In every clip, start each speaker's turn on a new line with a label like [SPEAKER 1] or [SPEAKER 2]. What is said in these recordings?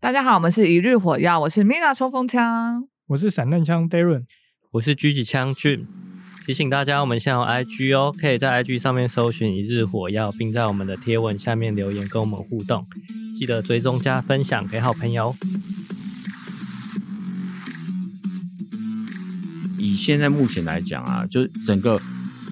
[SPEAKER 1] 大家好，我们是一日火药，我是 Mina 冲锋枪。
[SPEAKER 2] 我是散弹枪 Darren，
[SPEAKER 3] 我是狙击枪 Jim。提醒大家，我们现在有 IG 哦，可以在 IG 上面搜寻“一日火药”，并在我们的贴文下面留言跟我们互动。记得追踪加分享给好朋友。
[SPEAKER 4] 以现在目前来讲啊，就是整个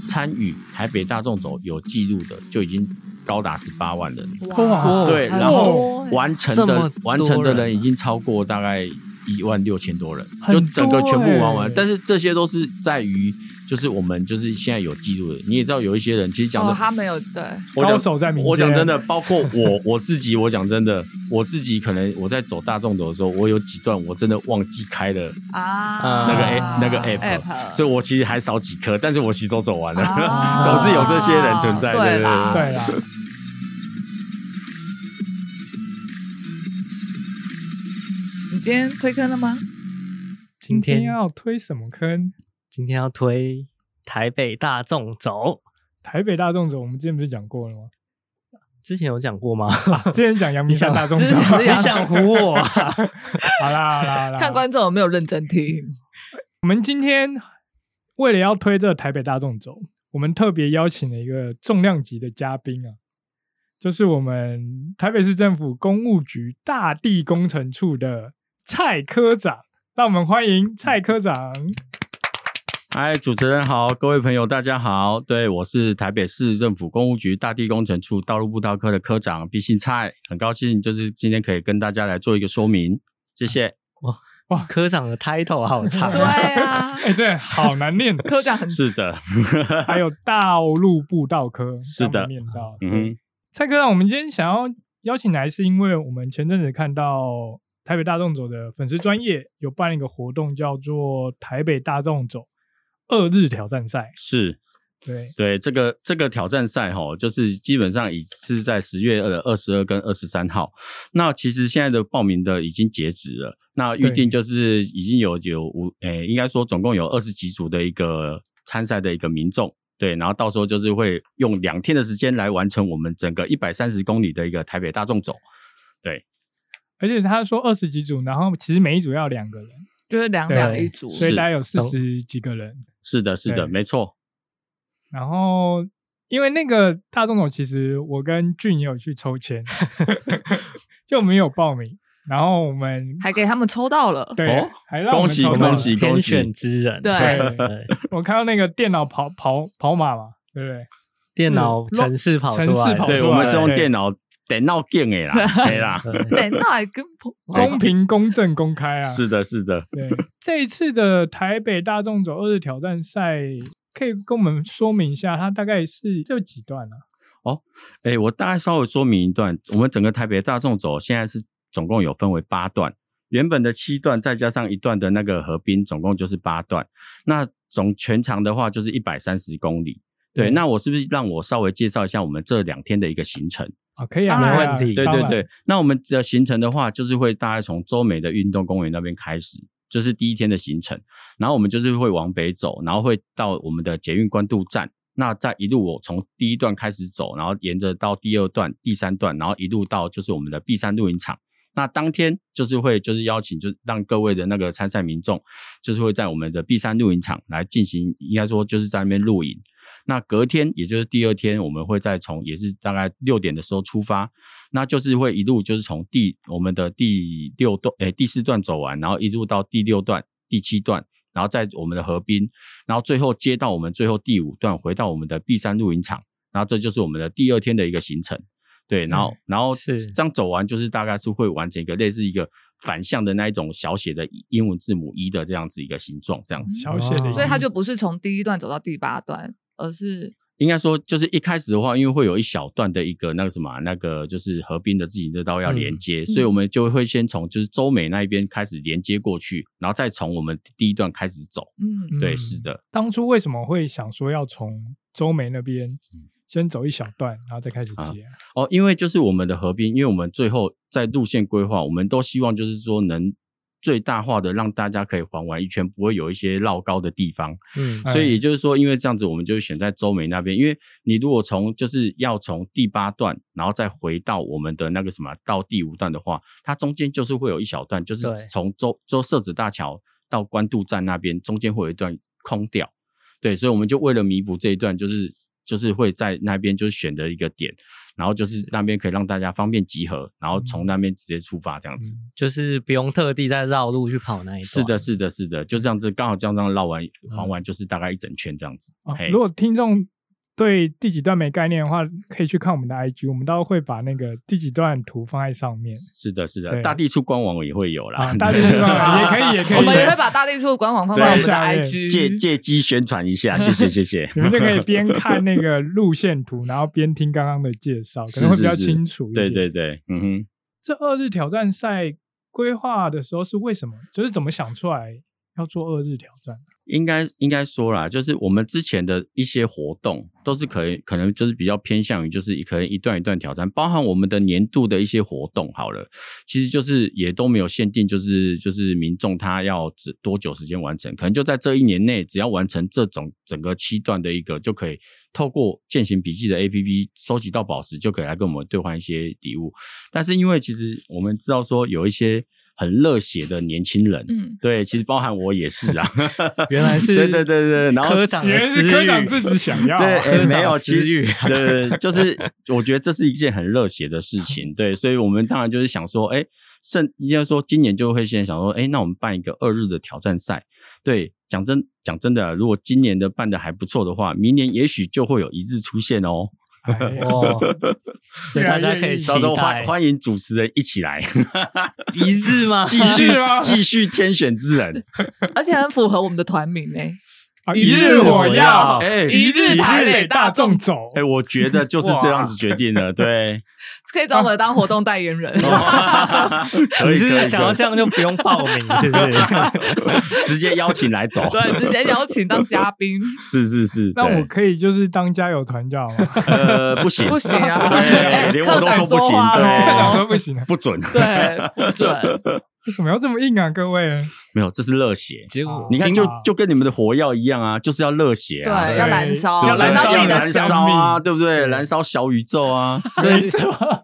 [SPEAKER 4] 参与台北大众走有记录的，就已经高达十八万人。
[SPEAKER 2] 哇
[SPEAKER 4] 对，
[SPEAKER 1] 很
[SPEAKER 4] 然后
[SPEAKER 1] 多欸
[SPEAKER 4] 完成
[SPEAKER 3] 这么
[SPEAKER 4] 的
[SPEAKER 3] 多
[SPEAKER 4] 完成的人
[SPEAKER 3] 人
[SPEAKER 4] 已经超过大概一万六千多人，
[SPEAKER 2] 很
[SPEAKER 4] 就
[SPEAKER 2] 多
[SPEAKER 4] 整个全部玩完
[SPEAKER 2] 欸。
[SPEAKER 4] 但是这些都是在于，就是我们就是现在有记录的。你也知道，有一些人其实讲
[SPEAKER 1] 哦，
[SPEAKER 4] 的
[SPEAKER 1] 他没有对，
[SPEAKER 4] 我讲
[SPEAKER 2] 高手在民间
[SPEAKER 4] 我讲真的，包括我我自己，我讲真的，我自己可能我在走大众走的时候，我有几段我真的忘记开了，
[SPEAKER 1] 啊，
[SPEAKER 3] 那个
[SPEAKER 4] A- 那个 app，
[SPEAKER 1] app，
[SPEAKER 4] 所以我其实还少几颗，但是我其实都走完了。
[SPEAKER 1] 啊
[SPEAKER 4] 总是有这些人存在
[SPEAKER 1] 对
[SPEAKER 4] 对
[SPEAKER 1] 啦
[SPEAKER 2] 对
[SPEAKER 4] 啊
[SPEAKER 2] 啦，
[SPEAKER 1] 你今天推坑了吗？
[SPEAKER 3] 今天
[SPEAKER 2] 要推什么坑？
[SPEAKER 3] 今天要推台北大众走，
[SPEAKER 2] 台北大众走，我们之前不是讲过了吗？
[SPEAKER 3] 之前有讲过吗？
[SPEAKER 2] 之前讲阳明山大众
[SPEAKER 1] 你
[SPEAKER 2] 走，
[SPEAKER 1] 想
[SPEAKER 3] 你想唬我、啊？
[SPEAKER 2] 好啦好啦好啦，
[SPEAKER 1] 看观众有没有认真听？
[SPEAKER 2] 我们今天为了要推这台北大众走，我们特别邀请了一个重量级的嘉宾啊，就是我们台北市政府公务局大地工程处的蔡科长。让我们欢迎蔡科长。
[SPEAKER 4] 嗨，主持人好，各位朋友大家好，对我是台北市政府公务局大地工程处道路步道科的科长毕信蔡，很高兴就是今天可以跟大家来做一个说明，谢谢。
[SPEAKER 1] 啊
[SPEAKER 3] 科长的 title 好长、
[SPEAKER 1] 对
[SPEAKER 3] 啊。
[SPEAKER 1] 啊，
[SPEAKER 2] 哎，对，好难念。
[SPEAKER 1] 科长很
[SPEAKER 4] 是的，
[SPEAKER 2] 还有道路步道科，
[SPEAKER 4] 是的
[SPEAKER 2] 刚刚念到。
[SPEAKER 4] 嗯哼，
[SPEAKER 2] 蔡科长，我们今天想要邀请来，是因为我们前阵子看到台北大众走的粉丝专业有办一个活动，叫做台北大众走二日挑战赛。
[SPEAKER 4] 是。
[SPEAKER 2] 对，
[SPEAKER 4] 对这个这个挑战赛哈，就是基本上已是在十月的二十二跟二十三号。那其实现在的报名的已经截止了，那预定就是已经有有五诶、应该说总共有二十几组的一个参赛的一个民众。对，然后到时候就是会用两天的时间来完成我们整个一百三十公里的一个台北大众走。
[SPEAKER 2] 而且他说二十几组，然后其实每一组要两个人，
[SPEAKER 1] 就是两
[SPEAKER 2] 对
[SPEAKER 1] 两一组，
[SPEAKER 2] 所以大概有四
[SPEAKER 3] 懂
[SPEAKER 2] 十几个人。
[SPEAKER 4] 是的，是的，
[SPEAKER 2] 对
[SPEAKER 4] 没错，
[SPEAKER 2] 然后因为那个大众走，其实我跟俊也有去抽 签，就没有报名。然后我们
[SPEAKER 1] 还给他们抽到 了。
[SPEAKER 2] 对，
[SPEAKER 4] 哦
[SPEAKER 2] 还让我们
[SPEAKER 4] 恭喜
[SPEAKER 2] 抽
[SPEAKER 3] 我
[SPEAKER 2] 到
[SPEAKER 3] 们
[SPEAKER 2] 了
[SPEAKER 4] 恭喜
[SPEAKER 3] 天选之人，
[SPEAKER 1] 对
[SPEAKER 3] 对
[SPEAKER 2] 我看到那个电脑跑跑跑马嘛，对不对？
[SPEAKER 3] 电脑城市跑出来
[SPEAKER 2] 城市
[SPEAKER 3] 的，
[SPEAKER 2] 跑出来
[SPEAKER 4] 对
[SPEAKER 2] 了
[SPEAKER 4] 我们是用
[SPEAKER 2] 对
[SPEAKER 4] 电脑电脑 game 诶 啦，对啦，
[SPEAKER 3] 对
[SPEAKER 1] 对，那还跟
[SPEAKER 2] 公平、公正、公开啊！
[SPEAKER 4] 哎是的，是的。
[SPEAKER 2] 对这一次的台北大众走二日挑战赛，可以跟我们说明一下，它大概是这有几段啊？
[SPEAKER 4] 哎、我大概稍微说明一段，我们整个台北大众走现在是总共有分为八段，原本的七段再加上一段的那个河滨，总共就是八段。那总全长的话就是一百三十公里。对，
[SPEAKER 2] 嗯
[SPEAKER 4] 那我是不是让我稍微介绍一下我们这两天的一个行程？
[SPEAKER 2] 啊，可以啊，
[SPEAKER 1] 当然
[SPEAKER 2] 可以啊
[SPEAKER 3] 没问题
[SPEAKER 4] 对
[SPEAKER 2] 当
[SPEAKER 4] 对
[SPEAKER 2] 然
[SPEAKER 4] 对，那我们的行程的话，就是会大概从周美的运动公园那边开始，这、是第一天的行程。然后我们就是会往北走，然后会到我们的捷运关渡站。那再一路我从第一段开始走，然后沿着到第二段、第三段，然后一路到就是我们的 B 山露营场。那当天就是会就是邀请就是让各位的那个参赛民众，就是会在我们的 B 山露营场来进行，应该说就是在那边露营。那隔天，也就是第二天，我们会再从也是大概六点的时候出发，那就是会一路就是从第我们的第六段，诶、第四段走完，然后一路到第六段、第七段，然后在我们的河滨，然后最后接到我们最后第五段，回到我们的 B 山露营场，然后这就是我们的第二天的一个行程。对，然后、然后
[SPEAKER 3] 是
[SPEAKER 4] 这样走完，就是大概是会完成一个类似一个反向的那一种小写的英文字母一的这样子一个形状，这样子。
[SPEAKER 2] 小写
[SPEAKER 4] 哦
[SPEAKER 2] 的，
[SPEAKER 1] 所以他就不是从第一段走到第八段，而是
[SPEAKER 4] 应该说，就是一开始的话，因为会有一小段的一个那个什么，那个就是河滨的自行车道要连接，所以我们就会先从就是周美那一边开始连接过去，然后再从我们第一段开始走。
[SPEAKER 1] 嗯，
[SPEAKER 2] 嗯
[SPEAKER 4] 对，是的，
[SPEAKER 2] 当初为什么会想说要从周梅那边先走一小段，然后再开始
[SPEAKER 4] 啊
[SPEAKER 2] 接啊？
[SPEAKER 4] 哦，因为就是我们的河滨，因为我们最后在路线规划，我们都希望就是说能最大化的让大家可以环完一圈，不会有一些绕高的地方。
[SPEAKER 3] 嗯
[SPEAKER 2] 哎
[SPEAKER 4] 所以也就是说，因为这样子，我们就选在周美那边，因为你如果从就是要从第八段，然后再回到我们的那个什么到第五段的话，它中间就是会有一小段，就是
[SPEAKER 3] 对
[SPEAKER 4] 从周周社子大桥到关渡站那边，中间会有一段空掉。对，所以我们就为了弥补这一段，就是就是会在那边就是选择一个点，然后就是那边可以让大家方便集合，然后从那边直接出发这样子。
[SPEAKER 2] 嗯
[SPEAKER 3] 就是不用特地再绕路去跑那一段。
[SPEAKER 4] 是的，，是的，是的，就这样子，刚好这样这样绕完环
[SPEAKER 2] 嗯
[SPEAKER 4] 完，就是大概一整圈这样子。
[SPEAKER 2] 啊
[SPEAKER 4] 嘿
[SPEAKER 2] 如果听众对第几段没概念的话，可以去看我们的 IG，我们到时候会把那个第几段图放在上面
[SPEAKER 4] 是的，是的，
[SPEAKER 2] 对
[SPEAKER 4] 大地出官网也会有啦，
[SPEAKER 2] 啊，大家知道也可以，也可以，
[SPEAKER 1] 我们也会把大地处的官网放在我们的 IG，
[SPEAKER 4] 借借机宣传一下，谢谢谢谢。
[SPEAKER 2] 你们就可以边看那个路线图，然后边听刚刚的介绍，可能会比较
[SPEAKER 4] 是是是
[SPEAKER 2] 清楚一
[SPEAKER 4] 对
[SPEAKER 2] 点。
[SPEAKER 4] 对对，嗯哼，
[SPEAKER 2] 这二日挑战赛规划的时候是为什么？就是怎么想出来要做二日挑战？
[SPEAKER 4] 应该应该说啦，就是我们之前的一些活动都是可以，可能就是比较偏向于就是可能一段一段挑战，包含我们的年度的一些活动好了，其实就是也都没有限定，就是就是民众他要只多久时间完成，可能就在这一年内，只要完成这种整个七段的一个，就可以透过践行笔记的 APP 收集到宝石，就可以来跟我们兑换一些礼物。但是因为其实我们知道说有一些很热血的年轻人，
[SPEAKER 1] 嗯，
[SPEAKER 4] 对，其实包含我也是啊，
[SPEAKER 3] 原来是
[SPEAKER 4] 对对对对，然后
[SPEAKER 3] 科长的
[SPEAKER 2] 原来是
[SPEAKER 3] 私
[SPEAKER 2] 科
[SPEAKER 3] 欲
[SPEAKER 2] 长自己想要啊，
[SPEAKER 4] 对，
[SPEAKER 3] 科
[SPEAKER 4] 哎没
[SPEAKER 3] 长
[SPEAKER 4] 有，
[SPEAKER 3] 私
[SPEAKER 4] 其实
[SPEAKER 3] 欲
[SPEAKER 4] 对，对就是我觉得这是一件很热血的事情，对，所以我们当然就是想说，哎，甚应该说今年就会先想说，哎，那我们办一个二日的挑战赛，对，讲真讲真的，啊如果今年的办的还不错的话，明年也许就会有一日出现哦，
[SPEAKER 2] 哎呀哎
[SPEAKER 3] 哦，所以
[SPEAKER 2] 越来
[SPEAKER 3] 大家
[SPEAKER 2] 越
[SPEAKER 3] 可以
[SPEAKER 2] 硬
[SPEAKER 3] 期
[SPEAKER 4] 到时候
[SPEAKER 3] 待
[SPEAKER 4] 欢欢迎主持人一起 来，
[SPEAKER 3] 一日吗？
[SPEAKER 4] 继续
[SPEAKER 2] 是吗
[SPEAKER 4] 继续天选之人，
[SPEAKER 1] 而且很符合我们的团名欸诶、
[SPEAKER 2] 啊
[SPEAKER 3] 一日火药
[SPEAKER 4] 哎
[SPEAKER 1] 一日台北大众
[SPEAKER 2] 走。
[SPEAKER 4] 哎，我觉得就是这样子决 定的，对，
[SPEAKER 1] 可以找我当活动代言 人。
[SPEAKER 4] 哦可
[SPEAKER 3] 你
[SPEAKER 4] 以可
[SPEAKER 3] 是
[SPEAKER 4] 以
[SPEAKER 3] 想要这样就不用报名，是不是？
[SPEAKER 4] 直接邀请来走，
[SPEAKER 1] 对，直接邀请当嘉宾，
[SPEAKER 4] 是是是，
[SPEAKER 2] 那
[SPEAKER 4] 对
[SPEAKER 2] 我可以就是当加油团就好吗？
[SPEAKER 4] 呃，不行，
[SPEAKER 1] 不行啊，不
[SPEAKER 4] 对
[SPEAKER 1] 行，哎
[SPEAKER 4] 连我
[SPEAKER 1] 科
[SPEAKER 4] 都
[SPEAKER 1] 长
[SPEAKER 4] 说不行
[SPEAKER 1] 话
[SPEAKER 2] 我
[SPEAKER 1] 喽
[SPEAKER 2] 说，不行啊，
[SPEAKER 4] 不准。
[SPEAKER 1] 对，不准，
[SPEAKER 2] 为什么要这么硬啊，各位？
[SPEAKER 4] 没有，这是热血。
[SPEAKER 3] 结果
[SPEAKER 4] 你看，
[SPEAKER 2] 今
[SPEAKER 4] 就就跟你们的火药一样啊，就是要热血
[SPEAKER 1] 啊对，
[SPEAKER 4] 啊，
[SPEAKER 1] 要燃烧，
[SPEAKER 4] 对
[SPEAKER 2] 要
[SPEAKER 1] 燃烧自己
[SPEAKER 4] 要
[SPEAKER 1] 的
[SPEAKER 4] 燃
[SPEAKER 1] 生
[SPEAKER 4] 烧啊，
[SPEAKER 2] 生命
[SPEAKER 4] 对不对？
[SPEAKER 2] 对
[SPEAKER 4] 燃烧小宇宙啊，
[SPEAKER 3] 所以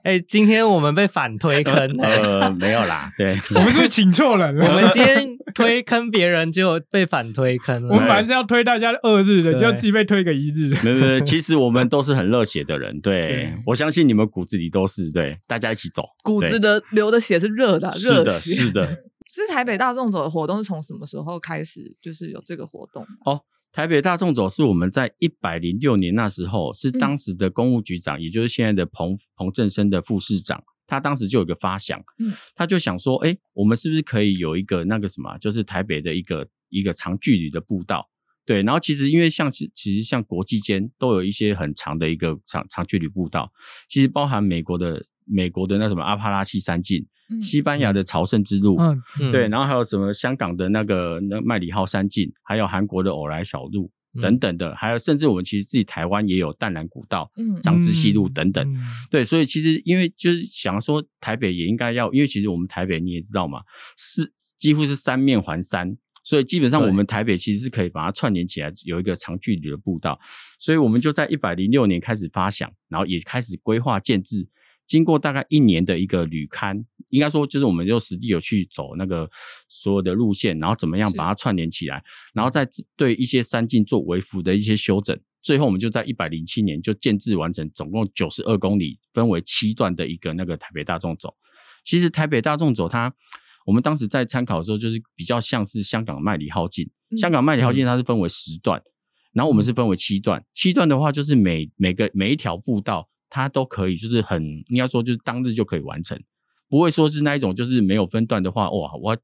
[SPEAKER 3] 哎，今天我们被反推坑了。
[SPEAKER 4] 呃，没有啦，对，
[SPEAKER 2] 我们是不是请错人
[SPEAKER 3] 我
[SPEAKER 2] 了。
[SPEAKER 3] 们今天推坑别人，就被反推坑
[SPEAKER 2] 我们本
[SPEAKER 3] 了。
[SPEAKER 2] 来是要推大家二日的，
[SPEAKER 3] 对
[SPEAKER 2] 结果自己被推个一 日。
[SPEAKER 4] 没有没有，其实我们都是很热血的人，对
[SPEAKER 2] 对
[SPEAKER 4] 我相信你们骨子里都是对，大家一起走，
[SPEAKER 1] 骨
[SPEAKER 4] 对
[SPEAKER 1] 子的流的血是热的啊，
[SPEAKER 4] 是
[SPEAKER 1] 热
[SPEAKER 4] 的，
[SPEAKER 1] 血
[SPEAKER 4] 是。的，
[SPEAKER 1] 是台北大众走的活动是从什么时候开始？就是有这个活动的
[SPEAKER 4] 台北大众走是我们在一百零六年那时候，
[SPEAKER 1] 嗯
[SPEAKER 4] 是当时的公务局长，也就是现在的彭彭振生的副市长，他当时就有个发想，
[SPEAKER 1] 嗯
[SPEAKER 4] 他就想说，哎、我们是不是可以有一个那个什么，啊就是台北的一个一个长距离的步道？对，然后其实因为像其其实像国际间都有一些很长的一个长长距离步道，其实包含美国的美国的那什么阿帕拉契山径、
[SPEAKER 1] 嗯
[SPEAKER 4] 西班牙的朝圣之路，
[SPEAKER 2] 嗯，
[SPEAKER 3] 嗯
[SPEAKER 4] 对，，然后还有什么香港的那个那麦里号山径，还有韩国的偶来小路
[SPEAKER 3] 嗯
[SPEAKER 4] 等等的，还有甚至我们其实自己台湾也有淡蓝古道、
[SPEAKER 1] 嗯
[SPEAKER 4] 长治西路等等。
[SPEAKER 2] 嗯，
[SPEAKER 4] 对，所以其实因为就是想说台北也应该要，因为其实我们台北你也知道嘛，是几乎是三面环山。所以基本上，
[SPEAKER 3] 对
[SPEAKER 4] 我们台北其实是可以把它串联起来，有一个长距离的步道。所以我们就在一百零六年开始发想，然后也开始规划建制。经过大概一年的一个旅刊，应该说就是我们就实地有去走那个所有的路线，然后怎么样
[SPEAKER 1] 是
[SPEAKER 4] 把它串联起来，然后再对一些山径做微幅的一些修整。最后，我们就在一百零七年就建制完成，总共九十二公里，分为七段的一个那个台北大众走。其实台北大众走它，我们当时在参考的时候，就是比较像是香港麦里浩径。
[SPEAKER 1] 嗯
[SPEAKER 4] 香港麦里浩径它是分为十段，然后我们是分为七段。七段的话，就是每每个每一条步道，它都可以，就是很应该说就是当日就可以完成。不会说是那一种，就是没有分段的话，哇，我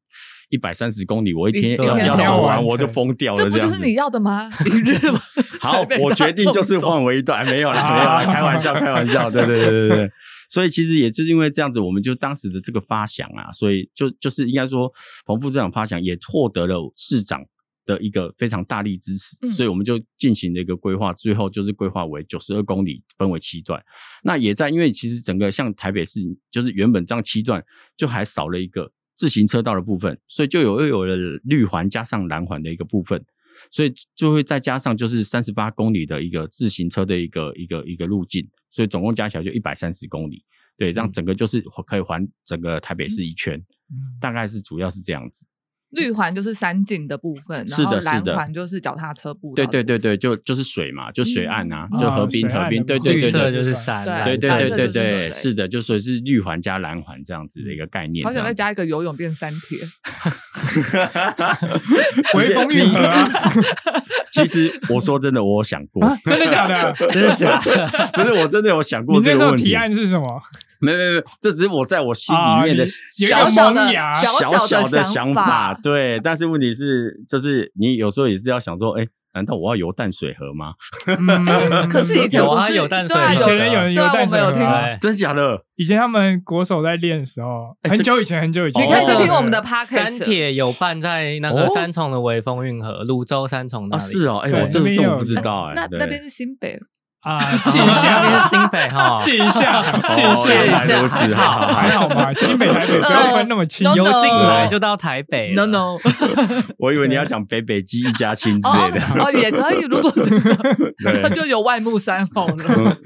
[SPEAKER 4] 一百三十公里，我一
[SPEAKER 1] 一
[SPEAKER 4] 天
[SPEAKER 1] 天
[SPEAKER 4] 要
[SPEAKER 1] 就
[SPEAKER 4] 要
[SPEAKER 1] 要
[SPEAKER 4] 走完，
[SPEAKER 2] 完
[SPEAKER 4] 我就
[SPEAKER 2] 成
[SPEAKER 4] 疯掉了。
[SPEAKER 1] 这不
[SPEAKER 4] 样
[SPEAKER 1] 就
[SPEAKER 4] 子。
[SPEAKER 1] 是你要的吗？ 一日吗？
[SPEAKER 4] 好
[SPEAKER 1] 台北，
[SPEAKER 4] 我
[SPEAKER 1] 大
[SPEAKER 4] 决定就是
[SPEAKER 1] 众走
[SPEAKER 4] 换为一段，没有 啦，
[SPEAKER 2] 啊
[SPEAKER 4] 没有啦，开玩笑，开玩笑，对对对对对对。所以其实也就是因为这样子，我们就当时的这个发想啊，所以就就是应该说，彭副市长发想也获得了市长的一个非常大力支持，
[SPEAKER 1] 嗯
[SPEAKER 4] 所以我们就进行了一个规划，最后就是规划为九十二公里，分为七段。那也在因为其实整个像台北市，就是原本这样七段，就还少了一个自行车道的部分，所以就有又有了绿环加上蓝环的一个部分，所以就会再加上就是三十八公里的一个自行车的一个一个一个路径，所以总共加起来就一百三十公里。对，这样整个就是可以环整个台北市一圈，
[SPEAKER 2] 嗯
[SPEAKER 4] 大概是主要是这样子。
[SPEAKER 1] 绿环就是山景的部分，然
[SPEAKER 4] 是的
[SPEAKER 1] 后
[SPEAKER 4] 是
[SPEAKER 1] 蓝
[SPEAKER 4] 的
[SPEAKER 1] 环就是脚踏车步道
[SPEAKER 4] 对
[SPEAKER 1] 的部分。
[SPEAKER 4] 对对对，就就是水嘛，就水岸啊，
[SPEAKER 2] 嗯
[SPEAKER 4] 就
[SPEAKER 2] 啊
[SPEAKER 4] 河滨
[SPEAKER 2] 水岸
[SPEAKER 4] 河滨，
[SPEAKER 2] 的
[SPEAKER 4] 对
[SPEAKER 2] 部分
[SPEAKER 4] 对对
[SPEAKER 3] 绿色
[SPEAKER 4] 对
[SPEAKER 3] 就是
[SPEAKER 2] 对
[SPEAKER 3] 山，
[SPEAKER 1] 对
[SPEAKER 3] 蓝
[SPEAKER 4] 对对
[SPEAKER 3] 色
[SPEAKER 1] 蓝
[SPEAKER 4] 对
[SPEAKER 3] 就
[SPEAKER 4] 对
[SPEAKER 3] 是
[SPEAKER 1] 水
[SPEAKER 4] 对，是的，就所以是绿环加蓝环这样子的一个概念。
[SPEAKER 1] 好想
[SPEAKER 4] 这
[SPEAKER 1] 再
[SPEAKER 4] 样子
[SPEAKER 1] 加一个游泳变三铁，
[SPEAKER 2] 微风运河啊，
[SPEAKER 4] 其实我说真的，我有想过，
[SPEAKER 2] 啊真的 假的？
[SPEAKER 4] 真的假的？不是，我真的有想过
[SPEAKER 2] 你那
[SPEAKER 4] 这
[SPEAKER 2] 时
[SPEAKER 4] 个
[SPEAKER 2] 候
[SPEAKER 4] 问题。
[SPEAKER 2] 提案是 什么？
[SPEAKER 4] 没有没有没有，这只是我在我心
[SPEAKER 2] 啊
[SPEAKER 4] 里面的
[SPEAKER 2] 你有一
[SPEAKER 4] 小
[SPEAKER 2] 个
[SPEAKER 1] 小
[SPEAKER 2] 萌
[SPEAKER 1] 的
[SPEAKER 2] 芽
[SPEAKER 1] 小
[SPEAKER 4] 小
[SPEAKER 1] 的
[SPEAKER 4] 的
[SPEAKER 1] 想
[SPEAKER 4] 法
[SPEAKER 1] 法。。
[SPEAKER 4] 对，但是问题是，就是你有时候也是要想说，哎，难道我要游淡水河吗？
[SPEAKER 2] 嗯
[SPEAKER 1] 可是以前
[SPEAKER 3] 有
[SPEAKER 1] 不
[SPEAKER 3] 啊
[SPEAKER 1] 是
[SPEAKER 3] 有淡水
[SPEAKER 1] 对啊
[SPEAKER 2] 以
[SPEAKER 3] 有
[SPEAKER 2] 前人有人
[SPEAKER 1] 对
[SPEAKER 2] 游
[SPEAKER 1] 啊
[SPEAKER 2] 淡
[SPEAKER 1] 我
[SPEAKER 2] 水
[SPEAKER 1] 们有
[SPEAKER 2] 河
[SPEAKER 1] 听
[SPEAKER 2] 啊，
[SPEAKER 3] 哎
[SPEAKER 4] 真假的？
[SPEAKER 2] 以前他们国手在练的时候，
[SPEAKER 4] 哎
[SPEAKER 2] 很
[SPEAKER 4] 这
[SPEAKER 2] 久以前，很久以前，
[SPEAKER 1] 你可以去
[SPEAKER 4] 哦
[SPEAKER 1] 听我们的 podcast，
[SPEAKER 3] 山铁有办在那
[SPEAKER 4] 哦
[SPEAKER 3] 个三重的微风运河，泸州三重那
[SPEAKER 4] 啊，
[SPEAKER 3] 里
[SPEAKER 4] 是哦，哎，
[SPEAKER 2] 对
[SPEAKER 4] 我这
[SPEAKER 2] 那边
[SPEAKER 4] 这
[SPEAKER 2] 有
[SPEAKER 4] 我不知道，哎，
[SPEAKER 1] 那
[SPEAKER 4] 对
[SPEAKER 1] 那边是新北，
[SPEAKER 2] 啊，
[SPEAKER 3] 记
[SPEAKER 2] 借
[SPEAKER 3] 一
[SPEAKER 2] 一
[SPEAKER 3] 下，那边
[SPEAKER 2] 下，
[SPEAKER 3] 是新北哈，
[SPEAKER 2] 借一下，借
[SPEAKER 4] 哦
[SPEAKER 2] 一
[SPEAKER 4] 原
[SPEAKER 2] 下，
[SPEAKER 4] 来如此好好
[SPEAKER 2] 还好嘛，新北台北不要分那么清
[SPEAKER 1] 哦 No，no，
[SPEAKER 3] 游进来
[SPEAKER 1] no
[SPEAKER 3] 就到台北
[SPEAKER 1] No
[SPEAKER 3] 了
[SPEAKER 1] No，
[SPEAKER 4] 我以为你要讲北北基一家亲之
[SPEAKER 1] 哦
[SPEAKER 4] 类的。
[SPEAKER 1] 哦也可以，如果那
[SPEAKER 4] 对
[SPEAKER 1] 就有外木山好了。
[SPEAKER 4] 嗯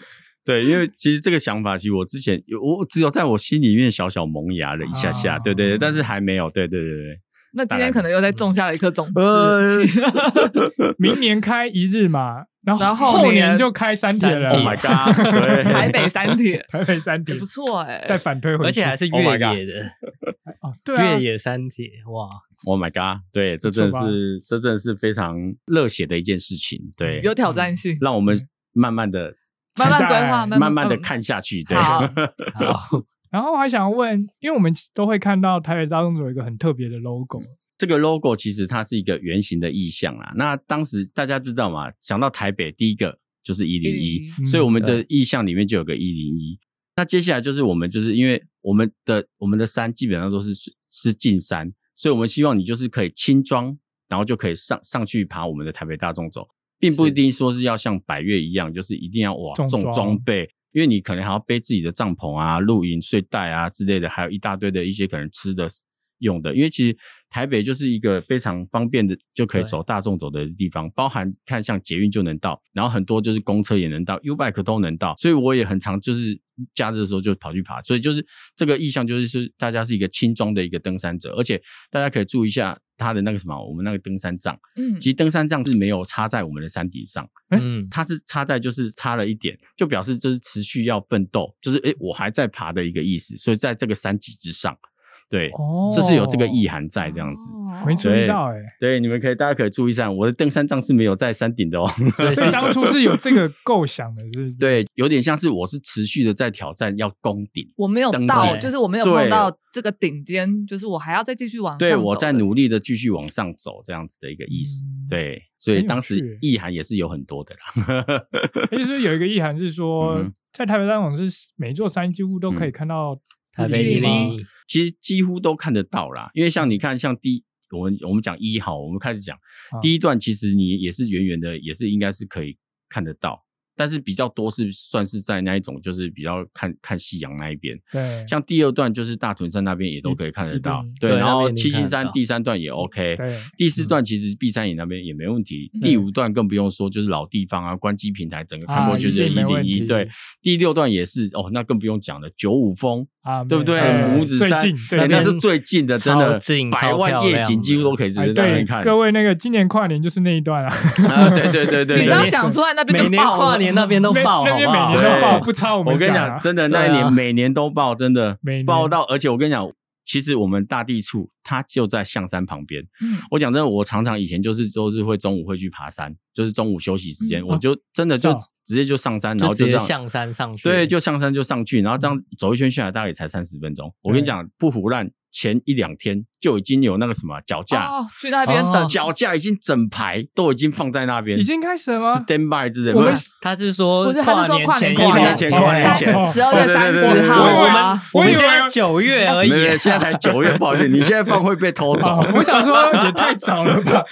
[SPEAKER 4] 对，因为其实这个想法，其实我之前有我我只有在我心里面小小萌芽了一下下，
[SPEAKER 2] 啊
[SPEAKER 4] 对对对，但是还没有，对对对对。
[SPEAKER 1] 那今天可能又在种下了一颗种
[SPEAKER 4] 呃
[SPEAKER 1] 子，
[SPEAKER 2] 明年开一日嘛，然后
[SPEAKER 1] 然后
[SPEAKER 2] 后年
[SPEAKER 1] 年
[SPEAKER 2] 就开三铁了，
[SPEAKER 3] 三
[SPEAKER 4] Oh my god！对，
[SPEAKER 1] 台北三 铁
[SPEAKER 2] 台北三
[SPEAKER 1] 也
[SPEAKER 2] 铁
[SPEAKER 1] 不错哎
[SPEAKER 2] 再。反推回去，
[SPEAKER 3] 而且还是越
[SPEAKER 4] Oh
[SPEAKER 3] 野
[SPEAKER 4] my
[SPEAKER 3] 的、
[SPEAKER 2] 哦对啊
[SPEAKER 3] 越，野山铁，哇！
[SPEAKER 4] Oh my god！对，这真的
[SPEAKER 2] 不错吧
[SPEAKER 4] 是这真的是非常热血的一件事情，对，
[SPEAKER 1] 有挑战性，
[SPEAKER 4] 让我们慢慢的、
[SPEAKER 1] 慢慢规划，
[SPEAKER 2] 期待
[SPEAKER 1] 慢
[SPEAKER 4] 嗯慢慢的
[SPEAKER 1] 嗯
[SPEAKER 4] 看下去，对，
[SPEAKER 1] 好
[SPEAKER 3] 好，
[SPEAKER 2] 然后我还想问，因为我们都会看到台北大众有一个很特别的 logo，
[SPEAKER 4] 这个 logo 其实它是一个圆形的意象啦。那当时大家知道嘛，想到台北第一个就是一零一
[SPEAKER 1] 101，
[SPEAKER 2] 嗯
[SPEAKER 4] 所以我们的意象里面就有个一零一。那接下来就是我们就是因为我们的我们的山基本上都是是进山，所以我们希望你就是可以轻装，然后就可以上上去爬我们的台北大众走，并不一定说是要像百越一样，就是一定要哇
[SPEAKER 2] 重
[SPEAKER 4] 重
[SPEAKER 2] 装
[SPEAKER 4] 装备。因为你可能还要背自己的帐篷啊、露营睡袋啊之类的，还有一大堆的一些可能吃的用的。因为其实台北就是一个非常方便的，就可以
[SPEAKER 3] 对
[SPEAKER 4] 走大众走的地方，包含看像捷运就能到，然后很多就是公车也能到，U bike 都能到。所以我也很常就是假日的时候就跑去爬，所以就是这个意向就是是大家是一个轻装的一个登山者，而且大家可以注意一下它的那个什么，我们那个登山杖，
[SPEAKER 1] 嗯
[SPEAKER 4] 其实登山杖是没有插在我们的山顶上。
[SPEAKER 2] 哎
[SPEAKER 3] 嗯，
[SPEAKER 4] 它是插在就是插了一点，就表示这是持续要奋斗，就是诶、我还在爬的一个意思，所以在这个山脊之上，对，
[SPEAKER 2] 哦
[SPEAKER 4] 这是有这个意，涵在这样子。
[SPEAKER 1] 哦
[SPEAKER 2] 没注意到哎、
[SPEAKER 4] 对，你们可以大家可以注意一下，我的登山杖是没有在山顶的 哦。
[SPEAKER 3] 对，
[SPEAKER 2] 是
[SPEAKER 3] 是
[SPEAKER 2] 当初是有这个构想的，是不是？
[SPEAKER 4] 对，有点像是我是持续的在挑战要攻顶，
[SPEAKER 1] 我没有
[SPEAKER 4] 等
[SPEAKER 1] 到，
[SPEAKER 3] 对
[SPEAKER 1] 就是我没有
[SPEAKER 4] 对
[SPEAKER 1] 碰到这个顶尖，就是我还要再继续往上
[SPEAKER 4] 对我
[SPEAKER 1] 哦走
[SPEAKER 4] 在
[SPEAKER 1] 的
[SPEAKER 4] 努力的继续往上走这样子的一个意思。
[SPEAKER 2] 嗯
[SPEAKER 4] 对，所以
[SPEAKER 2] 很有
[SPEAKER 4] 当
[SPEAKER 2] 趣
[SPEAKER 4] 时意涵也是有很多的啦。
[SPEAKER 2] 也就是有一个意涵是说，
[SPEAKER 4] 嗯
[SPEAKER 2] 在台北大众是每座山几乎都可以看到
[SPEAKER 3] 台北一零
[SPEAKER 2] 101
[SPEAKER 3] 一，
[SPEAKER 4] 其实几乎都看得到啦。因为像你看，像第一我们我们讲一好，我们开始讲、
[SPEAKER 2] 啊
[SPEAKER 4] 第一段，其实你也是远远的，也是应该是可以看得到，但是比较多是算是在那一种就是比较看看夕阳那一边。
[SPEAKER 2] 对，
[SPEAKER 4] 像第二段就是大屯山那边也都可以看得到
[SPEAKER 2] 一定，
[SPEAKER 4] 对，
[SPEAKER 3] 对
[SPEAKER 4] 然
[SPEAKER 3] 那边
[SPEAKER 4] 后
[SPEAKER 3] 一定
[SPEAKER 4] 七
[SPEAKER 3] 看
[SPEAKER 4] 星
[SPEAKER 3] 得
[SPEAKER 4] 山
[SPEAKER 3] 到
[SPEAKER 4] 第三段也 OK，
[SPEAKER 2] 对， 嗯
[SPEAKER 4] 第四段其实碧山岩那边也没问题，
[SPEAKER 1] 嗯
[SPEAKER 4] 第五段更不用说，就是老地方啊，关机平台整个看
[SPEAKER 2] 啊
[SPEAKER 4] 过去
[SPEAKER 2] 一
[SPEAKER 4] 是一
[SPEAKER 2] 定没
[SPEAKER 4] 零
[SPEAKER 2] 问
[SPEAKER 4] 一，
[SPEAKER 2] 题
[SPEAKER 4] 对，第六段也是哦，那更不用讲了，九五峰
[SPEAKER 2] 啊，
[SPEAKER 4] 对不对？
[SPEAKER 2] 没
[SPEAKER 4] 五指
[SPEAKER 2] 最
[SPEAKER 4] 山，
[SPEAKER 2] 近
[SPEAKER 4] 哎
[SPEAKER 2] 最
[SPEAKER 4] 那
[SPEAKER 2] 近
[SPEAKER 3] 边
[SPEAKER 4] 是最近的，真的
[SPEAKER 3] 超近
[SPEAKER 4] 百万
[SPEAKER 3] 超漂亮
[SPEAKER 4] 夜
[SPEAKER 3] 的
[SPEAKER 4] 景几乎都可以直
[SPEAKER 2] 哎
[SPEAKER 4] 接在那边看。
[SPEAKER 2] 对各位那个今年跨年就是那一段啊，
[SPEAKER 4] 啊，对对对对
[SPEAKER 1] 你
[SPEAKER 4] 对
[SPEAKER 1] 这样
[SPEAKER 3] 每
[SPEAKER 4] 对。
[SPEAKER 3] 年
[SPEAKER 1] 讲出来，那边
[SPEAKER 3] 每
[SPEAKER 1] 就
[SPEAKER 3] 年
[SPEAKER 1] 爆了
[SPEAKER 3] 跨年那边都
[SPEAKER 2] 每
[SPEAKER 3] 爆，
[SPEAKER 2] 那边
[SPEAKER 3] 好不好
[SPEAKER 2] 每年都爆，
[SPEAKER 4] 对
[SPEAKER 2] 不差我
[SPEAKER 4] 我
[SPEAKER 2] 们
[SPEAKER 4] 跟你
[SPEAKER 2] 啊
[SPEAKER 4] 讲，真的那一
[SPEAKER 3] 对啊
[SPEAKER 4] 年每年都爆，真的
[SPEAKER 2] 每年
[SPEAKER 4] 爆到，而且我跟你讲，其实我们大地处它就在象山旁边。
[SPEAKER 1] 嗯
[SPEAKER 4] 我讲真的，我常常以前就是都是会中午会去爬山，就是中午休息时间，
[SPEAKER 1] 嗯
[SPEAKER 4] 我就真的
[SPEAKER 2] 是
[SPEAKER 4] 就
[SPEAKER 2] 啊
[SPEAKER 4] 直接就上山，然后
[SPEAKER 3] 就直
[SPEAKER 4] 就
[SPEAKER 3] 接
[SPEAKER 4] 这样
[SPEAKER 3] 向山上去，
[SPEAKER 4] 对，就上山就上去，然后这样走一圈下来大概也才三十分钟。我跟你讲，不胡乱前一两天就已经有那个什么脚架，
[SPEAKER 1] 哦，去那边等
[SPEAKER 3] 哦，
[SPEAKER 4] 脚架已经整排都已经放在那边，
[SPEAKER 2] 已经开始了吗？
[SPEAKER 4] stand by 之类的。
[SPEAKER 1] 我
[SPEAKER 4] 不
[SPEAKER 1] 们
[SPEAKER 4] 是
[SPEAKER 3] 他是说
[SPEAKER 1] 不是他是说跨
[SPEAKER 3] 跨
[SPEAKER 1] 年
[SPEAKER 3] 年前
[SPEAKER 4] 跨年
[SPEAKER 3] 一天
[SPEAKER 4] 前跨年前
[SPEAKER 2] 哦
[SPEAKER 1] 十二月三
[SPEAKER 4] 对对对
[SPEAKER 1] 十
[SPEAKER 4] 对
[SPEAKER 1] 号
[SPEAKER 2] 我以
[SPEAKER 1] 啊，
[SPEAKER 3] 我
[SPEAKER 2] 我
[SPEAKER 3] 们
[SPEAKER 2] 以
[SPEAKER 3] 现在
[SPEAKER 2] 为
[SPEAKER 3] 九月而已
[SPEAKER 4] 没有没有，现在才九月，不好意思，你现在放会被偷 走
[SPEAKER 2] 啊。我想说也太早了吧？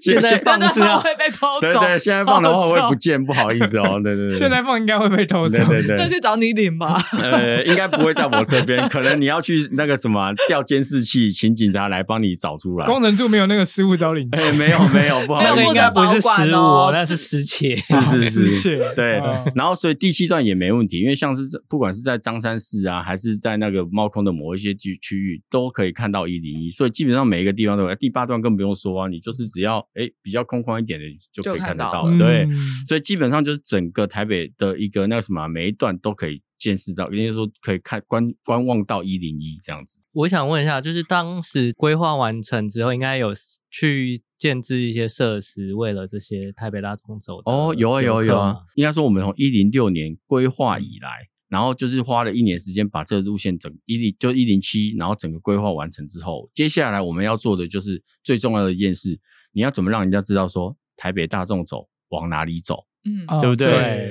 [SPEAKER 3] 现在
[SPEAKER 1] 真
[SPEAKER 3] 放
[SPEAKER 1] 的
[SPEAKER 3] 是要
[SPEAKER 1] 怕会被偷
[SPEAKER 4] 对
[SPEAKER 1] 走，
[SPEAKER 4] 对，现在放的话会不见，不好意思哦。对对对，
[SPEAKER 2] 现在放应该会被偷走
[SPEAKER 4] 对。对
[SPEAKER 1] 那
[SPEAKER 4] 对，
[SPEAKER 1] 去找你领吧。
[SPEAKER 4] 呃，应该不会在我这边，可能你要去那个什么调监视器，请警察来帮你找出来。
[SPEAKER 2] 工程处没有那个失物招领，
[SPEAKER 4] 哎，没有没有，不好
[SPEAKER 1] 没
[SPEAKER 3] 那
[SPEAKER 1] 有
[SPEAKER 3] 个
[SPEAKER 4] 意
[SPEAKER 3] 应
[SPEAKER 1] 不能
[SPEAKER 4] 思
[SPEAKER 3] 该不是
[SPEAKER 1] 保管
[SPEAKER 3] 十五、
[SPEAKER 1] 哦
[SPEAKER 3] 那是失窃。，
[SPEAKER 4] 是是
[SPEAKER 2] 失窃
[SPEAKER 4] 是，对
[SPEAKER 2] 哦。
[SPEAKER 4] 然后所以第七段也没问题，因为像是这不管是在张山市啊，还是在那个猫空的某一些区区域，都可以看到一零一，所以基本上每一个地方都有。哎第八段更不用说啊，你就是只要哎比较空旷一点的就可
[SPEAKER 1] 就
[SPEAKER 4] 以
[SPEAKER 1] 看
[SPEAKER 4] 看得
[SPEAKER 1] 到
[SPEAKER 4] 到
[SPEAKER 1] 了
[SPEAKER 4] 了，对。
[SPEAKER 2] 嗯，
[SPEAKER 4] 所以基本上就是整个台北的一个那个什么，啊每一段都可以见识到，也就是说可以看观观望到一零一这样子。
[SPEAKER 3] 我想问一下，就是当时规划完成之后，应该有去建制一些设施，为了这些台北大众走的
[SPEAKER 4] 哦，有啊有啊
[SPEAKER 3] 游
[SPEAKER 4] 有
[SPEAKER 3] 客
[SPEAKER 4] 啊
[SPEAKER 3] 吗，，
[SPEAKER 4] 应该说我们从一零六年规划以来，然后就是花了一年时间把这个路线整一零就一零七，然后整个规划完成之后，接下来我们要做的就是最重要的一件事，你要怎么让人家知道说台北大众走往哪里走。
[SPEAKER 1] 嗯，
[SPEAKER 2] 哦
[SPEAKER 4] 对不对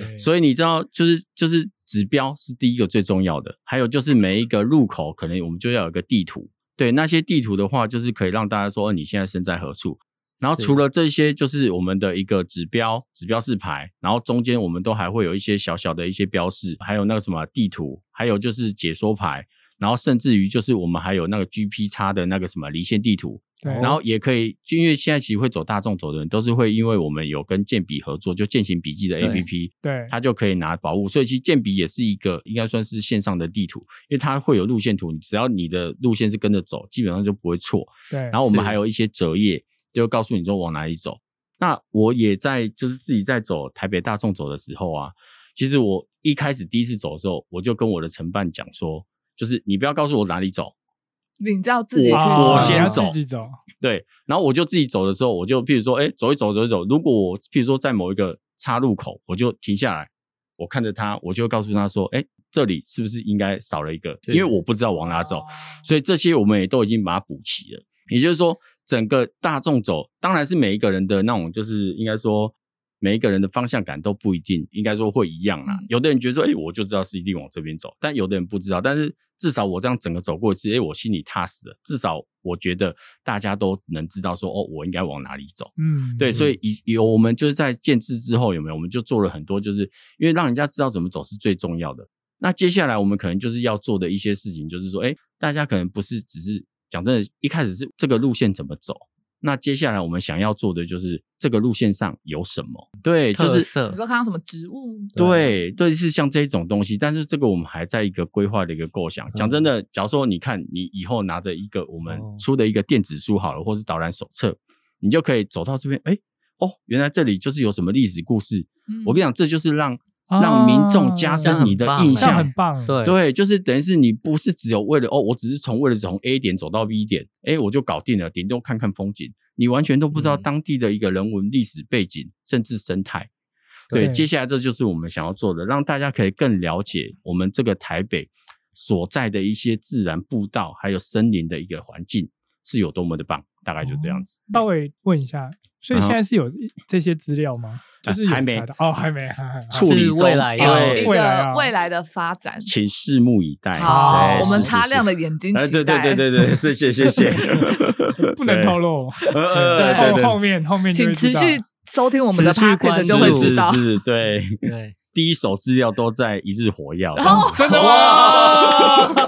[SPEAKER 2] 对？
[SPEAKER 4] 所以你知道，就是就是指标是第一个最重要的，还有就是每一个入口可能我们就要有个地图。对，那些地图的话，就是可以让大家说、哦你现在身在何处。然后
[SPEAKER 3] 是
[SPEAKER 4] 除了这些，就是我们的一个指标、指标示牌，然后中间我们都还会有一些小小的一些标示，还有那个什么地图，还有就是解说牌，然后甚至于就是我们还有那个 G P 叉的那个什么离线地图，
[SPEAKER 3] 哦
[SPEAKER 2] 对，
[SPEAKER 4] 然后也可以，就因为现在其实会走大众走的人，都是会因为我们有跟健笔合作，就践行笔记的
[SPEAKER 3] 对
[SPEAKER 4] A P P，
[SPEAKER 2] 对，
[SPEAKER 4] 它就可以拿宝物。所以其实健笔也是一个应该算是线上的地图，因为它会有路线图，你只要你的路线是跟着走，基本上就不会错。
[SPEAKER 2] 对，然
[SPEAKER 4] 然后我们
[SPEAKER 3] 是
[SPEAKER 4] 还有一些折页，就告诉你说往哪里走。那我也在就是自己在走台北大众走的时候啊，其实我一开始第一次走的时候，我就跟我的承办讲说，就是你不要告诉我哪里走，
[SPEAKER 1] 领照自己去
[SPEAKER 4] 我
[SPEAKER 1] 试
[SPEAKER 4] 我先走
[SPEAKER 2] 啊自己走，
[SPEAKER 4] 对，然后我就自己走的时候，我就譬如说，哎，走一走，走一走。如果我譬如说在某一个岔路口，我就停下来，我看着他，我就会告诉他说，哎，这里是不是应该少了一个？
[SPEAKER 3] 是
[SPEAKER 4] 因为我不知道往哪走，所以这些我们也都已经把它补齐了。也就是说，整个大众走，当然是每一个人的那种，就是应该说。每一个人的方向感都不一定，应该说会一样啦
[SPEAKER 1] 嗯。
[SPEAKER 4] 有的人觉得说，哎、我就知道是一定往这边走，但有的人不知道。但是至少我这样整个走过一次，哎、我心里踏实了。至少我觉得大家都能知道说，哦，我应该往哪里走。
[SPEAKER 2] 嗯，
[SPEAKER 4] 对，所以以有我们就是在建制之后，有没有？我们就做了很多，就是因为让人家知道怎么走是最重要的。那接下来我们可能就是要做的一些事情，就是说，哎，大家可能不是只是讲真的，一开始是这个路线怎么走。那接下来我们想要做的就是这个路线上有什么？对，就
[SPEAKER 3] 特
[SPEAKER 4] 是
[SPEAKER 3] 色
[SPEAKER 1] 你说看到什么植物？
[SPEAKER 4] 对，对，是像这种东西，但是这个我们还在一个规划的一个构想。讲真的，假如说你看，你以后拿着一个我们
[SPEAKER 3] 哦
[SPEAKER 4] 出的一个电子书好了，或是导览手册，你就可以走到这边，哎，哦，原来这里就是有什么历史故事。
[SPEAKER 1] 嗯
[SPEAKER 4] 我跟你讲，这就是让让民众加深你的
[SPEAKER 3] 这样很棒
[SPEAKER 4] 印
[SPEAKER 2] 啊这样
[SPEAKER 4] 象
[SPEAKER 2] 很。棒，
[SPEAKER 3] 对
[SPEAKER 4] 对，就是等于是你不是只有为了哦，我只是从为了从 A 点走到 B 点，哎，我就搞定了，顶多看看风景，你完全都不知道
[SPEAKER 3] 嗯
[SPEAKER 4] 当地的一个人文历史背景，甚至生态。
[SPEAKER 2] 对
[SPEAKER 4] 对，接下来这就是我们想要做的，让大家可以更了解我们这个台北所在的一些自然步道还有森林的一个环境是有多么的棒，大概就这样子。
[SPEAKER 2] 稍微问一下，所以
[SPEAKER 4] 嗯
[SPEAKER 2] 现在是有这些资料吗？就是有
[SPEAKER 4] 还没
[SPEAKER 2] 查到哦，还没，还还
[SPEAKER 4] 处理
[SPEAKER 3] 是
[SPEAKER 4] 中
[SPEAKER 3] 未来要
[SPEAKER 1] 有
[SPEAKER 4] 对
[SPEAKER 1] 一
[SPEAKER 2] 未来啊
[SPEAKER 1] 个未来的发展。
[SPEAKER 4] 请拭目以待。
[SPEAKER 1] 好
[SPEAKER 4] 对，
[SPEAKER 1] 我们
[SPEAKER 4] 是是
[SPEAKER 1] 擦
[SPEAKER 4] 是
[SPEAKER 1] 亮了眼睛
[SPEAKER 4] 哎，
[SPEAKER 1] 期
[SPEAKER 4] 对
[SPEAKER 1] 待。
[SPEAKER 4] 对对对对，是谢谢谢。
[SPEAKER 2] 不能
[SPEAKER 4] 对
[SPEAKER 2] 透露，
[SPEAKER 4] 呃
[SPEAKER 1] 对
[SPEAKER 4] 呃，对
[SPEAKER 2] 后
[SPEAKER 4] 对
[SPEAKER 2] 后面后面就
[SPEAKER 1] 请
[SPEAKER 2] 会
[SPEAKER 1] 持
[SPEAKER 2] 知道
[SPEAKER 1] 续收听我们的
[SPEAKER 3] 持续关
[SPEAKER 1] podcast
[SPEAKER 3] 注
[SPEAKER 1] 就会知道。
[SPEAKER 4] 是是是，对，
[SPEAKER 3] 对，
[SPEAKER 4] 第一手资料都在一日火药，
[SPEAKER 1] 哦，
[SPEAKER 2] 真的
[SPEAKER 1] 哇
[SPEAKER 2] 吗？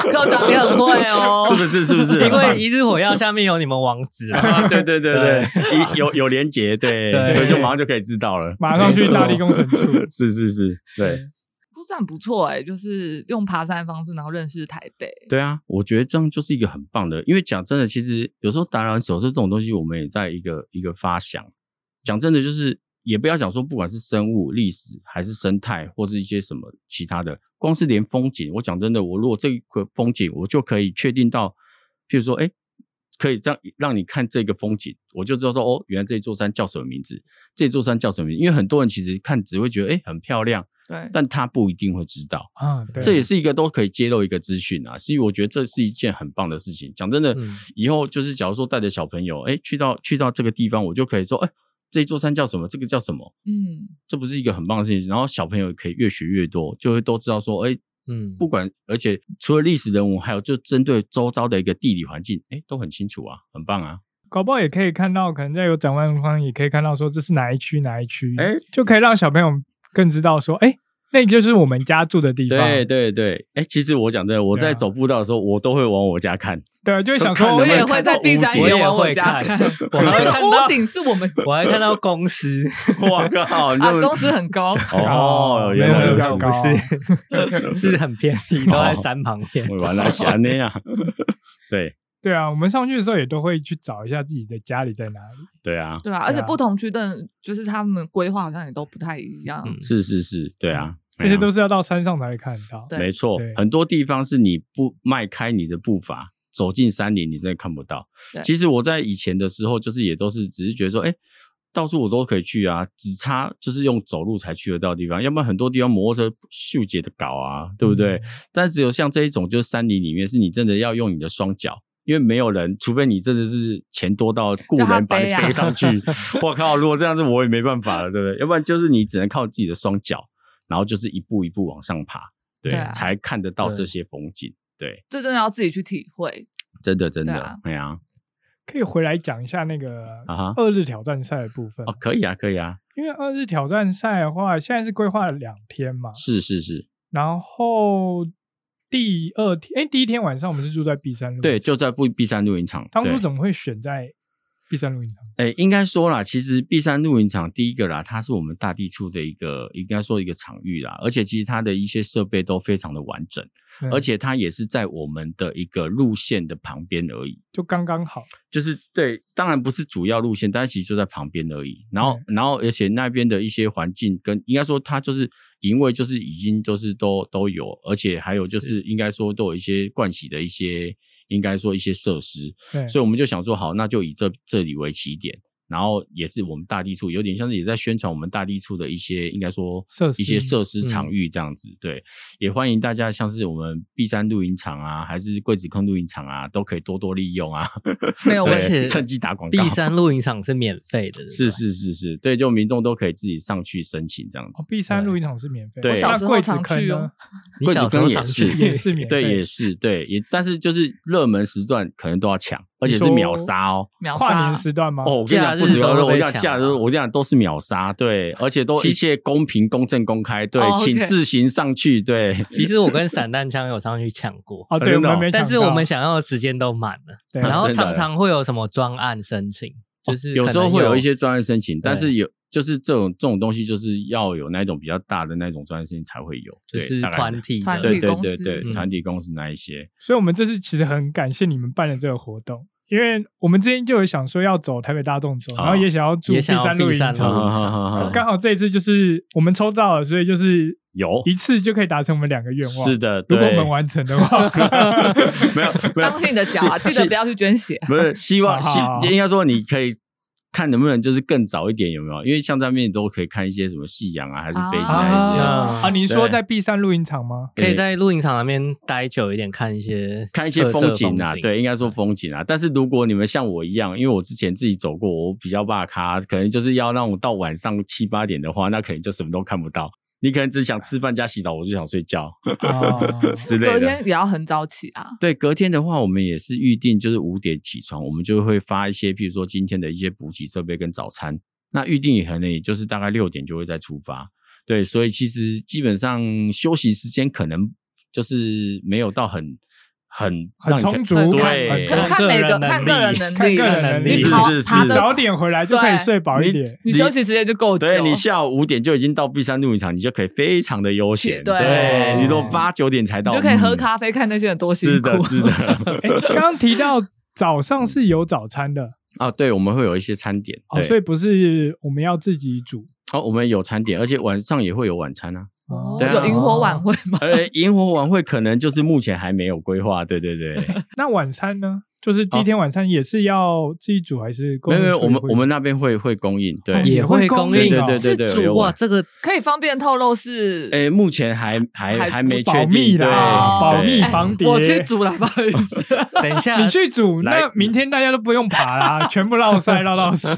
[SPEAKER 1] 科长你很会
[SPEAKER 4] 是
[SPEAKER 1] 哦
[SPEAKER 4] 不。是？是不 是？
[SPEAKER 3] 因为一日火药下面有你们网址嘛，
[SPEAKER 4] 啊，对对对对，一有有连结，对
[SPEAKER 3] 对，
[SPEAKER 4] 所以就马上就可以知道了，
[SPEAKER 2] 马上去 大力工程处，
[SPEAKER 4] 是是是， 对
[SPEAKER 1] 嗯不是很不错哎，就是用爬山的方式，然后认识台北。
[SPEAKER 4] 对啊，我觉得这样就是一个很棒的，因为讲真的，其实有时候打篮手这种东西，我们也在一个一个发想，讲真的就是。也不要讲说，不管是生物、历史，还是生态，或是一些什么其他的，光是连风景，我讲真的，我如果这个风景，我就可以确定到，譬如说，哎，可以让让你看这个风景，我就知道说，哦，原来这座山叫什么名字，这座山叫什么名字。因为很多人其实看只会觉得，哎，很漂亮，
[SPEAKER 1] 对，
[SPEAKER 4] 但他不一定会知道。
[SPEAKER 2] 啊，对，
[SPEAKER 4] 这也是一个都可以揭露一个资讯啊，所以我觉得这是一件很棒的事情。讲真的，
[SPEAKER 3] 嗯
[SPEAKER 4] 以后就是假如说带着小朋友，哎，去到去到这个地方，我就可以说，哎，这座山叫什么？这个叫什么？
[SPEAKER 1] 嗯，
[SPEAKER 4] 这不是一个很棒的事情。然后小朋友可以越学越多，就会都知道说，哎，
[SPEAKER 3] 嗯，
[SPEAKER 4] 不管，而且除了历史人物，还有就针对周遭的一个地理环境，哎，都很清楚啊，很棒啊。
[SPEAKER 2] 搞不好也可以看到，可能在有展望方也可以看到说这是哪一区哪一区，
[SPEAKER 4] 哎
[SPEAKER 2] 就可以让小朋友更知道说，哎，那就是我们家住的地方，
[SPEAKER 4] 对对对，哎，其实我讲真的，我
[SPEAKER 2] 对啊
[SPEAKER 4] 在走步道的时候，我都会往我家看。
[SPEAKER 2] 对，啊就会想
[SPEAKER 4] 看
[SPEAKER 2] 说
[SPEAKER 1] 我
[SPEAKER 4] 能不能
[SPEAKER 1] 也
[SPEAKER 4] 看
[SPEAKER 1] 会
[SPEAKER 4] 到
[SPEAKER 1] 在第
[SPEAKER 4] 屋
[SPEAKER 1] 三
[SPEAKER 4] 顶
[SPEAKER 3] 我
[SPEAKER 1] 眼
[SPEAKER 3] 也
[SPEAKER 1] 往我
[SPEAKER 3] 会
[SPEAKER 1] 家
[SPEAKER 3] 看
[SPEAKER 1] 看，，
[SPEAKER 3] 我还会
[SPEAKER 1] 那
[SPEAKER 3] 看
[SPEAKER 1] 个屋
[SPEAKER 3] 到，
[SPEAKER 1] 顶是我们
[SPEAKER 3] 我还看到公司，
[SPEAKER 4] 我靠，你
[SPEAKER 1] 啊，
[SPEAKER 4] 就
[SPEAKER 1] 公司很高，
[SPEAKER 4] 哦，
[SPEAKER 2] 没
[SPEAKER 4] 原
[SPEAKER 2] 有
[SPEAKER 4] 来
[SPEAKER 2] 没有
[SPEAKER 4] 如
[SPEAKER 2] 高
[SPEAKER 4] 此。
[SPEAKER 2] 高
[SPEAKER 3] 不是 是很偏僻，都在山旁边。
[SPEAKER 4] 我哦原来是安尼啊，对
[SPEAKER 2] 对啊，我们上去的时候也都会去找一下自己的家里在哪里，
[SPEAKER 4] 对啊，
[SPEAKER 1] 对啊，而
[SPEAKER 2] 对
[SPEAKER 1] 且
[SPEAKER 2] 啊
[SPEAKER 1] 不同区的人，就是他们规划好像也都不太一样，
[SPEAKER 3] 嗯
[SPEAKER 4] 是是是，对啊，
[SPEAKER 2] 嗯这些
[SPEAKER 4] 哎
[SPEAKER 2] 都
[SPEAKER 4] 呀
[SPEAKER 2] 是要到山上才会看到。
[SPEAKER 1] 对
[SPEAKER 4] 没错
[SPEAKER 2] 对，
[SPEAKER 4] 很多地方是你不迈开你的步伐走进山林，你真的看不到
[SPEAKER 1] 对。
[SPEAKER 4] 其实我在以前的时候，就是也都是只是觉得说，哎。到处我都可以去啊，只差就是用走路才去得到的地方，要不然很多地方摩托车秀姐的搞啊，对不对？但只有像这一种，就是山林里面，是你真的要用你的双脚，因为没有人，除非你真的是钱多到雇
[SPEAKER 1] 叫他
[SPEAKER 4] 人把你
[SPEAKER 1] 背啊
[SPEAKER 4] 背上去。我靠，如果这样子我也没办法了，对不对？要不然就是你只能靠自己的双脚，然后就是一步一步往上爬，对，
[SPEAKER 1] 对啊
[SPEAKER 4] 才看得到
[SPEAKER 3] 对
[SPEAKER 4] 这些风景。对，
[SPEAKER 1] 这真的要自己去体会。
[SPEAKER 4] 真的真
[SPEAKER 1] 对
[SPEAKER 4] 的
[SPEAKER 1] 啊，
[SPEAKER 4] 哎呀、
[SPEAKER 2] 可以回来讲一下那个
[SPEAKER 4] 啊哈
[SPEAKER 2] 二日挑战赛的部分
[SPEAKER 4] 哦，，可以啊，可以啊，
[SPEAKER 2] 因为二日挑战赛的话，现在是规划了两天嘛，
[SPEAKER 4] 是是是，
[SPEAKER 2] 然后第二天，哎，第一天晚上我们是住在碧山路，
[SPEAKER 4] 对，，就在不碧山露营场。
[SPEAKER 2] 当初
[SPEAKER 4] 对
[SPEAKER 2] 怎么会选在碧山露营场？
[SPEAKER 4] 诶，应该说啦，其实碧山露营场第一个啦，它是我们大地处的一个，应该说一个场域啦，而且其实它的一些设备都非常的完整，
[SPEAKER 2] 嗯
[SPEAKER 4] 而且它也是在我们的一个路线的旁边而已。
[SPEAKER 2] 就刚刚好，
[SPEAKER 4] 就是对，当然不是主要路线，但是其实就在旁边而已。然后，
[SPEAKER 2] 嗯
[SPEAKER 4] 然后，而且那边的一些环境跟应该说，它就是因为就是已经就是都都有，而且还有就是应该说都有一些盥洗的一些，应该说一些设施。
[SPEAKER 2] 对，
[SPEAKER 4] 所以我们就想说，好，那就以这这里为起点，然后也是我们大地处有点像是也在宣传我们大地处的一些应该说
[SPEAKER 2] 设
[SPEAKER 4] 一些
[SPEAKER 2] 施
[SPEAKER 4] 设施
[SPEAKER 3] 嗯
[SPEAKER 4] 场域这样子。对，也欢迎大家像是我们碧山露营场啊，还是桂子坑露营场啊，都可以多多利用啊。
[SPEAKER 1] 没有
[SPEAKER 4] 对
[SPEAKER 1] 问题
[SPEAKER 3] 而且
[SPEAKER 4] 趁机打广告
[SPEAKER 3] 哦第三露营场是免费的，对不对
[SPEAKER 4] 是，是是是，对，就民众都可以自己上去申请这样
[SPEAKER 2] 哦
[SPEAKER 4] 子。
[SPEAKER 2] 碧山
[SPEAKER 3] 对
[SPEAKER 2] 露营场是免费的，哦
[SPEAKER 4] 对我
[SPEAKER 1] 小
[SPEAKER 2] 那
[SPEAKER 1] 时候
[SPEAKER 2] 贵子
[SPEAKER 1] 常
[SPEAKER 2] 坑
[SPEAKER 1] 去
[SPEAKER 2] 呢
[SPEAKER 1] 哦
[SPEAKER 3] 你
[SPEAKER 4] 桂子
[SPEAKER 3] 小时
[SPEAKER 4] 坑
[SPEAKER 3] 候
[SPEAKER 4] 也
[SPEAKER 3] 常
[SPEAKER 4] 是
[SPEAKER 3] 去
[SPEAKER 2] 也是免
[SPEAKER 4] 对，
[SPEAKER 2] 费
[SPEAKER 4] 也是对，也但是就是热门时段可能都要抢，而且
[SPEAKER 2] 你
[SPEAKER 4] 是
[SPEAKER 2] 说
[SPEAKER 4] 秒杀哦。
[SPEAKER 1] 秒
[SPEAKER 2] 跨
[SPEAKER 1] 杀
[SPEAKER 2] 年，时段吗？
[SPEAKER 4] 哦，我跟你
[SPEAKER 3] 假
[SPEAKER 4] 讲，
[SPEAKER 3] 日
[SPEAKER 4] 不止
[SPEAKER 3] 都
[SPEAKER 4] 有
[SPEAKER 3] 被
[SPEAKER 4] 我讲
[SPEAKER 3] 抢
[SPEAKER 4] 假日，
[SPEAKER 3] 了
[SPEAKER 4] 我跟你讲都是秒杀，对，而且都
[SPEAKER 3] 其
[SPEAKER 4] 一切公平、公正、公开，对
[SPEAKER 1] 哦，
[SPEAKER 4] 请
[SPEAKER 1] OK
[SPEAKER 4] 自行上去，对，
[SPEAKER 3] 其实我跟散弹枪有上去抢过，
[SPEAKER 2] 哦，对，我
[SPEAKER 4] 真的
[SPEAKER 2] 们
[SPEAKER 4] 哦
[SPEAKER 2] 没抢到，
[SPEAKER 3] 但是我们想要的时间都满了，
[SPEAKER 2] 对
[SPEAKER 3] 然后
[SPEAKER 4] 啊真的哦
[SPEAKER 3] 常常会有什么专案申请，就是
[SPEAKER 4] 有
[SPEAKER 3] 可
[SPEAKER 4] 时候
[SPEAKER 3] 能
[SPEAKER 4] 会有一些专案申请，但
[SPEAKER 3] 对
[SPEAKER 4] 是有就是这种这种东西，就是要有那种比较大的那种专案申请才会有，
[SPEAKER 3] 就
[SPEAKER 4] 对，
[SPEAKER 3] 是
[SPEAKER 4] 大概
[SPEAKER 3] 团体的
[SPEAKER 1] 团
[SPEAKER 4] 对
[SPEAKER 1] 体
[SPEAKER 4] 对
[SPEAKER 1] 公
[SPEAKER 4] 对
[SPEAKER 1] 司
[SPEAKER 4] 对，
[SPEAKER 3] 嗯
[SPEAKER 4] 团体公司那一些，
[SPEAKER 2] 所以我们这次其实很感谢你们办了这个活动，因为我们之前就有想说要走台北大众走，
[SPEAKER 4] 哦
[SPEAKER 2] 然后也想要住
[SPEAKER 3] 也
[SPEAKER 2] 碧
[SPEAKER 3] 想要
[SPEAKER 2] 山露
[SPEAKER 3] 避
[SPEAKER 2] 营
[SPEAKER 3] 山
[SPEAKER 2] 场，
[SPEAKER 3] 路
[SPEAKER 4] 好好好好
[SPEAKER 2] 刚好这一次就是我们抽到了，所以就是
[SPEAKER 4] 嗯有
[SPEAKER 2] 一次就可以达成我们两个愿望。
[SPEAKER 4] 是，的，
[SPEAKER 2] 如果我
[SPEAKER 4] 对
[SPEAKER 2] 们完成的话，
[SPEAKER 4] 没有没有
[SPEAKER 1] 当，心你的脚啊，
[SPEAKER 4] 是
[SPEAKER 1] 记得不要去捐血。啊
[SPEAKER 4] 不是希望希
[SPEAKER 2] 好好好
[SPEAKER 4] 应该说你可以。看能不能就是更早一点有没有？因为像在面都可以看一些什么夕阳啊，还是北极那一些
[SPEAKER 3] 啊
[SPEAKER 4] 啊，
[SPEAKER 2] 啊，你说
[SPEAKER 4] 对
[SPEAKER 2] 在碧山露营场吗？
[SPEAKER 3] 可以在露营场那边待久一点，看一些
[SPEAKER 4] 看一些
[SPEAKER 3] 特色
[SPEAKER 4] 风
[SPEAKER 3] 风
[SPEAKER 4] 景啊，对，应该说风景啊。但是如果你们像我一样，因为我之前自己走过，我比较怕咖，可能就是要让我到晚上七八点的话，那可能就什么都看不到。你可能只想吃饭加洗澡，我就想睡觉
[SPEAKER 2] 啊，
[SPEAKER 4] 之类
[SPEAKER 1] 昨
[SPEAKER 4] 的。
[SPEAKER 1] 天也要很早起啊，
[SPEAKER 4] 对，隔天的话，我们也是预定就是五点起床，我们就会发一些，譬如说今天的一些补给设备跟早餐。那预定也可能也就是大概六点就会再出发。对，所以其实基本上休息时间可能就是没有到很很
[SPEAKER 2] 很
[SPEAKER 4] 让你可
[SPEAKER 2] 充足，很
[SPEAKER 4] 对
[SPEAKER 1] 看
[SPEAKER 2] 充
[SPEAKER 1] 看
[SPEAKER 3] 个
[SPEAKER 1] 每个
[SPEAKER 3] 人能
[SPEAKER 1] 看个人
[SPEAKER 3] 力
[SPEAKER 1] 能
[SPEAKER 2] 看
[SPEAKER 1] 力，
[SPEAKER 2] 个人能力
[SPEAKER 1] 你爬
[SPEAKER 4] 是是
[SPEAKER 1] 爬
[SPEAKER 4] 是
[SPEAKER 1] 得
[SPEAKER 2] 早点回来就可以
[SPEAKER 1] 对
[SPEAKER 2] 睡饱一
[SPEAKER 4] 你
[SPEAKER 2] 点。
[SPEAKER 1] 你休息时间就够久。
[SPEAKER 4] 对你下午五点就已经到碧山露营场，你就可以非常的悠闲。
[SPEAKER 1] 是对
[SPEAKER 4] 你
[SPEAKER 2] 哦
[SPEAKER 4] 都八九点才
[SPEAKER 1] 你
[SPEAKER 4] 到，
[SPEAKER 1] 就可以喝
[SPEAKER 4] 嗯
[SPEAKER 1] 咖啡，看那些人多
[SPEAKER 4] 是
[SPEAKER 1] 辛苦。
[SPEAKER 4] 的，是的。
[SPEAKER 2] 哎，刚刚提到早上是有早餐的，
[SPEAKER 4] 啊，对，我们会有一些餐点，
[SPEAKER 2] 哦，
[SPEAKER 4] 对，
[SPEAKER 2] 所以不是我们要自己煮。
[SPEAKER 4] 哦，我们有餐点，而且晚上也会有晚餐啊。
[SPEAKER 1] 哦
[SPEAKER 4] 对啊
[SPEAKER 1] 有萤火晚 会吗？
[SPEAKER 4] 呃，萤火晚会可能就是目前还没有规划，对对对。
[SPEAKER 2] 那晚餐呢？就是第一天晚餐也是要自己煮还是供
[SPEAKER 4] 没
[SPEAKER 2] 应
[SPEAKER 4] 有没有，
[SPEAKER 2] 出来
[SPEAKER 4] 我们
[SPEAKER 2] 会
[SPEAKER 4] 我们那边会会供应，对，
[SPEAKER 2] 哦
[SPEAKER 4] 诶、
[SPEAKER 2] 也会供应
[SPEAKER 4] 对对对对对
[SPEAKER 3] 是
[SPEAKER 4] 有
[SPEAKER 3] 煮哇，这个
[SPEAKER 1] 可以方便透露是
[SPEAKER 4] 目前还还
[SPEAKER 1] 还
[SPEAKER 4] 还没确定，
[SPEAKER 2] 保密
[SPEAKER 4] 对
[SPEAKER 2] 啦，
[SPEAKER 1] 哦
[SPEAKER 2] 保密
[SPEAKER 4] 对
[SPEAKER 2] 防谍。
[SPEAKER 1] 我去煮了，不好意思。
[SPEAKER 3] 等一下
[SPEAKER 2] 你去煮，
[SPEAKER 4] 来
[SPEAKER 2] 那明天大家都不用爬 啦，全部落晒落到死。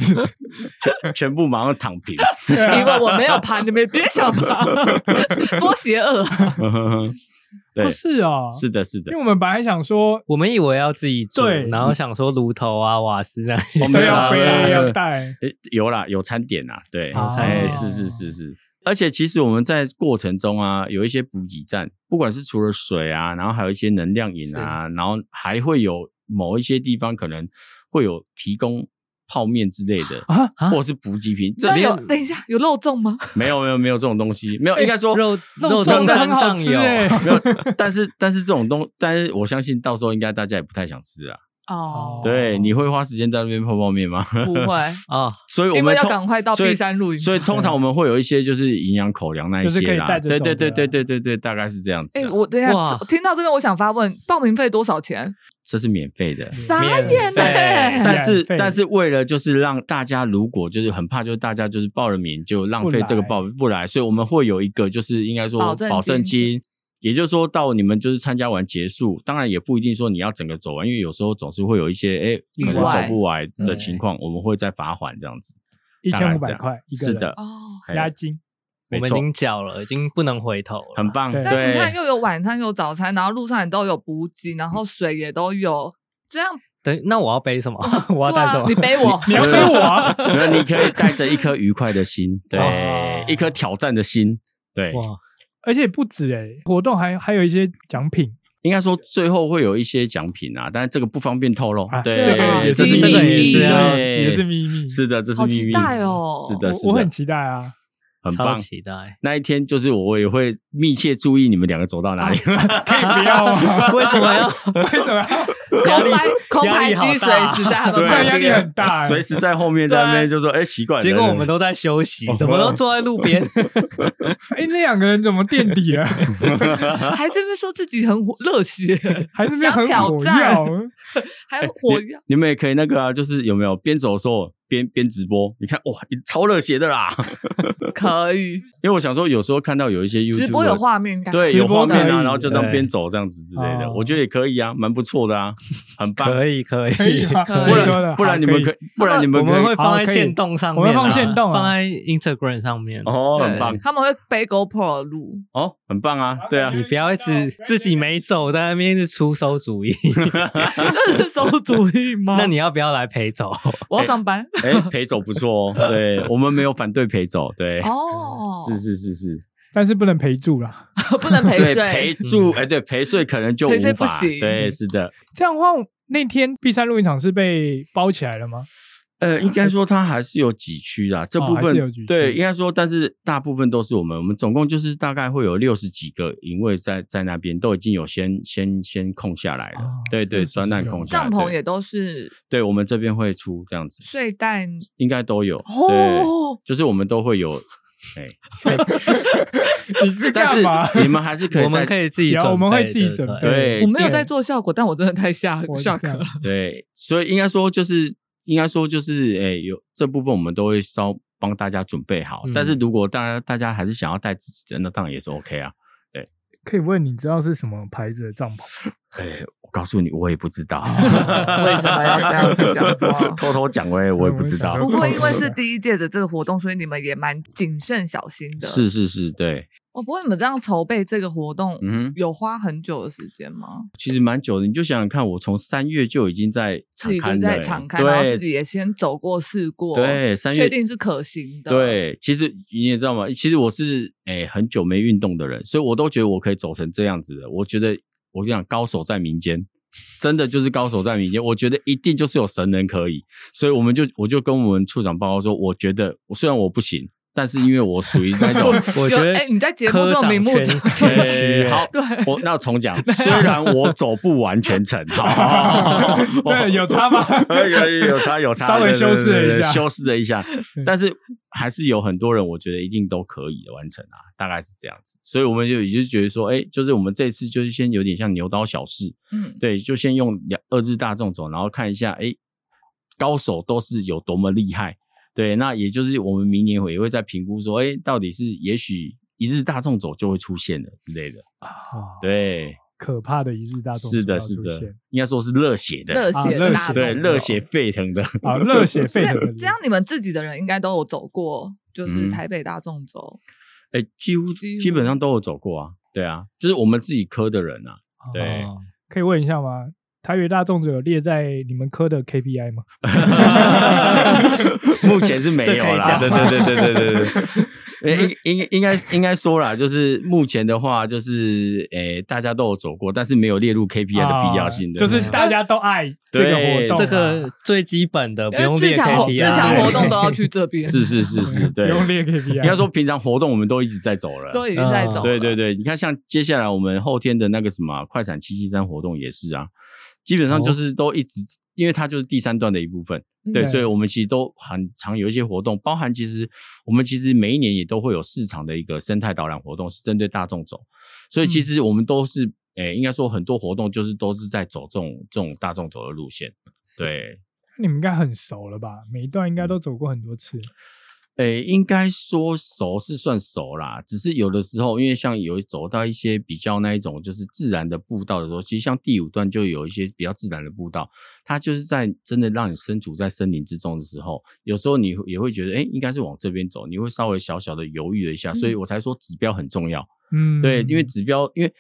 [SPEAKER 4] 全部马上躺 平。
[SPEAKER 2] 对啊
[SPEAKER 1] 因为我没有盘，你们别想 盘，多邪恶啊！
[SPEAKER 4] 对
[SPEAKER 2] 哦，是哦，
[SPEAKER 4] 是的，是的
[SPEAKER 2] 因为，我们本来想说，
[SPEAKER 3] 我们以为要自己煮，
[SPEAKER 2] 对
[SPEAKER 3] 然后想说炉头啊、瓦斯啊，
[SPEAKER 4] 我们
[SPEAKER 2] 对
[SPEAKER 4] 啊
[SPEAKER 2] 啊，
[SPEAKER 4] 没有
[SPEAKER 2] 背
[SPEAKER 4] 没有
[SPEAKER 2] 要带，
[SPEAKER 4] 诶，有啦，有餐点啦，对，
[SPEAKER 2] 哦
[SPEAKER 3] 有餐
[SPEAKER 4] 哎、
[SPEAKER 3] 点
[SPEAKER 4] 是是是是。而且其实我们在过程中啊，有一些补给站，不管是除了水啊，然后还有一些能量饮啊，然后还会有某一些地方可能会有提供泡面之类的
[SPEAKER 2] 啊
[SPEAKER 3] 啊
[SPEAKER 4] 或是补给品。这
[SPEAKER 1] 那
[SPEAKER 4] 边
[SPEAKER 1] 有等一下有肉粽吗？
[SPEAKER 4] 没有没有没有这种东西，没有应该说
[SPEAKER 3] 肉
[SPEAKER 2] 肉
[SPEAKER 3] 粽
[SPEAKER 2] 真的
[SPEAKER 3] 山
[SPEAKER 2] 很好
[SPEAKER 3] 上
[SPEAKER 2] 吃
[SPEAKER 3] 有，啊
[SPEAKER 2] 哎。
[SPEAKER 4] 没有，但是但是这种东，但是我相信到时候应该大家也不太想吃啊。
[SPEAKER 1] 哦，
[SPEAKER 4] 对，你会花时间在那边泡泡面吗？
[SPEAKER 1] 不会，
[SPEAKER 3] 啊，
[SPEAKER 4] 所以我
[SPEAKER 1] 因
[SPEAKER 4] 们
[SPEAKER 1] 为要
[SPEAKER 4] 通
[SPEAKER 1] 赶快到
[SPEAKER 4] 所以
[SPEAKER 1] B 三露营。
[SPEAKER 4] 所以通常我们会有一些就是营养口粮那一
[SPEAKER 2] 就是可
[SPEAKER 4] 些
[SPEAKER 2] 以
[SPEAKER 4] 啦，
[SPEAKER 2] 带着
[SPEAKER 4] 对
[SPEAKER 2] 走
[SPEAKER 4] 对对
[SPEAKER 2] 的
[SPEAKER 4] 对对对对，大概是这样子
[SPEAKER 1] 哎、
[SPEAKER 4] 啊。
[SPEAKER 1] 我等一下
[SPEAKER 3] 哇
[SPEAKER 1] 听到这边，我想发问：报名费多少钱？
[SPEAKER 4] 这是免费的，
[SPEAKER 1] 傻眼呢、
[SPEAKER 3] 免
[SPEAKER 4] 但是
[SPEAKER 2] 免费
[SPEAKER 4] 但是为了就是让大家如果就是很怕就是大家就是报了名就浪费这个报不来，所以我们会有一个就是应该说
[SPEAKER 1] 保证金
[SPEAKER 4] 保证
[SPEAKER 1] 是
[SPEAKER 4] 金。也就是说，到你们就是参加完结束，当然也不一定说你要整个走完，因为有时候总是会有一些哎、
[SPEAKER 2] 意
[SPEAKER 4] 可能
[SPEAKER 1] 外
[SPEAKER 4] 走不完的
[SPEAKER 3] 对
[SPEAKER 4] 情况，我们会再罚款这样子。
[SPEAKER 2] 一
[SPEAKER 4] 大
[SPEAKER 2] 千
[SPEAKER 4] 概是
[SPEAKER 2] 五
[SPEAKER 4] 这
[SPEAKER 2] 百
[SPEAKER 4] 样
[SPEAKER 2] 块一个
[SPEAKER 4] 是
[SPEAKER 2] 人
[SPEAKER 4] 的，哎
[SPEAKER 1] 哦，
[SPEAKER 4] 嘿
[SPEAKER 2] 押金，
[SPEAKER 3] 我
[SPEAKER 4] 没
[SPEAKER 3] 们已
[SPEAKER 4] 错，
[SPEAKER 3] 经缴了，已经不能回头了，
[SPEAKER 4] 很棒。
[SPEAKER 2] 对
[SPEAKER 4] 对，
[SPEAKER 1] 但你看又有晚餐，又有早餐，然后路上也都有补给，然后水也都有，这样
[SPEAKER 3] 等那我要背什么？ 我要
[SPEAKER 1] 对
[SPEAKER 3] 带什
[SPEAKER 1] 啊
[SPEAKER 3] 么？，
[SPEAKER 1] 你背我。
[SPEAKER 2] 你要背我 啊！
[SPEAKER 4] 那你可以带着一颗愉快的心，对
[SPEAKER 2] 哦，
[SPEAKER 4] 一颗挑战的心，对，
[SPEAKER 3] 哇，
[SPEAKER 2] 而且不止哎，活动还还有一些奖品，
[SPEAKER 4] 应该说最后会有一些奖品啊，但是这个不方便透露
[SPEAKER 2] 啊，
[SPEAKER 4] 对，
[SPEAKER 1] 这个
[SPEAKER 4] 这
[SPEAKER 1] 也是
[SPEAKER 4] 是
[SPEAKER 1] 这
[SPEAKER 4] 秘
[SPEAKER 1] 个
[SPEAKER 4] 密，
[SPEAKER 1] 也是啊
[SPEAKER 4] 对
[SPEAKER 2] 也是秘密
[SPEAKER 4] 是的，这是
[SPEAKER 1] 好
[SPEAKER 4] 秘
[SPEAKER 1] 期
[SPEAKER 4] 密，
[SPEAKER 1] 待哦
[SPEAKER 4] 是的，是
[SPEAKER 2] 我我很
[SPEAKER 4] 的，
[SPEAKER 2] 期待啊。
[SPEAKER 4] 很
[SPEAKER 3] 超
[SPEAKER 4] 棒。！
[SPEAKER 3] 期待
[SPEAKER 4] 那一天就是我也会密切注意你们两个走到哪里，
[SPEAKER 2] 可以不要吗？
[SPEAKER 3] 为什么要？
[SPEAKER 2] 为什么要？
[SPEAKER 1] 空白空
[SPEAKER 3] 压
[SPEAKER 1] 排
[SPEAKER 3] 力好
[SPEAKER 1] 积水
[SPEAKER 3] 大啊
[SPEAKER 1] 实在他
[SPEAKER 4] 对
[SPEAKER 1] 们
[SPEAKER 2] 这
[SPEAKER 1] 旁
[SPEAKER 2] 样压力
[SPEAKER 1] 边
[SPEAKER 2] 很大啊欸。
[SPEAKER 4] 随时在后面在那边就说，哎，奇怪，
[SPEAKER 3] 结果我们都在休 息，怎么都坐在路边？
[SPEAKER 2] 哎，那两个人怎么垫底啊 了？
[SPEAKER 1] 还这边说自己很火热血，
[SPEAKER 2] 还是那很
[SPEAKER 1] 想挑
[SPEAKER 2] 火
[SPEAKER 1] 战
[SPEAKER 2] 药？
[SPEAKER 1] 还有火药。
[SPEAKER 4] 你们也可以那个啊，就是有没有边走的时候边边直播，你看哇，超热血的啦！
[SPEAKER 1] 可以，
[SPEAKER 4] 因为我想说，有时候看到有一些 YouTube
[SPEAKER 1] 直播有画面感。
[SPEAKER 4] 对，
[SPEAKER 2] 直
[SPEAKER 4] 有
[SPEAKER 2] 播
[SPEAKER 4] 画面
[SPEAKER 2] 可以
[SPEAKER 4] 啊，然后就这样
[SPEAKER 3] 对
[SPEAKER 4] 边走这样子之类的，
[SPEAKER 2] 哦
[SPEAKER 4] 我觉得也可以啊，蛮不错的啊， 很 棒。
[SPEAKER 3] 可以，可
[SPEAKER 2] 可以
[SPEAKER 3] 以。
[SPEAKER 2] 吗？
[SPEAKER 1] 可以
[SPEAKER 4] 不
[SPEAKER 2] 你说的，
[SPEAKER 4] 然不然你们
[SPEAKER 2] 好
[SPEAKER 4] 可以，不然你
[SPEAKER 3] 我
[SPEAKER 4] 们可
[SPEAKER 3] 们会
[SPEAKER 4] 以
[SPEAKER 3] 放在
[SPEAKER 2] 好可以
[SPEAKER 3] 线动上面啊，
[SPEAKER 2] 我们放限动啊
[SPEAKER 3] 放在 Instagram 上面。啊
[SPEAKER 4] 哦，
[SPEAKER 1] 对
[SPEAKER 4] 很棒
[SPEAKER 1] 他们会背 GoPro 录，
[SPEAKER 4] 哦，很棒啊，对啊
[SPEAKER 2] 好，
[SPEAKER 3] 你 不要一 直自己没走，在那边是出馊主意。
[SPEAKER 1] 这是馊主意吗？
[SPEAKER 3] 那你要不要来陪走？
[SPEAKER 1] 我要上班
[SPEAKER 4] 哎，陪走不错哦，对我们没有反对陪走，对，
[SPEAKER 1] 哦，
[SPEAKER 4] 是是是是，
[SPEAKER 2] 但是不能陪住啦。
[SPEAKER 1] 不能陪
[SPEAKER 4] 对
[SPEAKER 1] 睡，
[SPEAKER 4] 陪住，哎，对陪睡可能就
[SPEAKER 1] 陪睡
[SPEAKER 4] 无法，
[SPEAKER 1] 不行
[SPEAKER 4] 对，是的，
[SPEAKER 2] 这样的话，那天 B 三录影场是被包起来了 吗？
[SPEAKER 4] 呃，应该说它还是有几区啦，这
[SPEAKER 2] 哦
[SPEAKER 4] 部
[SPEAKER 2] 还
[SPEAKER 4] 分
[SPEAKER 2] 是有几区
[SPEAKER 4] 对，应该说，但是大啊部分都是我们，我们总共就是大概会有六十几个营位在在那边都已经有先先先空下来了，
[SPEAKER 2] 哦
[SPEAKER 4] 对对，
[SPEAKER 2] 60
[SPEAKER 4] 专案
[SPEAKER 2] 几个
[SPEAKER 4] 空下来，
[SPEAKER 1] 帐篷
[SPEAKER 4] 对
[SPEAKER 1] 也都是
[SPEAKER 4] 对，我们这边会出这样子，
[SPEAKER 1] 睡袋
[SPEAKER 4] 应该都有，对，
[SPEAKER 1] 哦，
[SPEAKER 4] 就是我们都会有，哎，
[SPEAKER 2] 你是
[SPEAKER 4] 但
[SPEAKER 2] 干嘛？
[SPEAKER 4] 是你们还是可以在，
[SPEAKER 3] 我们可以自己
[SPEAKER 2] 有
[SPEAKER 3] 准备，
[SPEAKER 2] 我们会自己
[SPEAKER 3] 对
[SPEAKER 2] 准
[SPEAKER 3] 对
[SPEAKER 2] 备
[SPEAKER 4] 对
[SPEAKER 1] 我没有在做效果，但我真的太吓
[SPEAKER 2] 我
[SPEAKER 1] 吓
[SPEAKER 2] 这
[SPEAKER 1] 客
[SPEAKER 2] 样
[SPEAKER 1] 了。
[SPEAKER 4] 对，所以应该说就是，应该说就是，哎，有这部分我们都会稍帮大家准备好，
[SPEAKER 3] 嗯
[SPEAKER 4] 但是如果大家大家还是想要带自己的，那当然也是 OK 啊。
[SPEAKER 2] 可以问你知道是什么牌子的帐 篷？
[SPEAKER 4] 哎，我告诉你，我也不知 道，
[SPEAKER 1] 为什么要这样子讲话
[SPEAKER 4] 偷偷讲，我也我也不知道
[SPEAKER 2] 我
[SPEAKER 1] 不
[SPEAKER 2] 们想。
[SPEAKER 1] 过因为是第一届的这个活动，所以你们也蛮谨慎小心的。
[SPEAKER 4] 是是是，对，
[SPEAKER 1] 哦，不过你们这样筹备这个活动，
[SPEAKER 4] 嗯哼，
[SPEAKER 1] 有花很久的时间吗？
[SPEAKER 4] 其实蛮久的。你就想想看，我从三月就已经在
[SPEAKER 1] 自己
[SPEAKER 4] 敞
[SPEAKER 1] 就
[SPEAKER 4] 开
[SPEAKER 1] 在
[SPEAKER 4] 了
[SPEAKER 1] 敞开，
[SPEAKER 4] 对
[SPEAKER 1] 然后自己也先走过试过，
[SPEAKER 4] 对三月
[SPEAKER 1] 确定是可行的。，
[SPEAKER 2] 啊
[SPEAKER 4] 对，其实你也知道嘛，其实我是诶、很久没运动的人，所以我都觉得我可以走成这样子的。我觉得我跟你讲，高手在民间，真的就是高手在民间。我觉得一定就是有神人可以，所以我们就我就跟我们处长报告说，我觉得我虽然我不行，但是因为我属于那 种
[SPEAKER 3] 我觉
[SPEAKER 1] 有
[SPEAKER 3] 得
[SPEAKER 1] 哎你在节目这种
[SPEAKER 3] 科长
[SPEAKER 1] 名目
[SPEAKER 3] 谦
[SPEAKER 1] 长
[SPEAKER 3] 谦虚
[SPEAKER 4] 诶，好，我那重讲，虽然我走不完全程，好，
[SPEAKER 2] 对，有差吗？
[SPEAKER 4] 哦 有有有差有差，
[SPEAKER 2] 稍微
[SPEAKER 4] 对对
[SPEAKER 2] 修饰了
[SPEAKER 4] 对对
[SPEAKER 2] 一下
[SPEAKER 4] 修饰了一下。但是还是有很多人，我觉得一定都可以完成啊，大概是这样子。所以我们就也就觉得说，哎、就是我们这次就是先有点像牛刀小试，
[SPEAKER 1] 嗯，
[SPEAKER 4] 对，就先用两二日大众走，然后看一下，哎、高手都是有多么厉害。对，那也就是我们明年也会再评估说，哎、到底是也许一日大众走就会出现了之类的。
[SPEAKER 2] 啊，
[SPEAKER 4] 对，
[SPEAKER 2] 可怕的一日大众
[SPEAKER 4] 是的，
[SPEAKER 2] 就要
[SPEAKER 4] 是
[SPEAKER 2] 出
[SPEAKER 4] 的
[SPEAKER 2] 现，
[SPEAKER 4] 应该说是热血的，
[SPEAKER 1] 热
[SPEAKER 2] 啊
[SPEAKER 1] 血
[SPEAKER 2] 热
[SPEAKER 1] 大
[SPEAKER 2] 血
[SPEAKER 1] 众
[SPEAKER 4] 对，
[SPEAKER 1] 走
[SPEAKER 4] 热血沸腾的。
[SPEAKER 2] 啊，热血沸腾的日
[SPEAKER 1] 这样你们自己的人应该都有走过，就是
[SPEAKER 4] 嗯
[SPEAKER 1] 台北大众走。
[SPEAKER 4] 哎、几乎
[SPEAKER 1] 几乎
[SPEAKER 4] 基本上都有走过啊。对啊，就是我们自己科的人啊，对
[SPEAKER 2] 啊可以问一下吗？台北大众有列在你们科的 KPI 吗？
[SPEAKER 4] 目前是没
[SPEAKER 3] 这
[SPEAKER 4] 有
[SPEAKER 3] 可以
[SPEAKER 4] 啦。
[SPEAKER 3] 讲
[SPEAKER 4] 对对对对对 对对诶。应应应该应该说啦，就是目前的话，就是诶、大家都有走过，但是没有列入 KPI
[SPEAKER 2] 啊
[SPEAKER 4] 的必要性的，
[SPEAKER 2] 就是大家都爱这个活
[SPEAKER 4] 对
[SPEAKER 2] 动啊，
[SPEAKER 3] 这个最基本的，不
[SPEAKER 1] 因为
[SPEAKER 3] 用
[SPEAKER 1] 呃自
[SPEAKER 3] 列
[SPEAKER 1] 强活自
[SPEAKER 3] KPI，
[SPEAKER 1] 强活动都要去这边，
[SPEAKER 4] 是是 是是，
[SPEAKER 2] 不
[SPEAKER 4] 对。
[SPEAKER 2] 用列 KPI，
[SPEAKER 4] 应该说平常活动我们都一直在走了，
[SPEAKER 1] 都已经在
[SPEAKER 3] 嗯
[SPEAKER 1] 走了。
[SPEAKER 4] 对对对，你看像接下来我们后天的那个什么啊快闪七七三活动也是啊，基本上就是都一直，因为它就是第三段的一部分，
[SPEAKER 1] 哦嗯
[SPEAKER 4] 对，
[SPEAKER 2] 对
[SPEAKER 4] 所以我们其实都很常有一些活动，包含其实我们其实每一年也都会有市场的一个生态导览活动，是针对大众走，所以其
[SPEAKER 1] 嗯
[SPEAKER 4] 实我们都是，诶、应该说很多活动就是都是在走这种这种大众走的路线，对，
[SPEAKER 2] 你们应该很熟了吧？每一段应该都走过很多次。
[SPEAKER 4] 诶，应该说熟是算熟啦，只是有的时候，因为像有走到一些比较那一种就是自然的步道的时候，其实像第五段就有一些比较自然的步道，它就是在真的让你身处在森林之中的时候，有时候你也会觉得，哎，应该是往这边走，你会稍微小小的犹豫了一下，所以
[SPEAKER 1] 嗯
[SPEAKER 4] 我才说指标很重要。
[SPEAKER 2] 嗯，
[SPEAKER 4] 对，因为指标，因为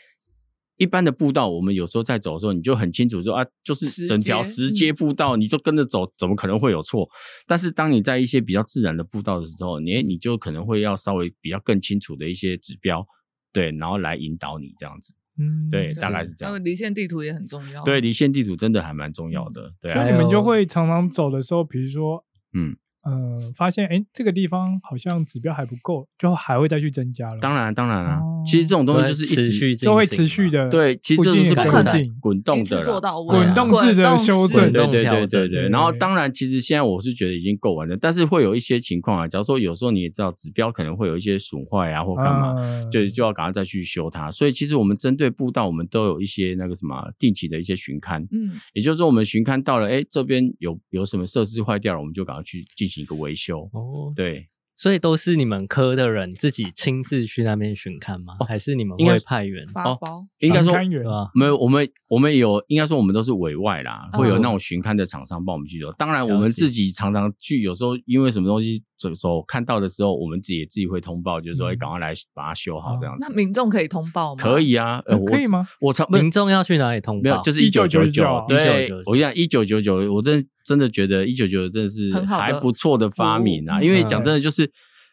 [SPEAKER 4] 一般的步道，我们有时候在走的时候，你就很清楚说啊，就是
[SPEAKER 1] 石
[SPEAKER 4] 整条
[SPEAKER 1] 阶
[SPEAKER 4] 石
[SPEAKER 1] 嗯
[SPEAKER 4] 阶步道，你就跟着走，怎么可能会有错？但是当你在一些比较自然的步道的时候，你你就可能会要稍微比较更清楚的一些指标，对，然后来引导你这样子。
[SPEAKER 2] 嗯
[SPEAKER 4] 对
[SPEAKER 1] 对
[SPEAKER 4] 大概是这样
[SPEAKER 1] 因为离线地图也很重要。
[SPEAKER 4] 对，离线地图真的还蛮重要的，对
[SPEAKER 2] 所以
[SPEAKER 4] 啊
[SPEAKER 2] 你，们就会常常走的时候，比如说，
[SPEAKER 4] 嗯，
[SPEAKER 2] 呃，发现哎，诶这个地方好像指标还不够，就还会再去增加了，
[SPEAKER 4] 当然当然啊，
[SPEAKER 2] 哦
[SPEAKER 4] 其实这种东西就是一
[SPEAKER 3] 持
[SPEAKER 4] 直。
[SPEAKER 3] 续进行嘛，
[SPEAKER 2] 就会持续的
[SPEAKER 4] 对，其实这
[SPEAKER 2] 不
[SPEAKER 4] 是
[SPEAKER 2] 进
[SPEAKER 1] 不
[SPEAKER 4] 滚
[SPEAKER 1] 可
[SPEAKER 4] 动
[SPEAKER 2] 能
[SPEAKER 4] 滚
[SPEAKER 1] 一
[SPEAKER 4] 动
[SPEAKER 1] 次
[SPEAKER 4] 的啦啊
[SPEAKER 1] 做到位，
[SPEAKER 2] 滚动式的
[SPEAKER 1] 式
[SPEAKER 2] 修
[SPEAKER 4] 对
[SPEAKER 2] 正
[SPEAKER 4] 对对
[SPEAKER 3] 调
[SPEAKER 4] 对
[SPEAKER 3] 整嗯
[SPEAKER 4] 对对。
[SPEAKER 2] 对
[SPEAKER 4] 然后当然，其实现在我是觉得已经够完了，但是会有一些情况啊，假如说有时候你也知道指标可能会有一些损坏啊或干嘛，
[SPEAKER 2] 嗯
[SPEAKER 4] 就就要赶快再去修它。所以其实我们针对步道，我们都有一些那个什么啊定期的一些巡勘，
[SPEAKER 1] 嗯，
[SPEAKER 4] 也就是说我们巡勘到了，哎，这边有有什么设施坏掉了，我们就赶快去进行一个维修。
[SPEAKER 3] 哦，
[SPEAKER 4] 对，
[SPEAKER 3] 所以都是你们科的人自己亲自去那边巡看吗？还是你们
[SPEAKER 4] 应该
[SPEAKER 3] 会
[SPEAKER 4] 是
[SPEAKER 3] 派员？
[SPEAKER 1] 发
[SPEAKER 4] 哦
[SPEAKER 1] 包
[SPEAKER 4] 应该说
[SPEAKER 2] 常。
[SPEAKER 4] 呃
[SPEAKER 2] 看员
[SPEAKER 3] 对吧？
[SPEAKER 4] 没有，我们我们有，应该说我们都是委外啦，
[SPEAKER 1] 嗯
[SPEAKER 4] 会有那种巡勘的厂商帮我们去走。当然，我
[SPEAKER 3] 了
[SPEAKER 4] 们
[SPEAKER 3] 解
[SPEAKER 4] 自己常常去，有时候因为什么东西走走看到的时候，我们自己也自己会通报，就是说
[SPEAKER 2] 嗯
[SPEAKER 4] 哎赶快来把它修好
[SPEAKER 2] 哦
[SPEAKER 4] 这样
[SPEAKER 1] 那
[SPEAKER 4] 子。
[SPEAKER 1] 民众可以通报吗？
[SPEAKER 4] 可，以啊，呃
[SPEAKER 2] 呃可以？吗？
[SPEAKER 4] 我我常没有
[SPEAKER 3] 民众要去哪里通报？
[SPEAKER 4] 没有，就是一九九
[SPEAKER 2] 1999
[SPEAKER 4] 九
[SPEAKER 2] 啊，
[SPEAKER 4] 对
[SPEAKER 3] 1999，
[SPEAKER 4] 我想一九九九，我真真的觉得一九九九真的是
[SPEAKER 1] 很好的
[SPEAKER 4] 还不错的发明啊，
[SPEAKER 1] 服务
[SPEAKER 4] 因为
[SPEAKER 3] 嗯
[SPEAKER 4] 讲真的就是。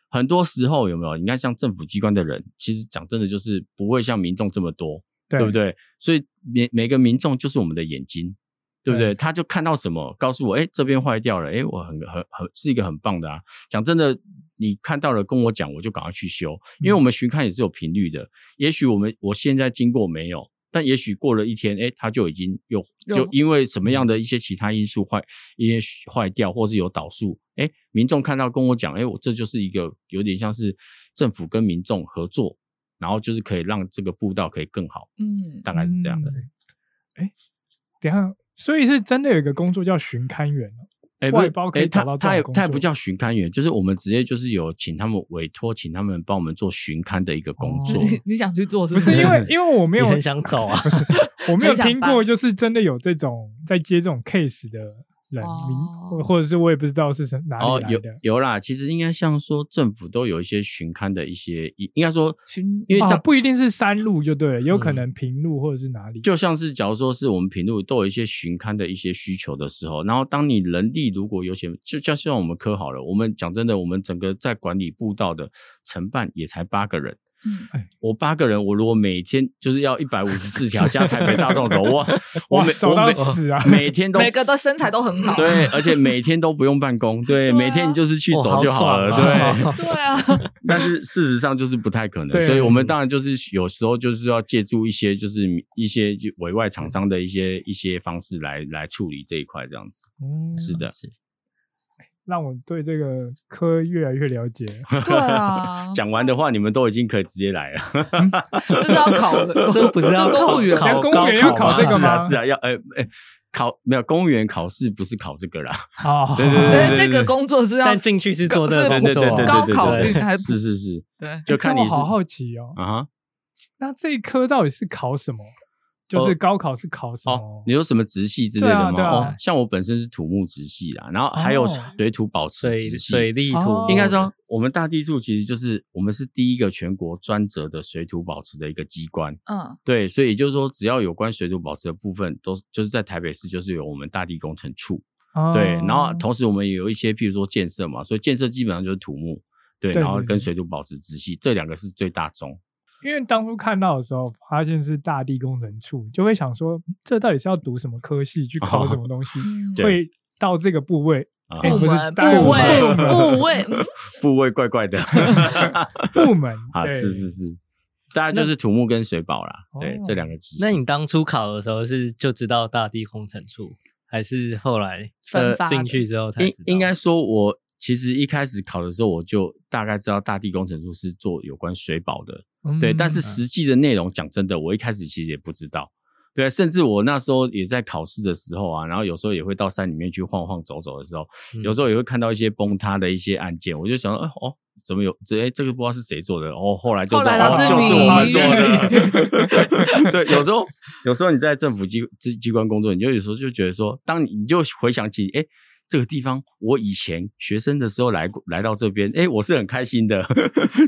[SPEAKER 4] 很多时候有没有？你看，像政府机关的人，其实讲真的，就是不会像民众这么多。对不？对？所以每每个民众就是我们的眼睛，对不对？他就看到什么，告诉我，哎，这边坏掉了，哎，我很很很是一个很棒的啊。讲真的，你看到了跟我讲，我就赶快去修，因为我们巡看也是有频率的。也许我们我现在经过没有，但也许过了一天，哎，它就已经又
[SPEAKER 1] 又
[SPEAKER 4] 嗯就因为什么样的一些其他因素坏，也许坏掉，或是有导数，哎，民众看到跟我讲，哎，我这就是一个有点像是政府跟民众合作。然后就是可以让这个步道可以更好，
[SPEAKER 1] 嗯，
[SPEAKER 4] 大概是这样的。
[SPEAKER 2] 嗯。哎，等一下，所以是真的有一个工作叫巡勘员哦
[SPEAKER 4] 哎、不
[SPEAKER 2] 外
[SPEAKER 4] 是
[SPEAKER 2] 包可
[SPEAKER 4] 哎
[SPEAKER 2] 以找到这
[SPEAKER 4] 他他
[SPEAKER 2] 种
[SPEAKER 4] 也
[SPEAKER 2] 工
[SPEAKER 4] 他也不
[SPEAKER 2] 作
[SPEAKER 4] 叫巡勘员，就是我们直接就是有请他们委托，请他们帮我们做巡勘的一个工
[SPEAKER 1] 就
[SPEAKER 4] 作。
[SPEAKER 2] 哦
[SPEAKER 1] 你你想去做是
[SPEAKER 2] 不是因为
[SPEAKER 1] 是
[SPEAKER 2] 因为我没
[SPEAKER 3] 你
[SPEAKER 2] 有
[SPEAKER 3] 很想走 啊？
[SPEAKER 2] 我没有
[SPEAKER 1] 很想
[SPEAKER 2] 听
[SPEAKER 1] 办
[SPEAKER 2] 过，就是真的有这种在接这种 case 的人，
[SPEAKER 1] 哦
[SPEAKER 2] 民或者是我也不知道是什哪
[SPEAKER 4] 哦
[SPEAKER 2] 里，来
[SPEAKER 4] 有
[SPEAKER 2] 的。
[SPEAKER 4] 有啦，其实应该像说政府都有一些巡勘的一些，应应该说
[SPEAKER 1] 巡
[SPEAKER 4] 因为这
[SPEAKER 2] 哦
[SPEAKER 4] 样，
[SPEAKER 2] 不一定是山路就对了，有可
[SPEAKER 3] 嗯
[SPEAKER 2] 能平路或者是哪里。
[SPEAKER 4] 就像是假如说是我们平路都有一些巡勘的一些需求的时候，然后当你人力如果有些，就就像我们科好了，我们讲真的，我们整个在管理步道的承办也才八个人，
[SPEAKER 1] 嗯
[SPEAKER 4] 我八个人，我如果每天就是要一百五十四条加台北大众 走，我我
[SPEAKER 2] 哇
[SPEAKER 4] 每
[SPEAKER 2] 走
[SPEAKER 4] 我
[SPEAKER 2] 到
[SPEAKER 4] 每
[SPEAKER 2] 死啊
[SPEAKER 4] 每天都
[SPEAKER 1] 每个的身材都很好，
[SPEAKER 4] 对，而且每天都不用办公，
[SPEAKER 1] 对
[SPEAKER 4] 对，
[SPEAKER 1] 啊
[SPEAKER 4] 每天你就是去
[SPEAKER 3] 哦
[SPEAKER 4] 走就好了，
[SPEAKER 3] 爽啊
[SPEAKER 4] 对。
[SPEAKER 1] 对啊，
[SPEAKER 4] 但是事实上就是不太可能，
[SPEAKER 2] 对
[SPEAKER 4] 所以我们当然就是有时候就是要借助一些就是一些就委外厂
[SPEAKER 3] 啊
[SPEAKER 4] 商的一些一些方式来来处理这一块这样子。
[SPEAKER 2] 嗯
[SPEAKER 4] 是的
[SPEAKER 3] 是
[SPEAKER 2] 让我对这个科越来越了 解。
[SPEAKER 1] 对啊，
[SPEAKER 4] 讲完的话，你们都已经可以直接来了。
[SPEAKER 1] 这是要考的，
[SPEAKER 3] 这不是要
[SPEAKER 1] 这公务员
[SPEAKER 3] 考
[SPEAKER 2] 人家公务员要
[SPEAKER 3] 高
[SPEAKER 2] 考这个
[SPEAKER 4] 是
[SPEAKER 2] 吗
[SPEAKER 4] 啊，是啊，要呃呃，考没有公务员考试不是考这个啦，
[SPEAKER 2] 好，
[SPEAKER 4] 对对
[SPEAKER 1] 对
[SPEAKER 4] 对
[SPEAKER 1] 这个工作是要
[SPEAKER 3] 但进去是做这个
[SPEAKER 1] 是
[SPEAKER 3] 工
[SPEAKER 4] 对对
[SPEAKER 3] 作啊，
[SPEAKER 4] 对对，
[SPEAKER 1] 高考
[SPEAKER 3] 对
[SPEAKER 1] 进
[SPEAKER 3] 对对
[SPEAKER 1] 还
[SPEAKER 4] 是是是，
[SPEAKER 1] 对
[SPEAKER 4] 就看你
[SPEAKER 2] 我
[SPEAKER 4] 是
[SPEAKER 2] 哎好好奇哦，
[SPEAKER 4] 啊哈
[SPEAKER 2] 那这一科到底是考什么？就是高考是考什
[SPEAKER 4] 哦
[SPEAKER 2] 么，？
[SPEAKER 4] 你有什么直系之类
[SPEAKER 2] 对啊
[SPEAKER 4] 的
[SPEAKER 2] 对啊
[SPEAKER 4] 吗？哦，像我本身是土木直系啦，然后还有
[SPEAKER 2] 哦
[SPEAKER 4] 水土保持
[SPEAKER 3] 水
[SPEAKER 4] 直系。
[SPEAKER 3] 水利
[SPEAKER 2] 哦
[SPEAKER 3] 图
[SPEAKER 4] 应该说，我们大地处其实就是我们是第一个全国专责的水土保持的一个机关，
[SPEAKER 1] 嗯，
[SPEAKER 4] 对，所以也就是说，只要有关水土保持的部分，都就是在台北市就是有我们大地工程处，
[SPEAKER 2] 哦
[SPEAKER 4] 对，然后同时我们也有一些，譬如说建设嘛，所以建设基本上就是土木，对，
[SPEAKER 2] 对
[SPEAKER 4] 然后
[SPEAKER 2] 对
[SPEAKER 4] 跟
[SPEAKER 2] 对
[SPEAKER 4] 水土保持直系这两个是最大宗，
[SPEAKER 2] 因为当初看到的时候，发现是大地工程处，就会想说，嗯这到底是要读什么科系
[SPEAKER 4] 哦
[SPEAKER 2] 去考什么东西，
[SPEAKER 1] 嗯
[SPEAKER 4] 对
[SPEAKER 2] 会到这个部位
[SPEAKER 4] 啊
[SPEAKER 2] 哎
[SPEAKER 1] 部
[SPEAKER 2] 不是
[SPEAKER 1] 门
[SPEAKER 2] 单位
[SPEAKER 1] 部 位部位，嗯
[SPEAKER 4] 部位怪怪的
[SPEAKER 2] 部门
[SPEAKER 4] 啊，
[SPEAKER 2] 对
[SPEAKER 4] 是是是，大概就是土木跟水保啦，对
[SPEAKER 2] 哦，
[SPEAKER 4] 这两个直系。
[SPEAKER 3] 那你当初考的时候是就知道大地工程处，还是后来
[SPEAKER 4] 呃
[SPEAKER 3] 呃
[SPEAKER 1] 分发的
[SPEAKER 3] 进去之后才
[SPEAKER 4] 应
[SPEAKER 3] 知道？
[SPEAKER 4] 应该说，我其实一开始考的时候，我就大概知道大地工程处是做有关水保的，
[SPEAKER 2] 嗯
[SPEAKER 4] 对。但
[SPEAKER 2] 啊
[SPEAKER 4] 是实际的内容，讲真的，我一开始其实也不知道。对，甚至我那时候也在考试的时候啊，然后有时候也会到山里面去晃晃走走的时候，
[SPEAKER 3] 嗯
[SPEAKER 4] 有时候也会看到一些崩塌的一些案件，我就想说，哎哦，怎么有这？哎，这个不知道是谁做的。哦，后来就
[SPEAKER 1] 后
[SPEAKER 4] 知道
[SPEAKER 1] 来
[SPEAKER 4] 哦
[SPEAKER 1] 他是
[SPEAKER 4] 就是我们
[SPEAKER 1] 你
[SPEAKER 4] 做 的。对，有时候有时候你在政府机机机关工作，你就有时候就觉得说，当你你就回想起，哎。这个地方，我以前学生的时候来过，来到这边，哎，我是很开心的。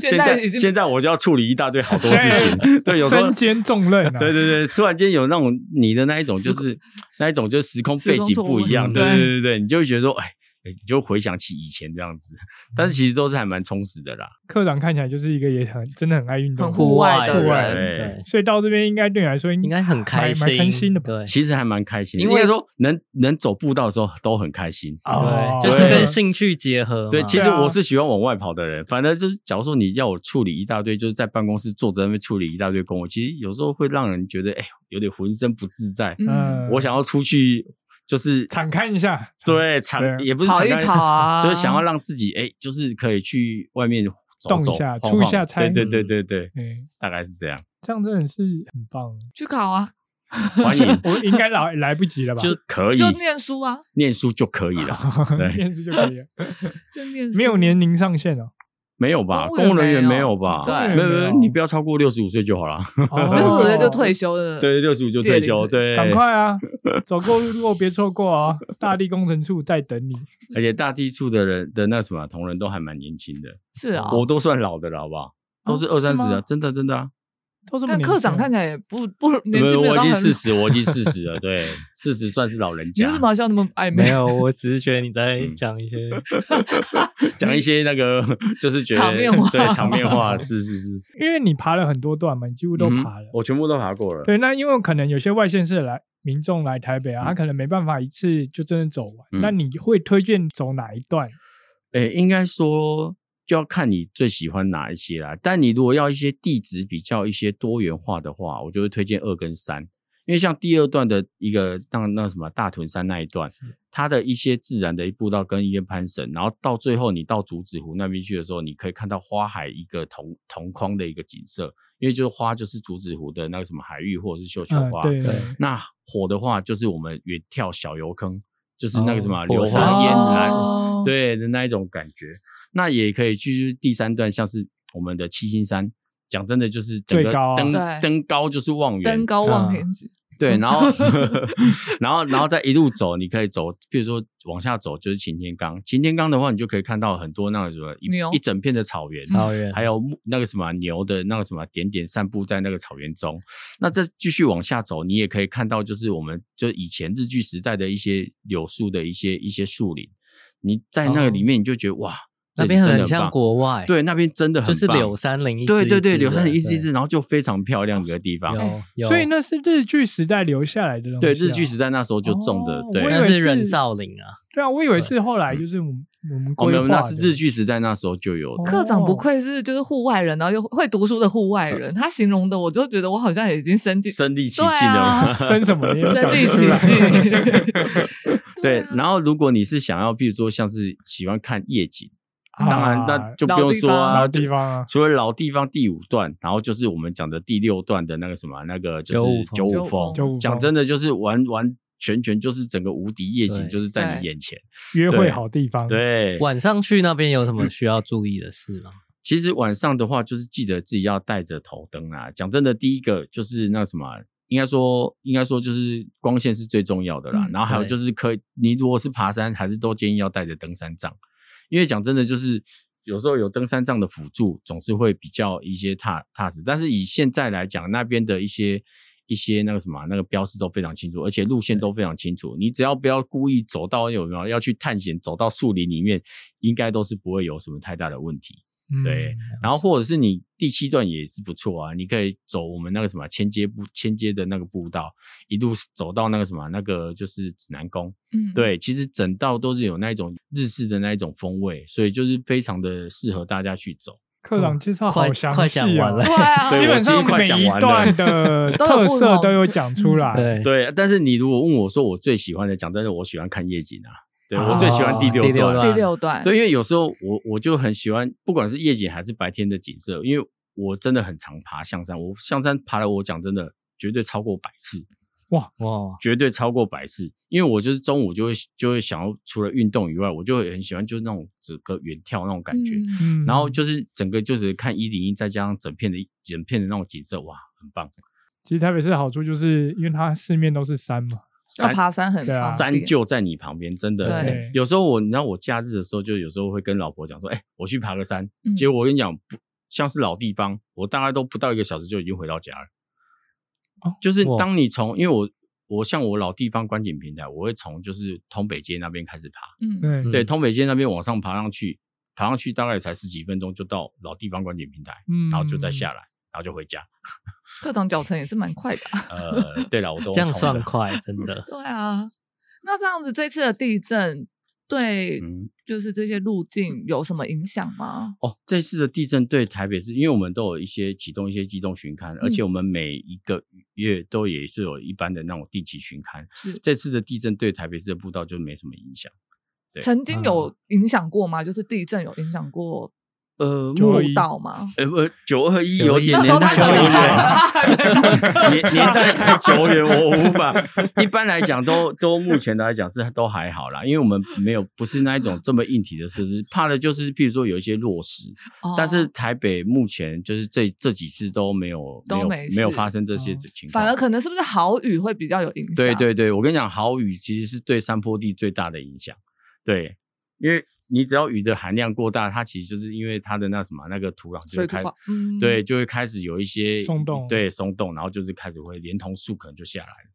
[SPEAKER 1] 现
[SPEAKER 4] 现
[SPEAKER 1] 在
[SPEAKER 4] 在
[SPEAKER 1] 已经
[SPEAKER 4] 现在我就要处理一大堆好 多事情，对，有时候
[SPEAKER 2] 身兼重任啊，
[SPEAKER 4] 对对对，突然间有那种你的那一种， 就是那一种，就是时空
[SPEAKER 1] 时
[SPEAKER 4] 背
[SPEAKER 1] 空
[SPEAKER 4] 景
[SPEAKER 1] 错
[SPEAKER 4] 不
[SPEAKER 1] 位
[SPEAKER 4] 一样，对
[SPEAKER 1] 对
[SPEAKER 4] 对对对，你就会觉得说，哎，哎你就回想起以前这样子，
[SPEAKER 2] 嗯
[SPEAKER 4] 但是其实都是还蛮充实的啦。
[SPEAKER 2] 科长看起来就是一个也很真的很爱运动
[SPEAKER 1] 很
[SPEAKER 2] 的人，
[SPEAKER 1] 户外的
[SPEAKER 3] 户
[SPEAKER 2] 外
[SPEAKER 1] 人，
[SPEAKER 4] 对
[SPEAKER 3] 对，
[SPEAKER 2] 所以到这边应该对你来说应
[SPEAKER 3] 应该很开
[SPEAKER 2] 蛮
[SPEAKER 3] 心，
[SPEAKER 2] 蛮开心的吧？
[SPEAKER 3] 对，
[SPEAKER 4] 其实还蛮开心的，
[SPEAKER 3] 因
[SPEAKER 4] 因
[SPEAKER 3] 为
[SPEAKER 4] 为说能能走步道的时候都很开心。
[SPEAKER 2] 哦
[SPEAKER 3] 对，就是
[SPEAKER 4] 对啊
[SPEAKER 3] 跟兴趣结合嘛。
[SPEAKER 4] 对，其
[SPEAKER 2] 对
[SPEAKER 4] 实
[SPEAKER 2] 啊
[SPEAKER 4] 我是喜欢往外跑的人，反正就是假如说你要我处理一大堆，就是在办公室坐着那边处理一大堆工作，其实有时候会让人觉得哎，有点浑身不自在。
[SPEAKER 1] 嗯，
[SPEAKER 4] 我想要出去，就是
[SPEAKER 2] 敞开一下，
[SPEAKER 4] 对，敞
[SPEAKER 2] 对
[SPEAKER 4] 也不是
[SPEAKER 1] 跑
[SPEAKER 4] 敞
[SPEAKER 1] 一
[SPEAKER 4] 开
[SPEAKER 1] 跑啊
[SPEAKER 4] 就是想要让自己哎、就是可以去外面走
[SPEAKER 2] 动一
[SPEAKER 4] 走
[SPEAKER 2] 下
[SPEAKER 4] 晃
[SPEAKER 2] 出一
[SPEAKER 4] 晃
[SPEAKER 2] 下差
[SPEAKER 4] 对对对对对，
[SPEAKER 2] 嗯，
[SPEAKER 4] 大概是这样。
[SPEAKER 2] 这样真的是很棒。
[SPEAKER 1] 去考啊，
[SPEAKER 4] 欢迎
[SPEAKER 2] 我应该来来不及了吧？
[SPEAKER 3] 就
[SPEAKER 4] 可以
[SPEAKER 1] 就念书啊，
[SPEAKER 4] 念书就可以 了，对
[SPEAKER 2] 面试就可以了，
[SPEAKER 1] 就念书，
[SPEAKER 2] 没有年龄上 限哦。
[SPEAKER 4] 没有吧？
[SPEAKER 1] 公务
[SPEAKER 4] 公务
[SPEAKER 1] 员
[SPEAKER 4] 人员
[SPEAKER 1] 没
[SPEAKER 4] 没
[SPEAKER 1] 有
[SPEAKER 4] 有吧？
[SPEAKER 1] 对
[SPEAKER 4] 没有没
[SPEAKER 2] 没有
[SPEAKER 4] 有，你不要超过六十五岁就好了。
[SPEAKER 1] 六十五岁就退休
[SPEAKER 2] 休，
[SPEAKER 1] 了，
[SPEAKER 4] 对，六十五就
[SPEAKER 1] 届
[SPEAKER 4] 退
[SPEAKER 1] 龄
[SPEAKER 4] 休，
[SPEAKER 1] 退
[SPEAKER 4] 对，
[SPEAKER 2] 哦赶快啊！走过路过别错过啊！大地工程处在等你。
[SPEAKER 4] 而且大地处的人的那什么同仁都还蛮年轻的，
[SPEAKER 1] 是啊，
[SPEAKER 4] 我都算老的了，好不好？都是
[SPEAKER 2] 哦
[SPEAKER 4] 二
[SPEAKER 2] 是
[SPEAKER 4] 三十
[SPEAKER 2] 吗
[SPEAKER 4] 啊，真的真的啊！
[SPEAKER 2] 都这么
[SPEAKER 1] 但
[SPEAKER 2] 年
[SPEAKER 1] 科长
[SPEAKER 2] 轻
[SPEAKER 1] 看起来也不不年
[SPEAKER 4] 没
[SPEAKER 1] 纪
[SPEAKER 4] 有
[SPEAKER 1] 没有
[SPEAKER 4] 我
[SPEAKER 1] 到
[SPEAKER 4] 已经
[SPEAKER 1] 很
[SPEAKER 4] 四，十，我已经四十了，对，四十算是老人
[SPEAKER 1] 你
[SPEAKER 4] 家
[SPEAKER 1] 为。什么好像那么暧
[SPEAKER 3] 没
[SPEAKER 1] 昧？
[SPEAKER 3] 有，我只是觉得你在
[SPEAKER 4] 嗯
[SPEAKER 3] 讲一 些
[SPEAKER 4] 讲一些那个 就是觉得
[SPEAKER 1] 场面话
[SPEAKER 4] 对场面话，是是是，
[SPEAKER 2] 因为你爬了很多段嘛，你几乎都
[SPEAKER 4] 嗯
[SPEAKER 2] 爬了。
[SPEAKER 4] 我全部都爬过了。
[SPEAKER 2] 对，那因为可能有些外县市的来民众来台北啊，
[SPEAKER 4] 嗯
[SPEAKER 2] 他可能没办法一次就真的走完。
[SPEAKER 4] 嗯
[SPEAKER 2] 那你会推荐走哪一段？
[SPEAKER 4] 诶，应该说就要看你最喜欢哪一些啦。但你如果要一些地址比较一些多元化的话，我就会推荐二跟三，因为像第二段的一个那那什么大屯山那一段，它的一些自然的一步道跟一些攀绳，然后到最后你到竹子湖那边去的时候，你可以看到花海一个同同框的一个景色，因为就是花就是竹子湖的那个什么海域或者是绣球
[SPEAKER 2] 嗯，
[SPEAKER 4] 花，
[SPEAKER 2] 对，
[SPEAKER 3] 啊对
[SPEAKER 4] 那火的话，就是我们远跳小油坑，就是那个什么
[SPEAKER 3] 哦
[SPEAKER 4] 硫
[SPEAKER 3] 火山
[SPEAKER 4] 磺烟燃，
[SPEAKER 1] 哦
[SPEAKER 4] 对的那一种感觉。那也可以去第三段，像是我们的七星山。讲真的，就是整
[SPEAKER 2] 最
[SPEAKER 4] 个
[SPEAKER 2] 高啊
[SPEAKER 4] 登
[SPEAKER 1] 对
[SPEAKER 4] 登高就是望远，
[SPEAKER 1] 登高望天际，
[SPEAKER 4] 对，然 后然后然后再一路走，你可以走，比如说往下走就是擎天岗，擎天岗的话，你就可以看到很多那个什么一
[SPEAKER 1] 牛
[SPEAKER 4] 一整片的草原，
[SPEAKER 3] 草原，
[SPEAKER 4] 还有牧那个什么啊牛的那个什么点点散步在那个草原中。那再继续往下走，你也可以看到，就是我们就以前日据时代的一些柳树的一些一些树林。你在那个里面，你就觉得、哇，
[SPEAKER 3] 那
[SPEAKER 4] 这里
[SPEAKER 3] 边
[SPEAKER 4] 真的
[SPEAKER 3] 很
[SPEAKER 4] 很
[SPEAKER 3] 像
[SPEAKER 4] 棒
[SPEAKER 3] 国外，
[SPEAKER 4] 对，那边真的很
[SPEAKER 3] 就是
[SPEAKER 4] 棒
[SPEAKER 3] 柳山林一
[SPEAKER 4] 对
[SPEAKER 3] 枝
[SPEAKER 4] 对对，
[SPEAKER 3] 枝
[SPEAKER 4] 柳
[SPEAKER 3] 的
[SPEAKER 4] 杉林一枝一
[SPEAKER 3] 对
[SPEAKER 4] 枝，然后就非常漂亮的一个地方。
[SPEAKER 3] 有有，
[SPEAKER 2] 所以那是日剧时代留下来的东西啊、
[SPEAKER 4] 对，日据时代那时候就种的，
[SPEAKER 2] 哦
[SPEAKER 4] 对
[SPEAKER 2] 我以，
[SPEAKER 3] 那
[SPEAKER 2] 为
[SPEAKER 3] 是人
[SPEAKER 2] 是
[SPEAKER 3] 造林啊，
[SPEAKER 2] 对啊，我以为是后来就是我们我们
[SPEAKER 4] 嗯哦，
[SPEAKER 2] 规
[SPEAKER 4] 没
[SPEAKER 2] 划的、
[SPEAKER 4] 有，那是日据时代那时候就有的。
[SPEAKER 1] 科长不
[SPEAKER 2] 哦
[SPEAKER 1] 愧是就是户外人，然后又会读书的户外人，
[SPEAKER 4] 哦
[SPEAKER 1] 他形容的我就觉得我好像 已经身经
[SPEAKER 4] 身临其
[SPEAKER 1] 对
[SPEAKER 4] 境的嘛，
[SPEAKER 1] 啊
[SPEAKER 2] 生什么？你要
[SPEAKER 1] 身
[SPEAKER 2] 讲
[SPEAKER 1] 临
[SPEAKER 2] 得
[SPEAKER 1] 其
[SPEAKER 2] 出来
[SPEAKER 1] 境，
[SPEAKER 4] 对
[SPEAKER 1] 啊，
[SPEAKER 4] 然后如果你是想要，比如说像是喜欢看夜景，当然那
[SPEAKER 2] 啊
[SPEAKER 4] 就不
[SPEAKER 1] 老
[SPEAKER 4] 用
[SPEAKER 1] 地
[SPEAKER 4] 说
[SPEAKER 1] 方
[SPEAKER 4] 啊，
[SPEAKER 2] 老
[SPEAKER 4] 就
[SPEAKER 2] 地方啊，
[SPEAKER 4] 除了老地方第五段，然后就是我们讲的第六段的那个什么，那个就
[SPEAKER 3] 九
[SPEAKER 1] 九
[SPEAKER 3] 五峰
[SPEAKER 4] 是九五
[SPEAKER 1] 五
[SPEAKER 4] 峰
[SPEAKER 1] 峰。
[SPEAKER 2] 就
[SPEAKER 4] 讲真的，就是完完全全就是整个无敌夜景，
[SPEAKER 3] 对
[SPEAKER 4] 就是在你
[SPEAKER 1] 对
[SPEAKER 4] 眼前。
[SPEAKER 2] 约
[SPEAKER 4] 对
[SPEAKER 2] 会好地方，，
[SPEAKER 4] 对，
[SPEAKER 3] 晚上去那边有什么需要注意的事吗？
[SPEAKER 4] 其实晚上的话，就是记得自己要带着头灯啊。讲真的，第一个就是那什么，啊应该说应该说就是光线是最重要的啦。
[SPEAKER 1] 嗯
[SPEAKER 4] 然后还有
[SPEAKER 3] 对
[SPEAKER 4] 就是可以，你如果是爬山，还是都建议要带着登山杖，因为讲真的就是。有时候有登山杖的辅助，总是会比较一些踏踏实。但是以现在来讲，那边的一些一些那个什么那个标识都非常清楚，而且路线都非常清楚。你只要不要故意走到有没有要去探险，走到树林里面，应该都是不会有什么太大的问题。
[SPEAKER 2] 嗯
[SPEAKER 4] 对，然后或者是你第七段也是不错啊，你可以走我们那个什么啊千阶步千阶的那个步道，一路走到那个什么啊那个就是指南宫。
[SPEAKER 1] 嗯，
[SPEAKER 4] 对，其实整道都是有那一种日式的那一种风味，所以就是非常的适合大家去走。
[SPEAKER 2] 科长介绍
[SPEAKER 3] 快
[SPEAKER 2] 好详
[SPEAKER 3] 快
[SPEAKER 2] 细
[SPEAKER 3] 讲完
[SPEAKER 2] 啊
[SPEAKER 3] 了，
[SPEAKER 1] 对啊，
[SPEAKER 4] 嗯对
[SPEAKER 2] 基本
[SPEAKER 4] 我
[SPEAKER 2] 上
[SPEAKER 4] 其实快
[SPEAKER 2] 每
[SPEAKER 4] 讲
[SPEAKER 2] 一
[SPEAKER 4] 完了
[SPEAKER 2] 段的
[SPEAKER 1] 都有
[SPEAKER 2] 特
[SPEAKER 1] 不
[SPEAKER 2] 色
[SPEAKER 1] 同
[SPEAKER 2] 都有讲出来，
[SPEAKER 3] 对，
[SPEAKER 4] 对，啊但是你如果问我说我最喜欢的，讲真的，我喜欢看夜景啊，对我最喜欢第
[SPEAKER 3] 哦
[SPEAKER 4] 六
[SPEAKER 3] 第六
[SPEAKER 4] 段，啊
[SPEAKER 3] 段
[SPEAKER 1] 第六段，嗯
[SPEAKER 4] 对，因为有时候我我就很喜欢，不管是夜景还是白天的景色，因为我真的很常爬象山，我象山爬了，我讲真的绝对超过百次。
[SPEAKER 3] 哇，
[SPEAKER 4] 绝对超过百次，因为我就是中午就会就会想要除了运动以外，我就会很喜欢就是那种整个远眺那种感觉，
[SPEAKER 1] 嗯
[SPEAKER 2] 嗯，
[SPEAKER 4] 然后就是整个就是看一零一，再加上整片的整片的那种景色，哇，很棒！
[SPEAKER 2] 其实台北市的好处就是因为它四面都是山嘛，
[SPEAKER 1] 要
[SPEAKER 4] 山
[SPEAKER 1] 爬山很
[SPEAKER 2] 对啊
[SPEAKER 1] 方
[SPEAKER 4] 山
[SPEAKER 1] 便
[SPEAKER 4] 就在你旁边，真的。
[SPEAKER 1] 对
[SPEAKER 4] 哎有时候我你知道我假日的时候，就有时候会跟老婆讲说，哎、我去爬个山，
[SPEAKER 1] 嗯
[SPEAKER 4] 结果我跟你讲，不像是老地方，我大概都不到一个小时就已经回到家了。
[SPEAKER 2] 哦
[SPEAKER 4] 就是
[SPEAKER 3] 哇
[SPEAKER 4] 当你从，因为我我像我老地方观景平台，我会从就是通北街那边开始爬。
[SPEAKER 1] 嗯，
[SPEAKER 2] 对，
[SPEAKER 4] 对，
[SPEAKER 3] 嗯
[SPEAKER 4] 通北街那边往上爬上去，爬上去大概才十几分钟就到老地方观景平台，
[SPEAKER 2] 嗯
[SPEAKER 4] 然后就再下来，然后就回家。
[SPEAKER 1] 课堂脚程也是蛮快的啊。
[SPEAKER 4] 呃，对了，我都
[SPEAKER 3] 这样
[SPEAKER 4] 重
[SPEAKER 3] 算
[SPEAKER 4] 的。
[SPEAKER 3] 快，真的。
[SPEAKER 1] 对啊，那这样子这次的地震对
[SPEAKER 4] 嗯，
[SPEAKER 1] 就是这些路径有什么影响吗？
[SPEAKER 4] 哦，这次的地震对台北市，因为我们都有一些启动一些机动巡勘，而且我们每一个月都也是有一般的那种定期巡勘。
[SPEAKER 1] 是
[SPEAKER 4] 这次的地震对台北市的步道就没什么影响。对
[SPEAKER 1] 曾经有影响过吗？就是地震有影响过
[SPEAKER 4] 呃，
[SPEAKER 2] 就
[SPEAKER 1] 步
[SPEAKER 2] 一
[SPEAKER 1] 道 吗？
[SPEAKER 4] 呃不，九二一有点
[SPEAKER 1] 那时
[SPEAKER 4] 年
[SPEAKER 1] 候
[SPEAKER 4] 代
[SPEAKER 1] 太久
[SPEAKER 4] 久 远
[SPEAKER 1] 了，
[SPEAKER 4] 年年代太久远，我无法。一般来讲，都都目前来讲是都还好啦，因为我们没有不是那一种这么硬体的设施，怕的就是譬如说有一些落石，
[SPEAKER 1] 哦
[SPEAKER 4] 但是台北目前就是这这几次都没有
[SPEAKER 1] 都
[SPEAKER 4] 有
[SPEAKER 1] 没
[SPEAKER 4] 没有
[SPEAKER 1] 事
[SPEAKER 4] 发生这些
[SPEAKER 2] 哦
[SPEAKER 4] 情况，
[SPEAKER 1] 反而可能是不是好雨会比较有影响？
[SPEAKER 4] 对对对，我跟你讲，好雨其实是对山坡地最大的影响。对，因为你只要雨的含量过大，它其实就是因为它的那什么那个土壤就
[SPEAKER 1] 水
[SPEAKER 4] 会
[SPEAKER 1] 土
[SPEAKER 4] 开
[SPEAKER 1] 保，嗯
[SPEAKER 4] 对，就会开始有一些
[SPEAKER 2] 松动
[SPEAKER 4] 对松动，然后就是开始会连同树可能就下来了。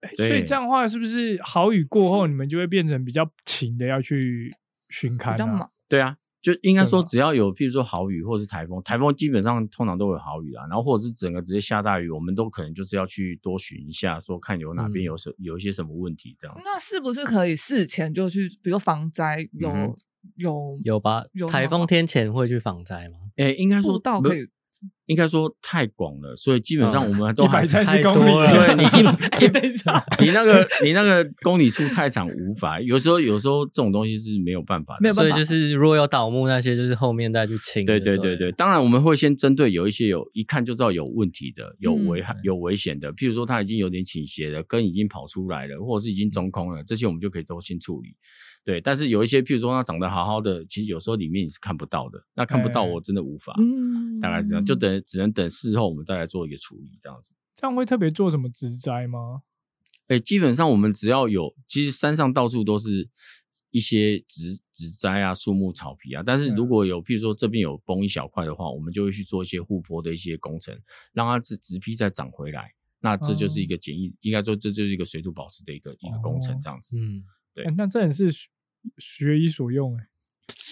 [SPEAKER 2] 哎所以
[SPEAKER 4] 对
[SPEAKER 2] 这样的话，是不是好雨过后，你们就会变成比较勤的要去巡
[SPEAKER 1] 比
[SPEAKER 2] 勘
[SPEAKER 1] 较
[SPEAKER 2] 啊？
[SPEAKER 1] 忙，
[SPEAKER 4] 对啊，就应该
[SPEAKER 2] 对
[SPEAKER 4] 说
[SPEAKER 2] 吧
[SPEAKER 4] 只要有譬如说好雨或者是台风，台风基本上通常都有好雨啊，然后或者是整个直接下大雨，我们都可能就是要去多寻一下，说看有哪边
[SPEAKER 3] 嗯
[SPEAKER 4] 有什、有一些什么问题这样子。
[SPEAKER 1] 那是不是可以事前就去，比如说防灾有、
[SPEAKER 4] 嗯哼
[SPEAKER 1] 有
[SPEAKER 3] 有吧
[SPEAKER 1] 有？吗
[SPEAKER 3] 台风天前会去防灾吗？
[SPEAKER 4] 诶、应该说
[SPEAKER 1] 步道
[SPEAKER 4] 没
[SPEAKER 1] 可以
[SPEAKER 4] 应该说太广了，所以基本上我们都
[SPEAKER 2] 一
[SPEAKER 4] 还
[SPEAKER 2] 百
[SPEAKER 4] 是
[SPEAKER 2] 三十
[SPEAKER 3] 太
[SPEAKER 2] 公
[SPEAKER 3] 多
[SPEAKER 2] 里，
[SPEAKER 3] 了
[SPEAKER 4] 对你 一
[SPEAKER 2] 哎等一下，
[SPEAKER 4] 你那个你那个公里数太长，无法。有时候有时候这种东西是没有办法的，
[SPEAKER 1] 没有办
[SPEAKER 3] 所
[SPEAKER 1] 法
[SPEAKER 3] 以就是如果有倒木那些，就是后面再去清就
[SPEAKER 4] 对
[SPEAKER 3] 了。
[SPEAKER 4] 对对对，当然我们会先针对有一些有一看就知道有问题的、有
[SPEAKER 1] 嗯
[SPEAKER 4] 危害、有危险的，譬如说它已经有点倾斜了，跟已经跑出来了，或者是已经中空了，这些我们就可以都先处理。对，但是有一些譬如说它长得好好的，其实有时候里面你是看不到的，那看不到
[SPEAKER 2] 哎
[SPEAKER 4] 我真的无法，
[SPEAKER 1] 嗯
[SPEAKER 4] 大概是这样，就等只能等事后我们再来做一个处理这样子。
[SPEAKER 2] 这样会特别做什么植栽吗？
[SPEAKER 4] 哎、基本上我们只要有，其实山上到处都是一些植植栽啊、树木、草皮啊。但是如
[SPEAKER 2] 嗯
[SPEAKER 4] 果有，譬如说这边有崩一小块的话，我们就会去做一些护坡的一些工程，让它植植批再长回来。那这就是一个简易，应该说这就是一个水土保持的一个一个工程
[SPEAKER 2] 哦
[SPEAKER 4] 这样子。
[SPEAKER 3] 嗯，
[SPEAKER 4] 对
[SPEAKER 2] 哎那这也是学学以所用哎，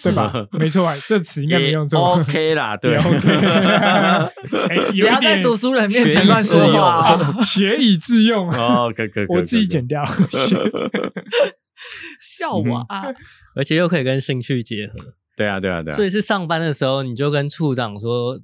[SPEAKER 2] 对吧？没错啊，这词应该没
[SPEAKER 4] 也
[SPEAKER 2] 用错。
[SPEAKER 4] OK 啦，对
[SPEAKER 2] OK，哎，
[SPEAKER 1] 不
[SPEAKER 2] 有一
[SPEAKER 1] 要在
[SPEAKER 2] 点
[SPEAKER 1] 读书人面
[SPEAKER 3] 学
[SPEAKER 1] 前
[SPEAKER 3] 以
[SPEAKER 1] 乱
[SPEAKER 3] 致
[SPEAKER 1] 说
[SPEAKER 3] 用
[SPEAKER 1] 话哦。
[SPEAKER 2] 啊学以致用，啊
[SPEAKER 4] 哦，可以可以，可以
[SPEAKER 2] 我自己剪。
[SPEAKER 4] 可以
[SPEAKER 2] 掉。
[SPEAKER 1] 笑
[SPEAKER 4] 嗯
[SPEAKER 1] 我啊！
[SPEAKER 3] 而且又可以跟兴趣结合，
[SPEAKER 4] 对啊，对啊，对啊
[SPEAKER 3] 所。以是上班的时候你就跟处长说，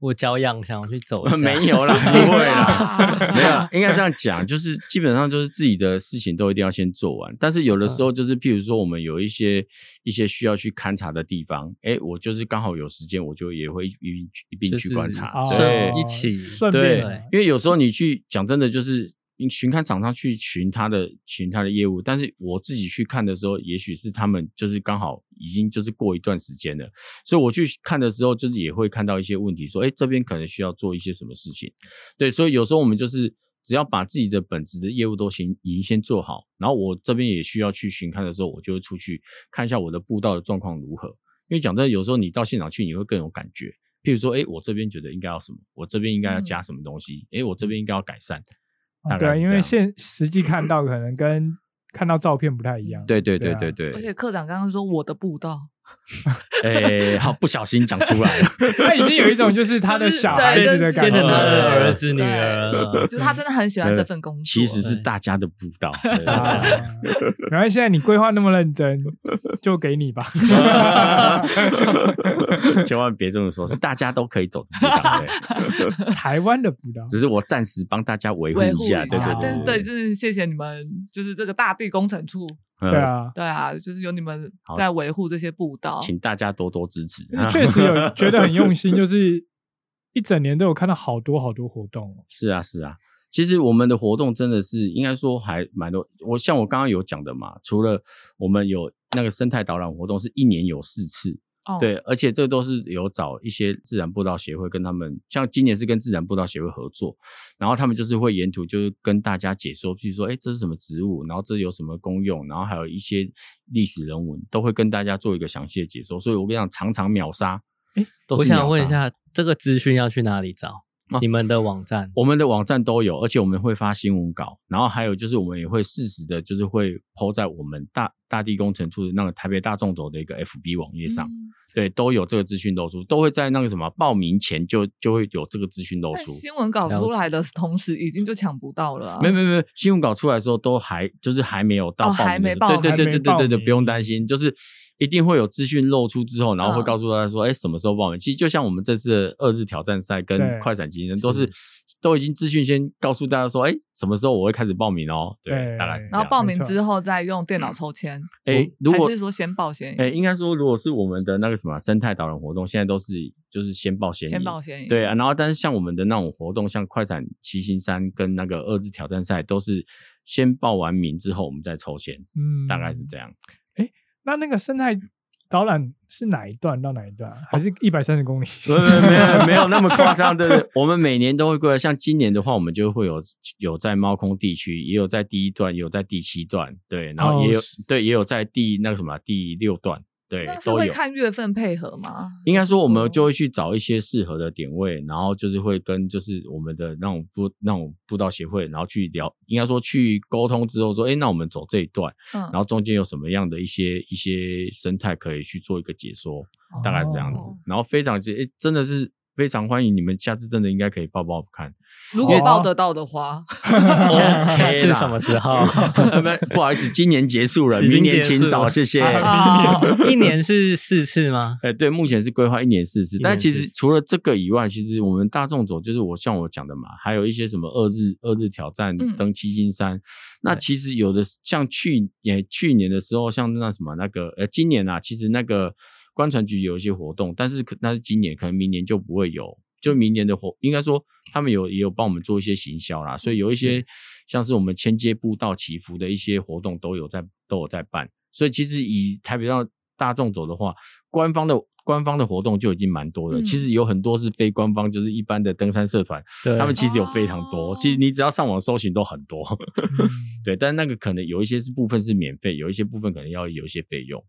[SPEAKER 3] 我脚痒，想要去走一下。
[SPEAKER 4] 没 有啦，不会啦， 没有啊啦，应该这样讲，就是基本上就是自己的事情都一定要先做完，但是有的时候就是譬如说我们有一些一些需要去勘察的地方，哎、我就是刚好有时间，我就也会一并去一并
[SPEAKER 3] 就是
[SPEAKER 4] 去观察，
[SPEAKER 2] 哦
[SPEAKER 4] 对
[SPEAKER 3] 顺一起
[SPEAKER 2] 顺
[SPEAKER 4] 对
[SPEAKER 2] 便啊，
[SPEAKER 4] 因为有时候你去讲真的就是。你巡看厂商去巡他的巡他的业务，但是我自己去看的时候，也许是他们就是刚好已经就是过一段时间了，所以我去看的时候，就是也会看到一些问题，说，哎，这边可能需要做一些什么事情。对，所以有时候我们就是只要把自己的本职的业务都先已经先做好，然后我这边也需要去巡看的时候，我就会出去看一下我的步道的状况如何。因为讲真的，有时候你到现场去，你会更有感觉。譬如说，哎，我这边觉得应该要什么，我这边应该要加什么东西，哎、我这边应该要改善。大
[SPEAKER 2] 嗯对
[SPEAKER 4] 概
[SPEAKER 2] 啊，
[SPEAKER 4] 是
[SPEAKER 2] 因
[SPEAKER 4] 这
[SPEAKER 2] 为
[SPEAKER 4] 样
[SPEAKER 2] 现实际看到可能跟看到照片不太一样。
[SPEAKER 4] 对对
[SPEAKER 2] 对
[SPEAKER 4] 对
[SPEAKER 2] 啊
[SPEAKER 4] 对对
[SPEAKER 1] 而，且课长刚刚说我的步道，
[SPEAKER 4] 哎、好，不小心讲 出来了。
[SPEAKER 2] 他已经有一种就是他的
[SPEAKER 1] 就是
[SPEAKER 2] 小
[SPEAKER 1] 对
[SPEAKER 2] 孩
[SPEAKER 1] 就
[SPEAKER 2] 子
[SPEAKER 1] 是
[SPEAKER 2] 的感
[SPEAKER 3] 变
[SPEAKER 2] 觉
[SPEAKER 3] 成他的
[SPEAKER 2] 了，
[SPEAKER 3] 儿子女儿了。
[SPEAKER 1] 就是他真的很喜欢这份工作。
[SPEAKER 4] 其实是
[SPEAKER 3] 对
[SPEAKER 4] 大家的步道。对
[SPEAKER 2] 啊，然后现啊在你规划那么认真，就给你 吧。
[SPEAKER 4] 千万别这么说，是大家都可以走的步道， 对
[SPEAKER 2] 台湾的不到，
[SPEAKER 4] 只是我暂时帮大家维护
[SPEAKER 1] 维护
[SPEAKER 4] 一下，对
[SPEAKER 1] 下，
[SPEAKER 4] 对
[SPEAKER 1] 但是对，真是谢谢你们，就是这个大地工程处，
[SPEAKER 4] 嗯
[SPEAKER 2] 对啊，
[SPEAKER 1] 对啊，就是有你们
[SPEAKER 4] 好
[SPEAKER 1] 在维护这些步道。
[SPEAKER 4] 请大家多多支持。
[SPEAKER 2] 因嗯 为确实有觉得很用心，就是一整年都有看到好多好多活动哦。
[SPEAKER 4] 是啊，是啊。其实我们的活动真的是应该说还蛮多。我像我刚刚有讲的嘛，除了我们有那个生态导览活动，是一年有四次，
[SPEAKER 1] 哦，
[SPEAKER 4] 对，而且这都是有找一些自然步道协会跟他们，像今年是跟自然步道协会合作，然后他们就是会沿途就是跟大家解说，譬如说，哎，这是什么植物，然后这有什么功用，然后还有一些历史人文，都会跟大家做一个详细的解说。所以我跟你讲，常常秒杀。
[SPEAKER 2] 诶
[SPEAKER 4] 都 是
[SPEAKER 3] 我想
[SPEAKER 4] 秒
[SPEAKER 3] 问一
[SPEAKER 4] 杀
[SPEAKER 3] 下，这个资讯要去哪里找？
[SPEAKER 4] 哦
[SPEAKER 3] 你们的网 站
[SPEAKER 4] 我们的网站都有，而且我们会发新闻稿，然后还有就是我们也会适时的，就是会抛在我们大大地工程处的那个台北大众走的一个 FB 网页上，
[SPEAKER 1] 嗯
[SPEAKER 4] 对，都有这个资讯露出，都会在那个什么报名前就就会有这个资讯露
[SPEAKER 1] 但
[SPEAKER 4] 出。
[SPEAKER 1] 新闻稿出来的同时，已经就抢不到了啊。
[SPEAKER 4] 没有没有没有，新闻稿出来的时候都还就是还没有到
[SPEAKER 1] 哦
[SPEAKER 4] 报名的时候，
[SPEAKER 1] 还没报
[SPEAKER 4] 对对对对对对
[SPEAKER 2] 还没
[SPEAKER 4] 对，
[SPEAKER 2] 报
[SPEAKER 4] 不用担心，就是一定会有资讯露出之后，然后会
[SPEAKER 1] 嗯
[SPEAKER 4] 告诉大家说，哎、什么时候报名。其实就像我们这次的二日挑战赛跟
[SPEAKER 2] 对
[SPEAKER 4] 快闪竞争，都是都已经资讯先告诉大家说，哎、什么时候我会开始报名哦。对，
[SPEAKER 2] 对
[SPEAKER 4] 大概是这
[SPEAKER 1] 然
[SPEAKER 4] 样
[SPEAKER 1] 后。报名
[SPEAKER 2] 没错
[SPEAKER 1] 之后再用电脑抽签，
[SPEAKER 4] 哎、如果
[SPEAKER 1] 还是说先报先赢
[SPEAKER 4] 哎、应该说如果是我们的那个什么生态导览活动，现在都是就是先报先
[SPEAKER 1] 先
[SPEAKER 4] 赢
[SPEAKER 1] 报先赢。
[SPEAKER 4] 对啊，然后但是像我们的那种活动，像快闪七星山跟那个二日挑战赛，都是先报完名之后我们再抽签，
[SPEAKER 2] 嗯，
[SPEAKER 4] 大概是这样。
[SPEAKER 2] 那那个生态导览是哪一段到哪一
[SPEAKER 4] 哦
[SPEAKER 2] 段啊？还是一百三十公里？
[SPEAKER 4] 没有没有没有那么夸张，对对。我们每年都会过来，像今年的话，我们就会有有在猫空地区，也有在第一段，也有在第七段，对，然后也有、
[SPEAKER 2] 哦是
[SPEAKER 4] 对，也有在第那个什么啊第六段，对
[SPEAKER 1] 那，是
[SPEAKER 4] 都
[SPEAKER 1] 会
[SPEAKER 4] 有。
[SPEAKER 1] 看月份配合吗？
[SPEAKER 4] 应该说，我们就
[SPEAKER 1] 会
[SPEAKER 4] 会去找一些适合的点位，然后就是会跟就是我们的那种步那种步道协会，然后去聊，应该说去沟通之后说，哎，那我们走这一段，
[SPEAKER 1] 嗯
[SPEAKER 4] 然后中间有什么样的一些一些生态可以去做一个解说，大概是这样子
[SPEAKER 1] 哦。
[SPEAKER 4] 然后非常诶，真的是非常欢迎你们，下次真的应该可以报报看。
[SPEAKER 1] 如果
[SPEAKER 2] 哦
[SPEAKER 1] 报得到的话，
[SPEAKER 3] 下下
[SPEAKER 4] OK
[SPEAKER 3] 次
[SPEAKER 4] 啦
[SPEAKER 3] 什么时 候？
[SPEAKER 4] 不不好意思，今年结束了，
[SPEAKER 3] 哦已经
[SPEAKER 4] 明
[SPEAKER 3] 结
[SPEAKER 4] 年
[SPEAKER 3] 束
[SPEAKER 4] 请找，
[SPEAKER 3] 了
[SPEAKER 4] 谢 谢。
[SPEAKER 1] 啊
[SPEAKER 3] 一年是四次 吗？
[SPEAKER 4] 哎，对，目前是规划一年四次，
[SPEAKER 3] 一
[SPEAKER 4] 但
[SPEAKER 3] 年
[SPEAKER 4] 其
[SPEAKER 3] 四
[SPEAKER 4] 实
[SPEAKER 3] 次
[SPEAKER 4] 除了这个以外，其实我们大众走就是我像我讲的嘛，还有一些什么二日二日挑战
[SPEAKER 1] 嗯
[SPEAKER 4] 登七星山，那
[SPEAKER 3] 对
[SPEAKER 4] 其实有的像去年去年的时候，像那什么那个呃，今年啊，其实那个观船局有一些活动，但是可那是今年，可能明年就不会有，就明年的活应该说他们有也有帮我们做一些行销啦，所以有一些像是我们千街步道祈福的一些活动都有在都有在办，所以其实以台北到大众走的话，官方的。官方的活动就已经蛮多了，
[SPEAKER 1] 嗯
[SPEAKER 4] 其实有很多是非官方，就是一般的登山社团，
[SPEAKER 3] 对，
[SPEAKER 4] 他们其实有非常多。
[SPEAKER 1] 哦
[SPEAKER 4] 其实你只要上网搜寻都很多。
[SPEAKER 2] 嗯
[SPEAKER 4] 对，但那个可能有一些是部分是免费，有一些部分可能要有一些费用。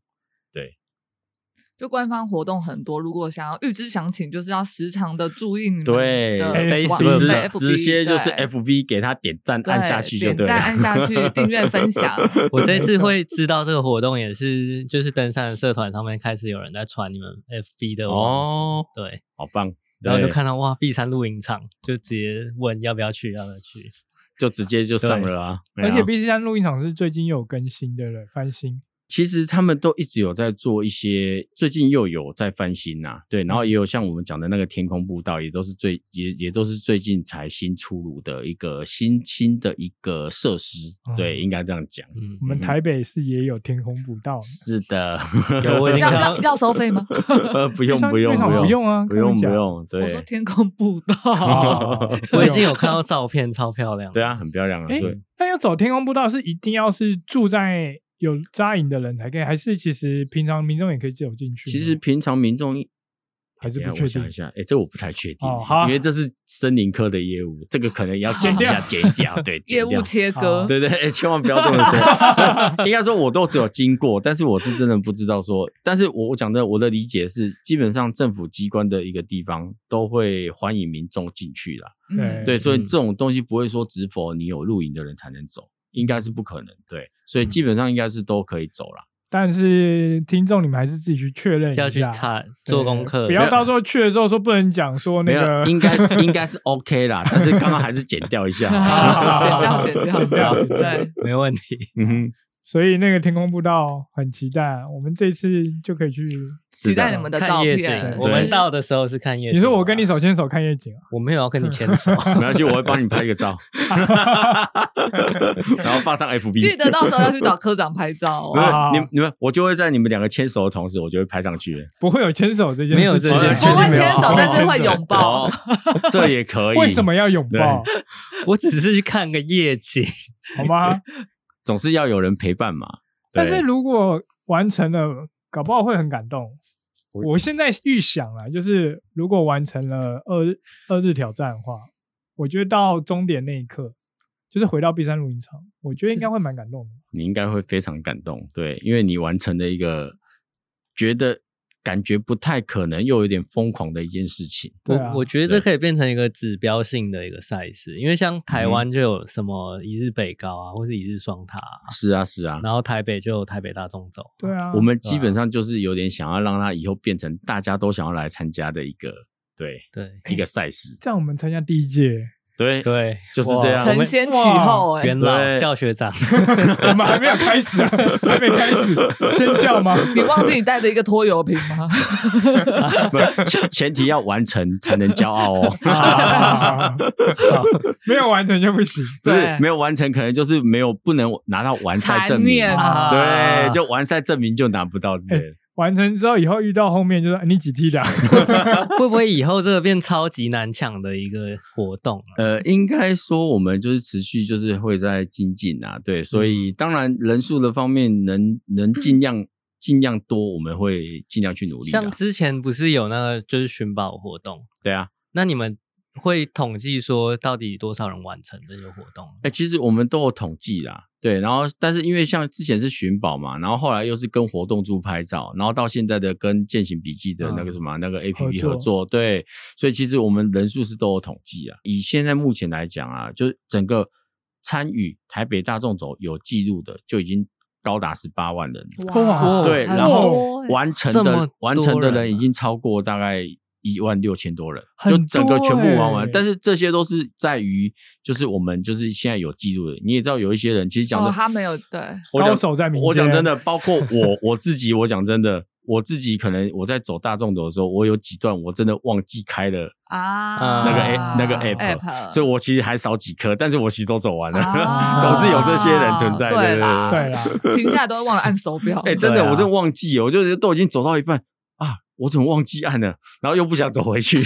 [SPEAKER 1] 就官方活动很多，如果想要预知详情，就是要时常的注意你们
[SPEAKER 4] 对
[SPEAKER 1] 的
[SPEAKER 2] 哎
[SPEAKER 1] 嗯网
[SPEAKER 2] Facebook
[SPEAKER 1] 对
[SPEAKER 4] 直直接就是
[SPEAKER 1] FB 对
[SPEAKER 4] FB 给他点赞
[SPEAKER 1] 对
[SPEAKER 4] 按下去就
[SPEAKER 1] 点
[SPEAKER 4] 对了，
[SPEAKER 1] 赞按下去，订阅分 享。
[SPEAKER 3] 我这次会知道这个活动也是，就是登山的社团上面开始有人在传你们 FB 的网址，
[SPEAKER 4] 哦，
[SPEAKER 3] 对，
[SPEAKER 4] 好棒！
[SPEAKER 3] 然后就
[SPEAKER 4] 对
[SPEAKER 3] 看到哇，碧山露营场，就直接问要不要去，要不要去。
[SPEAKER 4] 就直接就上了啊，
[SPEAKER 2] 而且
[SPEAKER 4] 对啊
[SPEAKER 2] B C 山录音场是最近又有更新的了，翻新。
[SPEAKER 4] 其实他们都一直有在做一些，最近又有在翻新呐、对，然后
[SPEAKER 2] 嗯
[SPEAKER 4] 也有像我们讲的那个天空步道，也都是最也也都是最近才新出炉的一个新新的一个设施，
[SPEAKER 2] 嗯
[SPEAKER 4] 对，应该这样讲。
[SPEAKER 3] 嗯
[SPEAKER 2] 我们台北市也有天空步道，
[SPEAKER 4] 是的，
[SPEAKER 3] 有我已经
[SPEAKER 1] 要
[SPEAKER 3] 看
[SPEAKER 1] 要
[SPEAKER 3] 到
[SPEAKER 1] 要收费吗？
[SPEAKER 4] 呃不用
[SPEAKER 2] 像
[SPEAKER 4] 不用
[SPEAKER 2] 瑞
[SPEAKER 4] 不
[SPEAKER 2] 场
[SPEAKER 4] 用
[SPEAKER 2] 不用啊，
[SPEAKER 4] 不用
[SPEAKER 2] 跟你
[SPEAKER 4] 不
[SPEAKER 2] 讲，
[SPEAKER 4] 用，
[SPEAKER 1] 我说
[SPEAKER 4] 对
[SPEAKER 1] 天空步道，
[SPEAKER 2] 哦
[SPEAKER 3] 我已经有看到照片，超漂亮。
[SPEAKER 4] 对啊，，很漂亮啊，
[SPEAKER 2] 哎
[SPEAKER 4] 对，
[SPEAKER 2] 那要走天空步道是一定要是住在有扎营的人才可以，还是其实平常民众也可以走进去呢？
[SPEAKER 4] 其实平常民众
[SPEAKER 2] 还是
[SPEAKER 4] 等
[SPEAKER 2] 不
[SPEAKER 4] 一
[SPEAKER 2] 确
[SPEAKER 4] 下我想
[SPEAKER 2] 定
[SPEAKER 4] 一。下，哎、这我不太确定、
[SPEAKER 2] 哦好啊
[SPEAKER 4] 因为这是森林科的业务，这个可能要剪一
[SPEAKER 2] 剪
[SPEAKER 4] 下，
[SPEAKER 2] 掉
[SPEAKER 4] 剪掉， 对，
[SPEAKER 1] 业
[SPEAKER 4] 剪
[SPEAKER 1] 务
[SPEAKER 4] 掉。
[SPEAKER 1] 切割
[SPEAKER 2] 好，
[SPEAKER 4] 对对，哎千万不要这么说。应该说，我都只有经过，但是我是真的不知道说。但是我我讲的，我的理解是，基本上政府机关的一个地方都会欢迎民众进去啦。
[SPEAKER 1] 嗯
[SPEAKER 4] 对，所以
[SPEAKER 3] 嗯
[SPEAKER 4] 这种东西不会说只否你有露营的人才能走，应该是不可能。对，所以基本上应该是都可以走啦。
[SPEAKER 2] 但是听众，你们还是自己去确认一下，
[SPEAKER 3] 要去查做功
[SPEAKER 2] 对
[SPEAKER 3] 课，
[SPEAKER 2] 不要到时候去的时候说不能讲说那
[SPEAKER 4] 没
[SPEAKER 2] 个
[SPEAKER 4] 有，应该是应该是 OK 啦，但是刚刚还是剪掉一下好 了。
[SPEAKER 1] 好剪掉剪掉，
[SPEAKER 3] 好
[SPEAKER 1] 对，
[SPEAKER 3] 没问题。
[SPEAKER 4] 嗯哼。
[SPEAKER 2] 所以那个天空步道很期待啊，我们这次就可以去。
[SPEAKER 1] 期待你们的照
[SPEAKER 3] 看夜
[SPEAKER 1] 片
[SPEAKER 3] 景，。
[SPEAKER 1] 是
[SPEAKER 3] 我们到的时候是看夜景。
[SPEAKER 2] 你说我跟你，手牵手看夜景啊？
[SPEAKER 3] 我没有要跟你牵手。
[SPEAKER 4] 没关系，我会帮你拍一个照，然后放上 FB。
[SPEAKER 1] 记得到时候要去找科长拍 照
[SPEAKER 4] 没
[SPEAKER 1] 哦。
[SPEAKER 2] 啊
[SPEAKER 4] 有你你们，我就会在你们两个牵手的同时，我就会拍上去。
[SPEAKER 2] 不会有牵手这件事情，
[SPEAKER 3] 没有这件事
[SPEAKER 1] 不
[SPEAKER 3] 情
[SPEAKER 1] 会牵
[SPEAKER 2] 哦
[SPEAKER 1] 手，但是会拥抱。
[SPEAKER 4] 哦，这也可以。
[SPEAKER 2] 为什么要拥抱？
[SPEAKER 3] 我只是去看个夜景，
[SPEAKER 2] 好吗？
[SPEAKER 4] 总是要有人陪伴嘛？对
[SPEAKER 2] 但是如果完成了，搞不好会很感动。
[SPEAKER 4] 我
[SPEAKER 2] 我现在预想啊，就是如果完成了二日二日挑战的话，我觉得到终点那一刻，就是回到 B 山露营场，我觉得应该会蛮感动的。
[SPEAKER 4] 你应该会非常感动，对，因为你完成了一个觉得感觉不太可能又有点疯狂的一件事情。
[SPEAKER 2] 对
[SPEAKER 3] 我
[SPEAKER 2] 啊
[SPEAKER 3] 我觉得这可以变成一个指标性的一个赛事，因为像
[SPEAKER 4] 嗯
[SPEAKER 3] 台湾就有什么一日北高啊，或是一日双塔啊，
[SPEAKER 4] 是啊，是啊。
[SPEAKER 3] 然后台北就有台北大众走。
[SPEAKER 2] 对啊，
[SPEAKER 4] 我们基本上就是有点想要让它以后变成大家都想要来参加的一个，对，
[SPEAKER 3] 对
[SPEAKER 4] 一个赛事，
[SPEAKER 2] 这样我们参加第一届，
[SPEAKER 4] 对，啊
[SPEAKER 3] 对，
[SPEAKER 4] 就是这样。
[SPEAKER 1] 承先启后，哎，
[SPEAKER 3] 元老
[SPEAKER 4] 对
[SPEAKER 3] 教学 长，
[SPEAKER 2] 我们还没有开始、啊，还没开始，先叫吗？
[SPEAKER 1] 你 忘记你带着一个拖油瓶吗？
[SPEAKER 4] 不前前提要完成才能骄傲哦。
[SPEAKER 2] 啊没有完成就不行。
[SPEAKER 4] 不是
[SPEAKER 1] 对
[SPEAKER 4] 没有完成，可能就是没有不能拿到完赛证
[SPEAKER 1] 残
[SPEAKER 4] 明，
[SPEAKER 1] 念啊！
[SPEAKER 4] 对，就完赛证明就拿不到之 类的。
[SPEAKER 2] 完成之后，以后遇到后面就说哎你几 T 的啊、
[SPEAKER 3] 会不会以后这个变超级难抢的一个活动啊？
[SPEAKER 4] 呃，应该说我们就是持续就是会在精进啊，对，所
[SPEAKER 1] 嗯
[SPEAKER 4] 以当然人数的方面能能尽量尽量多，我们会尽量去努力的啊
[SPEAKER 3] 像。之前不是有那个就是寻宝活动，
[SPEAKER 4] 对啊，
[SPEAKER 3] 那你们会统计说到底多少人完成这些活动吗？
[SPEAKER 4] 哎、其实我们都有统计啦，对，然后但是因为像之前是寻宝嘛，然后后来又是跟活动处拍照，然后到现在的跟践行笔记的那个什么、那个 A P
[SPEAKER 2] 嗯合
[SPEAKER 4] P
[SPEAKER 2] 作
[SPEAKER 4] 合作，对，所以其实我们人数是都有统计啊。以现在目前来讲啊，就是整个参与台北大众走有记录的，就已经高达十八万人了。
[SPEAKER 2] 哇
[SPEAKER 4] 对，
[SPEAKER 1] 很
[SPEAKER 4] 然后
[SPEAKER 1] 多欸
[SPEAKER 4] 完成
[SPEAKER 3] 这么多
[SPEAKER 4] 的完成的人
[SPEAKER 3] 人
[SPEAKER 4] 已
[SPEAKER 3] 啊
[SPEAKER 4] 经超过大概一万六千多人，
[SPEAKER 2] 很
[SPEAKER 4] 就整个全部玩
[SPEAKER 2] 多欸
[SPEAKER 4] 完。但是这些都是在于，就是我们就是现在有记录的，你也知道有一些人其实讲
[SPEAKER 1] 哦
[SPEAKER 4] 的，
[SPEAKER 1] 他没有对，
[SPEAKER 4] 我讲
[SPEAKER 2] 高手在民间
[SPEAKER 4] 我讲真的，包括我我自己，我讲真的，我自己可能我在走大众走的时候，我有几段我真的忘记开了，
[SPEAKER 1] 啊，
[SPEAKER 3] 那个
[SPEAKER 4] A- 那个 app，
[SPEAKER 1] app，
[SPEAKER 4] 所以我其实还少几颗，但是我其实都走完了，
[SPEAKER 1] 呃啊
[SPEAKER 4] 总是有这些人存在。对
[SPEAKER 1] 对啦
[SPEAKER 4] 对
[SPEAKER 2] 对 啦，
[SPEAKER 1] 停下来都会忘了按手表。
[SPEAKER 4] 哎、真的，
[SPEAKER 3] 对啊
[SPEAKER 4] 我真的忘记了，我就觉得都已经走到一半啊，我怎么忘记按了？然后又不想走回去，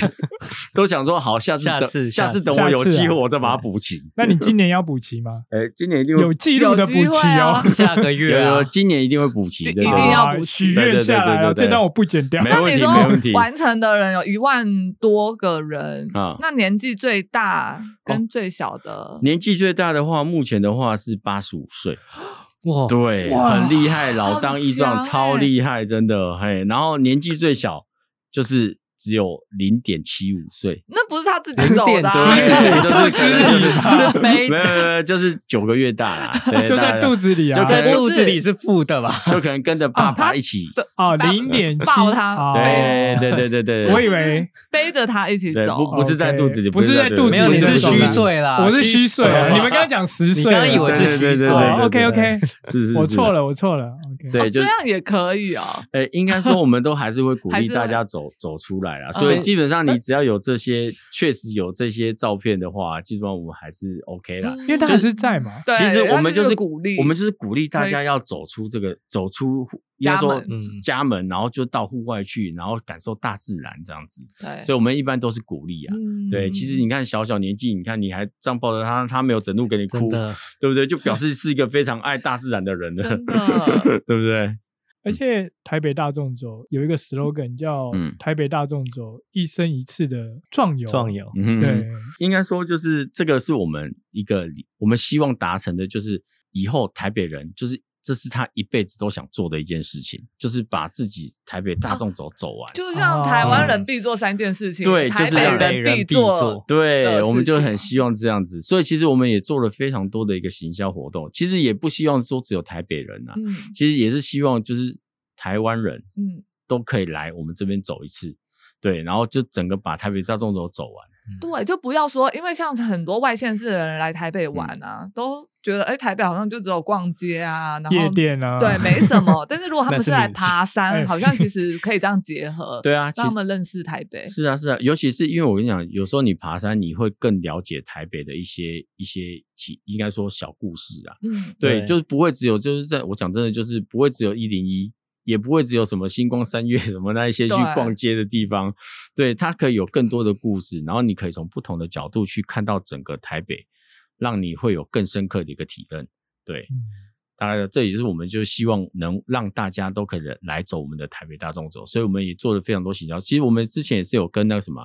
[SPEAKER 4] 都想说好，下次
[SPEAKER 3] 下
[SPEAKER 4] 等，
[SPEAKER 3] 次
[SPEAKER 4] 下
[SPEAKER 3] 下次
[SPEAKER 4] 次等我有
[SPEAKER 2] 下次啊
[SPEAKER 4] 机会，我再把它补齐。
[SPEAKER 2] 那你今年要补齐吗？
[SPEAKER 4] 哎、今年一定
[SPEAKER 2] 有记录的补
[SPEAKER 1] 有机
[SPEAKER 2] 齐
[SPEAKER 1] 会
[SPEAKER 2] 哦
[SPEAKER 1] 啊，
[SPEAKER 3] 下个
[SPEAKER 4] 有
[SPEAKER 3] 月啊
[SPEAKER 4] 有，，今年一定会补齐，
[SPEAKER 1] 这
[SPEAKER 4] 对 对
[SPEAKER 1] 一
[SPEAKER 4] 对
[SPEAKER 1] 定要
[SPEAKER 2] 啊
[SPEAKER 1] 补齐
[SPEAKER 2] 许
[SPEAKER 4] 对对
[SPEAKER 2] 愿
[SPEAKER 4] 对
[SPEAKER 2] 下
[SPEAKER 4] 对
[SPEAKER 2] 来
[SPEAKER 4] 对
[SPEAKER 2] 了，
[SPEAKER 4] 对对
[SPEAKER 2] 这段我不剪掉
[SPEAKER 4] 没。
[SPEAKER 1] 那
[SPEAKER 4] 问
[SPEAKER 1] 你
[SPEAKER 4] 题
[SPEAKER 1] 说
[SPEAKER 4] 没问题
[SPEAKER 1] 完成的人有一万多个人，
[SPEAKER 4] 啊。哦
[SPEAKER 1] 那年纪最大跟最小的，
[SPEAKER 4] 年纪最大的话，目前的话是八十五岁，
[SPEAKER 3] 哇，
[SPEAKER 4] 对，
[SPEAKER 2] 哇
[SPEAKER 4] 很厉害，老
[SPEAKER 1] 好
[SPEAKER 4] 当益壮，
[SPEAKER 1] 强欸
[SPEAKER 4] 超厉害，真的，嘿。然后年纪最小就是只有零点七五岁，
[SPEAKER 1] 那不是他 自己
[SPEAKER 3] 零
[SPEAKER 1] 走
[SPEAKER 3] 点
[SPEAKER 1] 的
[SPEAKER 3] 七
[SPEAKER 1] 啊、
[SPEAKER 4] 对，就是
[SPEAKER 3] 五，是是
[SPEAKER 4] 没
[SPEAKER 3] 杯
[SPEAKER 4] 有没有没有，就是九个月大啦，对
[SPEAKER 2] 就在肚，子里啊，
[SPEAKER 3] 就在
[SPEAKER 1] 不
[SPEAKER 3] 肚子
[SPEAKER 1] 是
[SPEAKER 3] 里是负的吧？
[SPEAKER 4] 大概就可能跟着爸爸一起，
[SPEAKER 2] 啊零点七，
[SPEAKER 1] 抱他
[SPEAKER 2] 好
[SPEAKER 4] 对对对对 对，
[SPEAKER 2] 我以为
[SPEAKER 1] 背着他一起
[SPEAKER 4] 对
[SPEAKER 1] 走。哦
[SPEAKER 4] 不是在肚子里
[SPEAKER 2] OK，
[SPEAKER 4] 不
[SPEAKER 2] 不
[SPEAKER 4] 是
[SPEAKER 2] 是
[SPEAKER 4] 在
[SPEAKER 2] 在
[SPEAKER 4] 肚
[SPEAKER 2] 肚
[SPEAKER 4] 子
[SPEAKER 2] 子
[SPEAKER 4] 里
[SPEAKER 2] 里，
[SPEAKER 3] 没有，你是
[SPEAKER 2] 是
[SPEAKER 3] 虚岁啦，
[SPEAKER 2] 我是虚岁啊，你们刚刚讲十岁
[SPEAKER 3] 你刚
[SPEAKER 2] 了，哦
[SPEAKER 3] 刚以为是虚岁哦
[SPEAKER 4] 对对对对对
[SPEAKER 2] ，OK OK，
[SPEAKER 4] 是是，
[SPEAKER 2] 我
[SPEAKER 4] 是
[SPEAKER 2] 错，了，我错了，OK，
[SPEAKER 1] 哦
[SPEAKER 4] 对，
[SPEAKER 1] 这
[SPEAKER 4] 就
[SPEAKER 1] 样也可以哦。
[SPEAKER 4] 呃，应该说我们都还是会鼓
[SPEAKER 1] 还
[SPEAKER 4] 励
[SPEAKER 1] 是会
[SPEAKER 4] 大家走走出来啦。
[SPEAKER 1] 嗯
[SPEAKER 4] 所以基本上你只要有这些，确实有这些照片的话，基本上我们还是 OK 啦。
[SPEAKER 2] 因为他还是在嘛，
[SPEAKER 1] 对，
[SPEAKER 4] 其实我们嗯就
[SPEAKER 1] 他
[SPEAKER 4] 是
[SPEAKER 1] 鼓励，
[SPEAKER 4] 我们就是鼓励大
[SPEAKER 1] 推
[SPEAKER 4] 家要走出这个，走出户应
[SPEAKER 1] 家
[SPEAKER 4] 该说
[SPEAKER 1] 门
[SPEAKER 3] 嗯
[SPEAKER 4] 家门，然后就到户外去，然后感受大自然这样子。
[SPEAKER 1] 对，
[SPEAKER 4] 所以我们一般都是鼓励啊。
[SPEAKER 1] 嗯
[SPEAKER 4] 对，其实你看小小年纪，你看你还这样抱着他，他没有整路给你
[SPEAKER 3] 真
[SPEAKER 4] 哭，
[SPEAKER 3] 的，哦
[SPEAKER 4] 对不对？就 表示是一个非常爱大自然的人了，
[SPEAKER 1] 真的
[SPEAKER 4] 对不对？
[SPEAKER 2] 而且台北大众走有一个 slogan 叫“
[SPEAKER 4] 嗯
[SPEAKER 2] 台北大众走一生一次的壮游”，
[SPEAKER 3] 壮游，
[SPEAKER 4] 嗯哼
[SPEAKER 2] 对，
[SPEAKER 4] 应该说就是这个是我们一个理我们希望达成的，就是以后台北人就是这是他一辈子都想做的一件事情，就是把自己台北大众走走完。
[SPEAKER 1] 哦就像台湾人必做三件事情，
[SPEAKER 4] 哦对
[SPEAKER 1] 台
[SPEAKER 4] 就是让
[SPEAKER 1] 北
[SPEAKER 3] 人
[SPEAKER 1] 必
[SPEAKER 3] 必做
[SPEAKER 1] 做，
[SPEAKER 4] 对，
[SPEAKER 1] 的事
[SPEAKER 4] 我们就
[SPEAKER 1] 情
[SPEAKER 4] 很希望这样子，所以其实我们也做了非常多的一个行销活动，其实也不希望说只有台北人啊，
[SPEAKER 1] 嗯
[SPEAKER 4] 其实也是希望就是台湾人
[SPEAKER 1] 嗯，
[SPEAKER 4] 都可以来我们这边走一次，对，然后就整个把台北大众走走完。
[SPEAKER 1] 对，就不要说，因为像很多外县市的人来台北玩啊，都觉得哎，台北好像就只有逛街啊，然后
[SPEAKER 2] 夜店啊，
[SPEAKER 1] 对，没什么。但是如果他
[SPEAKER 3] 那
[SPEAKER 1] 们是
[SPEAKER 3] 是
[SPEAKER 1] 来
[SPEAKER 3] 你
[SPEAKER 1] 爬
[SPEAKER 2] 哎
[SPEAKER 1] 山，好像其实可以这样结合，
[SPEAKER 4] 对啊，其
[SPEAKER 1] 让
[SPEAKER 4] 实
[SPEAKER 1] 他们认识台北。
[SPEAKER 4] 是啊，是啊，尤其是因为我跟你讲，有时候你爬山，你会更了解台北的一些一些其应该说小故事啊。
[SPEAKER 1] 嗯，
[SPEAKER 4] 对，
[SPEAKER 3] 对
[SPEAKER 4] 就是不会只有就是在我讲真的，就是不会只有一零一，也不会只有什么星光三月 什么那一些去
[SPEAKER 1] 对
[SPEAKER 4] 逛街的地方。对，它可以有更多的故事，然后你可以从不同的角度去看到整个台北，让你会有更深刻的一个体认。对，
[SPEAKER 2] 嗯，
[SPEAKER 4] 当然了，这也是我们就希望能让大家都可以来走我们的台北大众走，所以我们也做了非常多行销。其实我们之前也是有跟那个什么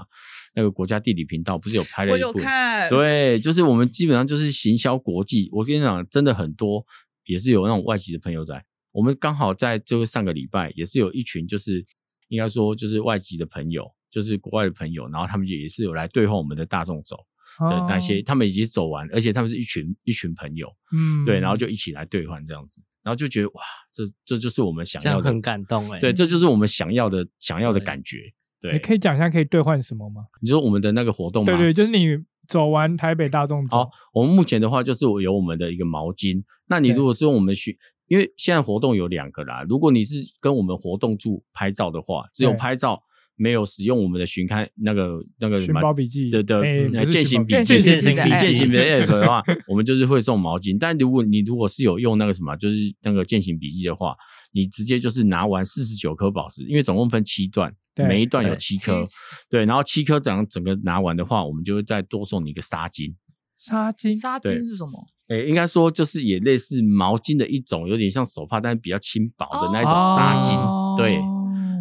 [SPEAKER 4] 那个国家地理频道不是有拍了
[SPEAKER 1] 我
[SPEAKER 4] 一
[SPEAKER 1] 有
[SPEAKER 4] 部，
[SPEAKER 1] 看，
[SPEAKER 4] 对，就是我们基本上就是行销国际。我跟你讲，真的很多也是有那种外籍的朋友在。我们刚好在就是上个礼拜也是有一群就是应该说就是外籍的朋友，就是国外的朋友，然后他们也是有来对话我们的大众走的
[SPEAKER 2] 哦
[SPEAKER 4] 那些，，他们已经走完，而且他们是一群一群朋友。
[SPEAKER 2] 嗯，
[SPEAKER 4] 对，然后就一起来兑换这样子，然后就觉得哇，这这就是我们想
[SPEAKER 3] 这
[SPEAKER 4] 要
[SPEAKER 3] 样
[SPEAKER 4] 的
[SPEAKER 3] 很，感动哎。
[SPEAKER 4] 对，这就是我们想要的想要的
[SPEAKER 3] 对
[SPEAKER 4] 感觉。
[SPEAKER 2] 你
[SPEAKER 4] 对，
[SPEAKER 2] 哎可以讲一下可以兑换什么吗？
[SPEAKER 4] 你说我们的那个活动吗？
[SPEAKER 2] 对对，就是你走完台北大众走
[SPEAKER 4] 好，，我们目前的话就是我有我们的一个毛巾，那你如果是用我们学，因为现在活动有两个啦，如果你是跟我们活动处拍照的话，只有
[SPEAKER 2] 对
[SPEAKER 4] 拍照。没有使用我们的巡刊那个那个什
[SPEAKER 2] 寻
[SPEAKER 4] 么
[SPEAKER 2] 宝笔记
[SPEAKER 4] 对对
[SPEAKER 2] 哎
[SPEAKER 4] 嗯
[SPEAKER 2] 不是
[SPEAKER 4] 践
[SPEAKER 2] 寻
[SPEAKER 4] 行
[SPEAKER 2] 宝
[SPEAKER 4] 笔
[SPEAKER 2] 记
[SPEAKER 4] 记
[SPEAKER 1] 践
[SPEAKER 3] 践
[SPEAKER 1] 行
[SPEAKER 3] 行笔
[SPEAKER 1] 笔
[SPEAKER 4] 你
[SPEAKER 1] 记
[SPEAKER 4] 践行
[SPEAKER 3] 记，
[SPEAKER 4] 别 app 的话，我们就是会送毛巾。但如果你如果是有用那个什么，就是那个践行笔记的话，你直接就是拿完四十九颗宝石，因为总共分七段，
[SPEAKER 2] 对
[SPEAKER 4] 每一段有
[SPEAKER 3] 对
[SPEAKER 4] 七
[SPEAKER 1] 七
[SPEAKER 4] 颗，对，然后七颗整整个拿完的话，我们就会再多送你一个纱巾。
[SPEAKER 2] 纱巾，
[SPEAKER 1] 纱
[SPEAKER 4] 对
[SPEAKER 1] 巾是什么？
[SPEAKER 4] 诶，应该说就是也类似毛巾的一种，有点像手帕，但是比较轻薄的那一种纱巾。
[SPEAKER 2] 哦
[SPEAKER 4] 对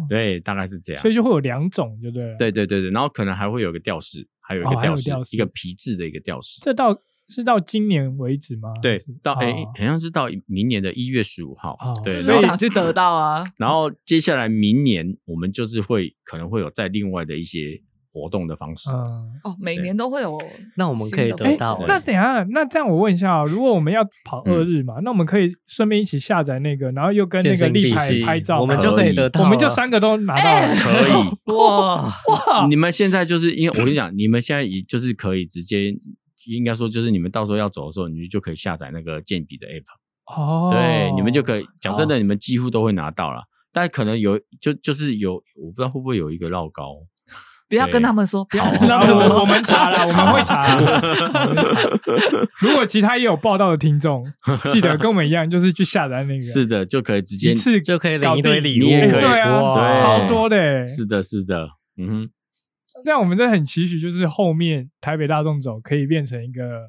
[SPEAKER 4] 对，大概是这样
[SPEAKER 2] 所。以就会有两种，就对了，，
[SPEAKER 4] 对对对对，然后可能还会有一个吊饰，还有一
[SPEAKER 2] 哦
[SPEAKER 4] 个
[SPEAKER 2] 还
[SPEAKER 4] 吊
[SPEAKER 2] 有
[SPEAKER 4] 饰，
[SPEAKER 2] 吊
[SPEAKER 4] 一个
[SPEAKER 2] 饰
[SPEAKER 4] 皮质的一个吊饰。
[SPEAKER 2] 这到是到今年为止吗？
[SPEAKER 4] 对
[SPEAKER 2] 还是，
[SPEAKER 4] 到诶、
[SPEAKER 2] 哦
[SPEAKER 4] 好像是到明年的一月十五号，
[SPEAKER 2] 哦
[SPEAKER 4] 对，
[SPEAKER 1] 是
[SPEAKER 2] 所
[SPEAKER 1] 不
[SPEAKER 2] 以
[SPEAKER 1] 是
[SPEAKER 4] 然后
[SPEAKER 1] 想去得到啊？
[SPEAKER 4] 然后接下来明年我们就是会可能会有在另外的一些活动的方式，
[SPEAKER 2] 嗯。
[SPEAKER 1] 哦，每年都会有。
[SPEAKER 3] 那我们可以得
[SPEAKER 2] 哎，
[SPEAKER 3] 到欸
[SPEAKER 4] 对
[SPEAKER 2] 那等一下，那这样我问一下、哦，如果我们要跑
[SPEAKER 4] 嗯
[SPEAKER 2] 二日嘛，那我们可以顺便一起下载那个，然后又跟那个
[SPEAKER 3] 健身
[SPEAKER 2] 立
[SPEAKER 3] 笔
[SPEAKER 2] 牌
[SPEAKER 3] 记，
[SPEAKER 2] 拍照嘛，
[SPEAKER 3] 我们就可以得到
[SPEAKER 2] 我
[SPEAKER 3] 了，
[SPEAKER 2] 们 就三个都拿到了。
[SPEAKER 4] 可 以。
[SPEAKER 3] 哇，
[SPEAKER 2] 哇，
[SPEAKER 4] 你们现在就是因为我跟你讲，你们现在也就是可以直接，应该说就是你们到时候要走的时候，你们就可以下载那个健笔的 app，、
[SPEAKER 2] 哦，
[SPEAKER 4] 对，你们就可以。讲真的，
[SPEAKER 3] 好
[SPEAKER 4] 你们几乎都会拿到了，但可能有就就是有，我不知道会不会有一个绕高。
[SPEAKER 1] 不要跟他们说，不要
[SPEAKER 4] 好
[SPEAKER 1] 跟他
[SPEAKER 2] 啊
[SPEAKER 1] 们
[SPEAKER 4] 好
[SPEAKER 2] 我
[SPEAKER 1] 说，
[SPEAKER 2] 我们查了，我们会查啦。我们会查如果其他也有报道的听众，记得跟我们一样，就是去下载那个，
[SPEAKER 4] 是的，就可以直接
[SPEAKER 2] 啊一次
[SPEAKER 3] 就可以领一堆礼
[SPEAKER 4] 你
[SPEAKER 3] 物，
[SPEAKER 4] 也
[SPEAKER 2] 哎
[SPEAKER 4] 可以
[SPEAKER 2] 对
[SPEAKER 3] 哇
[SPEAKER 2] 啊，超多的欸。
[SPEAKER 4] 是的，是的，嗯哼。
[SPEAKER 2] 这样我们这很期许，就是后面台北大众走可以变成一个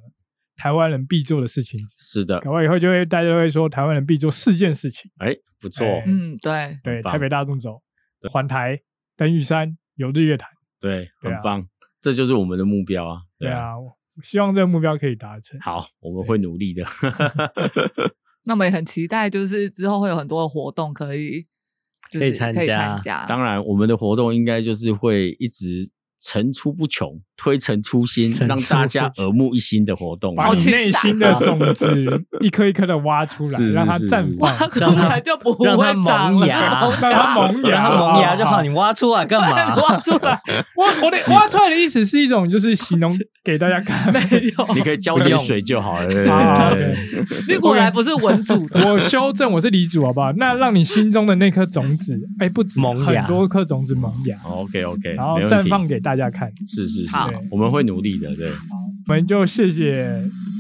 [SPEAKER 2] 台湾人必做的事情。
[SPEAKER 4] 是的，
[SPEAKER 2] 搞不好以后就会大家都会说台湾人必做四件事情，
[SPEAKER 4] 哎，不错，
[SPEAKER 2] 哎
[SPEAKER 1] 嗯，对，
[SPEAKER 2] 对，
[SPEAKER 4] 很棒
[SPEAKER 2] 台北大众走、环台、登玉山、游日月潭，
[SPEAKER 4] 对，
[SPEAKER 2] 对啊
[SPEAKER 4] 很棒，这就是我们的目标啊。
[SPEAKER 2] 对，啊，我希望这个目标可以达成。
[SPEAKER 4] 好，我们会努力的。
[SPEAKER 1] 那我们也很期待，就是之后会有很多的活动可以就
[SPEAKER 3] 可以
[SPEAKER 1] 是
[SPEAKER 3] 参
[SPEAKER 1] 可以
[SPEAKER 3] 加
[SPEAKER 1] 参加。
[SPEAKER 4] 当然，我们的活动应该就是会一直层出不穷，推陈出新，
[SPEAKER 3] 层
[SPEAKER 4] 让
[SPEAKER 3] 出
[SPEAKER 4] 大
[SPEAKER 3] 不
[SPEAKER 4] 家
[SPEAKER 3] 穷
[SPEAKER 4] 耳目一新的活动。啊
[SPEAKER 2] 把
[SPEAKER 1] 好
[SPEAKER 2] 你
[SPEAKER 1] 期
[SPEAKER 2] 内
[SPEAKER 1] 待
[SPEAKER 2] 心的种子一颗一颗的挖出来，
[SPEAKER 4] 是是
[SPEAKER 2] 让它
[SPEAKER 4] 是
[SPEAKER 2] 绽
[SPEAKER 4] 是
[SPEAKER 2] 放。
[SPEAKER 3] 让
[SPEAKER 1] 出
[SPEAKER 3] 它
[SPEAKER 1] 来就不会
[SPEAKER 3] 让它
[SPEAKER 1] 长
[SPEAKER 3] 萌
[SPEAKER 1] 了，
[SPEAKER 3] 芽，
[SPEAKER 2] 让它萌芽
[SPEAKER 3] 让它啊萌芽就
[SPEAKER 2] 好好
[SPEAKER 3] 好。
[SPEAKER 2] 好
[SPEAKER 3] 你挖出来干 嘛？
[SPEAKER 1] 挖出 来，
[SPEAKER 2] 挖我的挖出来的意思是一种，就是形容给大家 看。
[SPEAKER 3] 没 有，
[SPEAKER 4] 你可以浇
[SPEAKER 3] 不
[SPEAKER 4] 点
[SPEAKER 3] 用
[SPEAKER 4] 水就好了。对
[SPEAKER 2] 好好好
[SPEAKER 4] 对对
[SPEAKER 1] 你果然不是文组的，
[SPEAKER 2] 我修正，我是李主，好不好？那让你心中的那颗种 子，哎，不止
[SPEAKER 3] 萌
[SPEAKER 2] 很
[SPEAKER 3] 芽
[SPEAKER 2] 多颗种子萌芽，
[SPEAKER 4] OK OK，
[SPEAKER 2] 然后
[SPEAKER 4] 没问
[SPEAKER 2] 绽
[SPEAKER 4] 题。
[SPEAKER 2] 放给大家看。
[SPEAKER 4] 是是是
[SPEAKER 1] 好，
[SPEAKER 4] 我们会努力的。对，
[SPEAKER 2] 我们就谢谢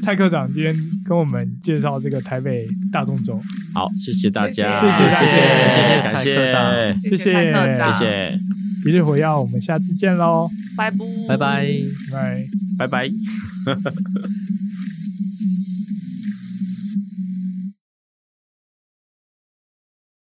[SPEAKER 2] 蔡科长今天跟我们介绍这个台北大众周。
[SPEAKER 4] 好，谢谢大家，
[SPEAKER 1] 谢谢
[SPEAKER 4] 谢
[SPEAKER 1] 谢谢
[SPEAKER 4] 谢，
[SPEAKER 3] 谢
[SPEAKER 4] 感
[SPEAKER 3] 谢蔡科长
[SPEAKER 4] 谢，
[SPEAKER 1] 谢谢
[SPEAKER 2] 谢谢
[SPEAKER 1] 蔡特
[SPEAKER 4] 谢
[SPEAKER 1] 长，
[SPEAKER 4] 谢，
[SPEAKER 2] 一日火药，我们下次见喽，
[SPEAKER 1] 拜拜，
[SPEAKER 3] 拜拜。
[SPEAKER 2] 拜拜。
[SPEAKER 4] 拜拜。